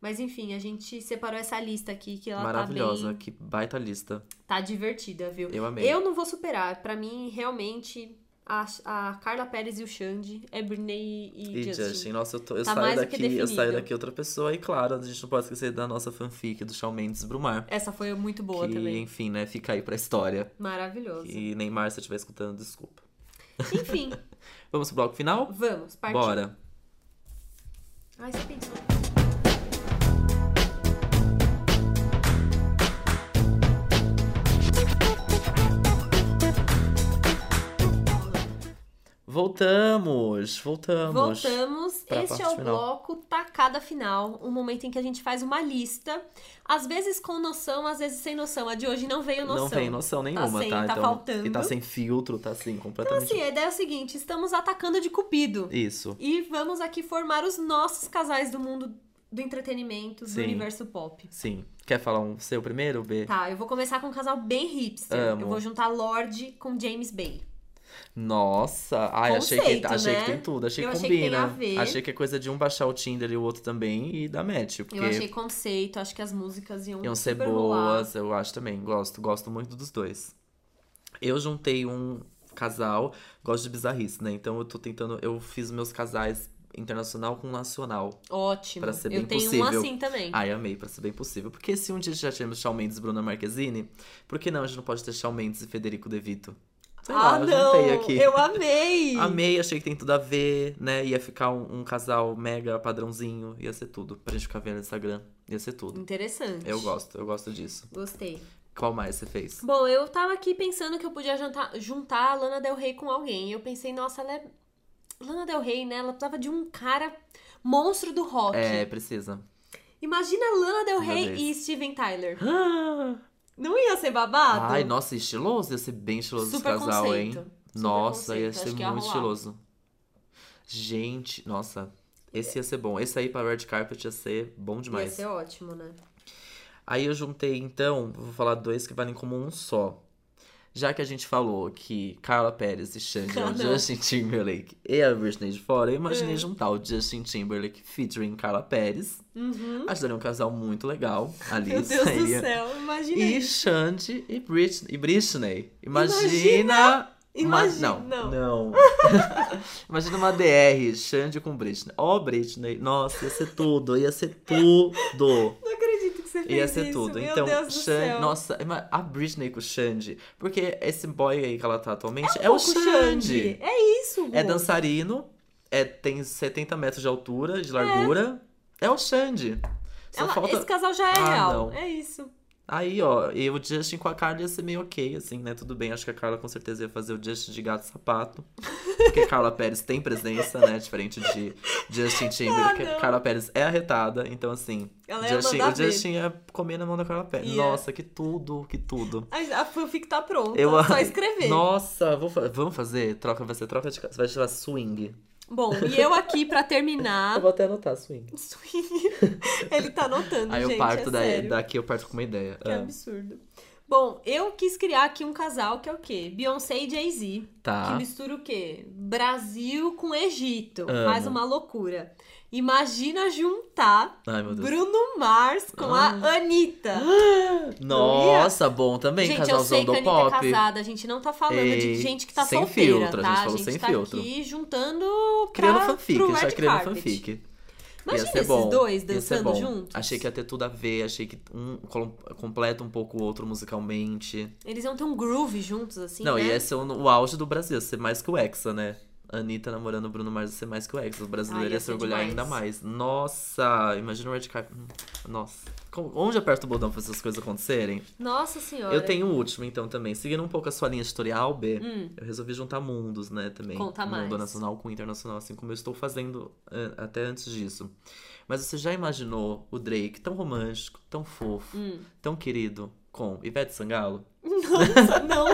Speaker 2: Mas enfim, a gente separou essa lista aqui, que ela tá
Speaker 1: Maravilhosa.
Speaker 2: bem.
Speaker 1: Que baita lista.
Speaker 2: Tá divertida, viu?
Speaker 1: Eu amei.
Speaker 2: Eu não vou superar. Pra mim, realmente, a, a Carla Pérez e o Xande é Britney e,
Speaker 1: E
Speaker 2: Justin.
Speaker 1: Justin, nossa, eu, tô- eu
Speaker 2: Tá
Speaker 1: saio
Speaker 2: mais do que
Speaker 1: daqui, eu saio
Speaker 2: definido.
Speaker 1: daqui outra pessoa, e claro, a gente não pode esquecer da nossa fanfic do Shawn Mendes Brumar.
Speaker 2: Essa foi muito boa
Speaker 1: que,
Speaker 2: também.
Speaker 1: enfim, né, fica aí pra história.
Speaker 2: Maravilhoso.
Speaker 1: E Neymar, se eu estiver escutando, desculpa.
Speaker 2: Enfim,
Speaker 1: Vamos pro bloco final?
Speaker 2: vamos, partiu.
Speaker 1: Bora.
Speaker 2: Ai, você pensou.
Speaker 1: Voltamos, voltamos.
Speaker 2: Voltamos.
Speaker 1: pra
Speaker 2: Este
Speaker 1: parte
Speaker 2: é o
Speaker 1: final.
Speaker 2: bloco tacada final, um momento em que a gente faz uma lista, às vezes com noção, às vezes sem noção. A de hoje não veio noção.
Speaker 1: Não tem noção nenhuma,
Speaker 2: sem,
Speaker 1: tá?
Speaker 2: tá
Speaker 1: então,
Speaker 2: faltando.
Speaker 1: E tá sem filtro, tá assim,
Speaker 2: Então,
Speaker 1: completamente.
Speaker 2: assim, a ideia é o seguinte: estamos atacando de Cupido.
Speaker 1: Isso.
Speaker 2: E vamos aqui formar os nossos casais do mundo do entretenimento, do
Speaker 1: Sim.
Speaker 2: universo pop.
Speaker 1: Sim. Quer falar um seu primeiro, B?
Speaker 2: Tá, eu vou começar com um casal bem hipster.
Speaker 1: Amo.
Speaker 2: Eu vou juntar Lorde com James Bay.
Speaker 1: Nossa, ai, achei que
Speaker 2: Conceito,
Speaker 1: achei que
Speaker 2: né?
Speaker 1: tem tudo, achei
Speaker 2: Eu
Speaker 1: que
Speaker 2: achei que tem
Speaker 1: combina.
Speaker 2: a ver.
Speaker 1: Achei que é coisa de um baixar o Tinder e o outro também e dar match, porque
Speaker 2: Eu achei conceito, acho que as músicas iam,
Speaker 1: iam ser
Speaker 2: super rolar.
Speaker 1: boas, eu acho também, gosto, gosto muito dos dois. Eu juntei um casal, gosto de bizarrice, né? Então eu tô tentando, eu fiz meus casais internacional com nacional.
Speaker 2: Ótimo.
Speaker 1: Pra ser
Speaker 2: eu
Speaker 1: bem
Speaker 2: tenho
Speaker 1: possível. Ah,
Speaker 2: um assim também.
Speaker 1: Ai, amei, pra ser bem possível. Porque se um dia já tivemos Shawn Mendes e Bruna Marquezine, por que não a gente não pode ter Shawn Mendes e Federico De Vito? Sei lá, eu juntei aqui.
Speaker 2: Ah, Eu amei!
Speaker 1: Amei, achei que tem tudo a ver, né? Ia ficar um, um casal mega padrãozinho, ia ser tudo. Pra gente ficar vendo no Instagram, ia ser tudo.
Speaker 2: Interessante.
Speaker 1: Eu gosto, eu gosto disso.
Speaker 2: Gostei.
Speaker 1: Qual mais você fez?
Speaker 2: Bom, eu tava aqui pensando que eu podia juntar, juntar a Lana Del Rey com alguém. E eu pensei, nossa, ela é. Lana Del Rey, né? Ela precisava de um cara monstro do rock.
Speaker 1: É, precisa.
Speaker 2: Imagina Lana
Speaker 1: Meu
Speaker 2: Del Rey
Speaker 1: Deus.
Speaker 2: e Steven Tyler.
Speaker 1: Ah!
Speaker 2: Não ia ser babado?
Speaker 1: Ai, nossa, estiloso, ia ser bem estiloso
Speaker 2: Super
Speaker 1: esse casal,
Speaker 2: conceito.
Speaker 1: hein?
Speaker 2: Super
Speaker 1: nossa, ia
Speaker 2: conceito,
Speaker 1: ser
Speaker 2: acho que ia
Speaker 1: muito
Speaker 2: rolar.
Speaker 1: estiloso. Gente, nossa, esse ia ser bom. Esse aí pra Red Carpet ia ser bom
Speaker 2: Ia
Speaker 1: demais.
Speaker 2: ser ótimo, né?
Speaker 1: Aí eu juntei, então, vou falar dois que valem como um só. Já que a gente falou que Carla Pérez e Xande, é
Speaker 2: Ah,
Speaker 1: o
Speaker 2: não.
Speaker 1: Justin Timberlake e a Britney de fora, eu imaginei
Speaker 2: É.
Speaker 1: juntar o Justin Timberlake featuring Carla Pérez.
Speaker 2: Uhum.
Speaker 1: Acho que daria um casal muito legal ali.
Speaker 2: Meu Deus do
Speaker 1: seria.
Speaker 2: céu, imagina
Speaker 1: E
Speaker 2: isso.
Speaker 1: Xande e Britney. E Britney. Imagina.
Speaker 2: Imagina,
Speaker 1: uma...
Speaker 2: não.
Speaker 1: Não. não. Imagina uma DR, Xande com Britney. Ó, Britney. Nossa, ia ser tudo. Ia ser tudo.
Speaker 2: Não acredito que você fez
Speaker 1: Ia ser
Speaker 2: isso.
Speaker 1: tudo.
Speaker 2: Meu
Speaker 1: então,
Speaker 2: Deus do
Speaker 1: Xan-
Speaker 2: céu.
Speaker 1: nossa, ima- a Britney com o Xande. Porque esse boy aí que ela tá atualmente é, o
Speaker 2: Pô, com o
Speaker 1: Xande.
Speaker 2: É isso, Gu.
Speaker 1: É dançarino, é, tem 70 metros de altura, de largura. É, o Xande. Só
Speaker 2: Ela-
Speaker 1: falta.
Speaker 2: Esse casal já é
Speaker 1: Ah,
Speaker 2: real.
Speaker 1: não.
Speaker 2: É isso.
Speaker 1: Aí, ó, e o Justin com a Carla ia ser meio ok, assim, né? Tudo bem, acho que a Carla com certeza ia fazer o Justin de gato e sapato. Porque Carla Pérez tem presença, né? Diferente de Justin Timberlake.
Speaker 2: Ah, não.
Speaker 1: Carla Pérez é arretada, então assim.
Speaker 2: Ela ia
Speaker 1: Justin,
Speaker 2: mandar
Speaker 1: o
Speaker 2: ver.
Speaker 1: Justin ia comer na mão da Carla Pérez.
Speaker 2: Ia.
Speaker 1: Nossa, que tudo, que tudo.
Speaker 2: A, a fanfic tá pronta.
Speaker 1: Eu-
Speaker 2: Só escrever.
Speaker 1: Nossa, vou fa- vamos fazer? Troca, vai ser troca de. ca- Você vai chamar swing.
Speaker 2: Bom, e eu aqui pra
Speaker 1: Eu
Speaker 2: terminar.
Speaker 1: vou até anotar swing.
Speaker 2: Ele tá anotando,
Speaker 1: Aí
Speaker 2: gente.
Speaker 1: eu parto
Speaker 2: é
Speaker 1: da-
Speaker 2: sério.
Speaker 1: daqui, eu parto com uma ideia.
Speaker 2: Que
Speaker 1: Ah,
Speaker 2: absurdo. Bom, eu quis criar aqui um casal que é o quê? Beyoncé e Jay-Z. Que
Speaker 1: tá.
Speaker 2: mistura o quê? Brasil com Egito.
Speaker 1: Amo.
Speaker 2: Faz uma loucura. Imagina juntar
Speaker 1: Ai, meu Deus.
Speaker 2: Bruno Mars com
Speaker 1: Ah.
Speaker 2: a Anitta.
Speaker 1: Nossa, bom também,
Speaker 2: gente, eu
Speaker 1: casalzão
Speaker 2: sei que a
Speaker 1: do
Speaker 2: Anitta
Speaker 1: pop.
Speaker 2: é casada, a gente não tá falando
Speaker 1: Ei,
Speaker 2: de gente que tá
Speaker 1: sem
Speaker 2: solteira,
Speaker 1: filtro, a
Speaker 2: tá?
Speaker 1: gente falou sem
Speaker 2: tá
Speaker 1: filtro.
Speaker 2: aqui juntando pra,
Speaker 1: Criando fanfic,
Speaker 2: pro
Speaker 1: já
Speaker 2: red
Speaker 1: criando
Speaker 2: carpet.
Speaker 1: fanfic.
Speaker 2: Imagina
Speaker 1: ia ser
Speaker 2: esses
Speaker 1: bom.
Speaker 2: dois
Speaker 1: ia ser
Speaker 2: dançando
Speaker 1: bom.
Speaker 2: juntos.
Speaker 1: Achei que ia ter tudo a ver, achei que um com- completa um pouco o outro musicalmente.
Speaker 2: Eles iam ter um groove juntos, assim,
Speaker 1: Não,
Speaker 2: né?
Speaker 1: ia ser o, o auge do Brasil, ia ser mais que o Hexa, né? Anitta namorando o Bruno Mars ia ser mais que o Hexa. O brasileiro
Speaker 2: Ai, ia
Speaker 1: ia se
Speaker 2: ser
Speaker 1: orgulhar
Speaker 2: demais.
Speaker 1: ainda mais. Nossa, imagina o Red Carpet. Hum, Nossa. Como- onde aperta o botão pra essas coisas acontecerem?
Speaker 2: Nossa senhora.
Speaker 1: Eu tenho o último, então, também. Seguindo um pouco a sua linha editorial, B,
Speaker 2: Hum,
Speaker 1: eu resolvi juntar mundos, né, também.
Speaker 2: Conta mais.
Speaker 1: Mundo nacional com internacional, assim como eu estou fazendo eh, até antes disso. Mas você já imaginou o Drake tão romântico, tão fofo,
Speaker 2: hum.
Speaker 1: tão querido, com Ivete Sangalo?
Speaker 2: Nossa, não.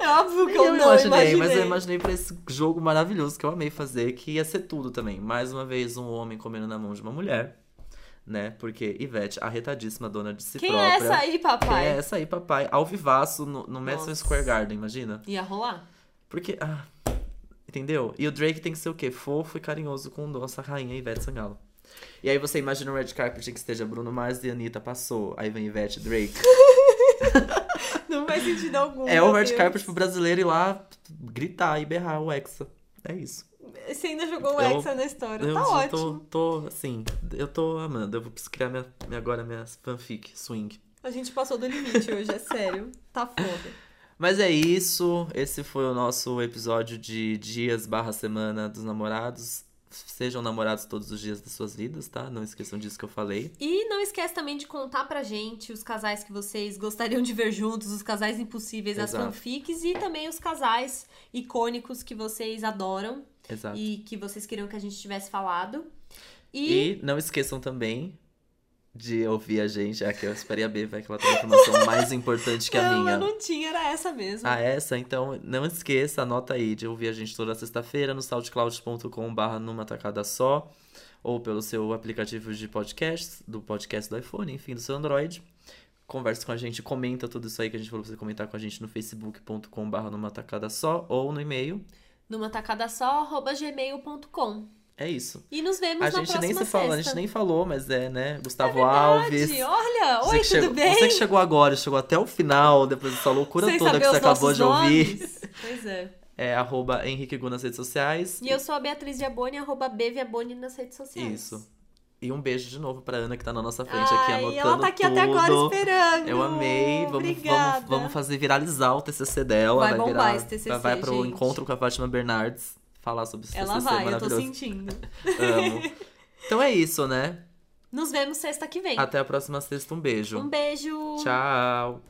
Speaker 2: É óbvio que eu, não
Speaker 1: mas eu imaginei pra esse jogo maravilhoso que eu amei fazer, que ia ser tudo também. Mais uma vez, um homem comendo na mão de uma mulher, né? Porque Ivete, arretadíssima dona de si
Speaker 2: Quem
Speaker 1: própria.
Speaker 2: é essa aí, papai?
Speaker 1: Quem é essa aí, papai? Ao vivaço no, no Madison
Speaker 2: Nossa.
Speaker 1: Square Garden, imagina?
Speaker 2: Ia rolar?
Speaker 1: Porque. ah, entendeu? E o Drake tem que ser o quê? Fofo e carinhoso com nossa rainha Ivete Sangalo. E aí você imagina um red carpet em que esteja Bruno Mars e Anitta passou. Aí vem Ivete e Drake.
Speaker 2: Não faz sentido algum.
Speaker 1: é o
Speaker 2: Oh, meu
Speaker 1: red
Speaker 2: Deus.
Speaker 1: carpet pro brasileiro ir lá gritar e berrar o Hexa. É isso.
Speaker 2: Você ainda jogou o
Speaker 1: Eu-
Speaker 2: Hexa na história.
Speaker 1: eu
Speaker 2: tá
Speaker 1: tô-
Speaker 2: ótimo.
Speaker 1: Tô, assim, eu tô amando. Eu vou preciso criar minha, minha- agora minha fanfic swing.
Speaker 2: A gente passou do limite hoje, é sério. Tá foda.
Speaker 1: Mas é isso. Esse foi o nosso episódio de dias barra semana dos namorados. Sejam namorados todos os dias das suas vidas, tá? Não esqueçam disso que eu falei.
Speaker 2: E não esquece também de contar pra gente os casais que vocês gostariam de ver juntos, os casais impossíveis,
Speaker 1: Exato.
Speaker 2: as fanfics e também os casais icônicos que vocês adoram
Speaker 1: Exato. E,
Speaker 2: e que vocês queriam que a gente tivesse falado. E,
Speaker 1: não esqueçam também de ouvir a gente. Aqui eu esperei a B, vai que ela tem uma informação mais importante que é a
Speaker 2: não,
Speaker 1: minha.
Speaker 2: eu não tinha, era essa mesmo.
Speaker 1: Ah, essa? Então, não esqueça, anota aí de ouvir a gente toda sexta-feira no soundcloud.com.br numa tacada só, ou pelo seu aplicativo de podcast, do podcast do iPhone, enfim, do seu Android. Conversa com a gente, comenta tudo isso aí que a gente falou pra você comentar com a gente no facebook.com.br numa tacada só, ou no e-mail.
Speaker 2: Numa tacada só, arroba gmail.com.
Speaker 1: É isso.
Speaker 2: E nos vemos
Speaker 1: a
Speaker 2: na
Speaker 1: gente
Speaker 2: próxima
Speaker 1: nem se fala, a
Speaker 2: sexta.
Speaker 1: gente nem falou, mas é, né? Gustavo Alves.
Speaker 2: Verdade, olha,
Speaker 1: você
Speaker 2: oi,
Speaker 1: que
Speaker 2: tudo
Speaker 1: chegou-
Speaker 2: bem?
Speaker 1: Você que chegou agora, chegou até o final, depois dessa loucura
Speaker 2: Sem
Speaker 1: toda
Speaker 2: saber
Speaker 1: que você
Speaker 2: os
Speaker 1: acabou
Speaker 2: nossos
Speaker 1: de ouvir.
Speaker 2: nomes. Pois é.
Speaker 1: É arroba Henrique Gu nas redes sociais.
Speaker 2: E eu sou a Beatriz Viaboni, arroba B Viaboni nas redes sociais.
Speaker 1: Isso. E um beijo de novo pra Ana que tá na nossa frente aqui
Speaker 2: Ai,
Speaker 1: anotando
Speaker 2: ela tá aqui até agora
Speaker 1: tudo.
Speaker 2: esperando.
Speaker 1: Eu amei. Vamos,
Speaker 2: Obrigada.
Speaker 1: vamos, vamos fazer viralizar o TCC dela.
Speaker 2: Vai bombar
Speaker 1: virar,
Speaker 2: esse TCC,
Speaker 1: vai- Vai pro
Speaker 2: gente.
Speaker 1: encontro com a Fátima Bernardes. Falar sobre esse
Speaker 2: Ela
Speaker 1: TCC
Speaker 2: vai, eu tô assim.
Speaker 1: maravilhoso.
Speaker 2: sentindo.
Speaker 1: Amo. Então é isso, né?
Speaker 2: Nos vemos sexta que vem.
Speaker 1: Até a próxima sexta. Um beijo.
Speaker 2: Um beijo.
Speaker 1: Tchau.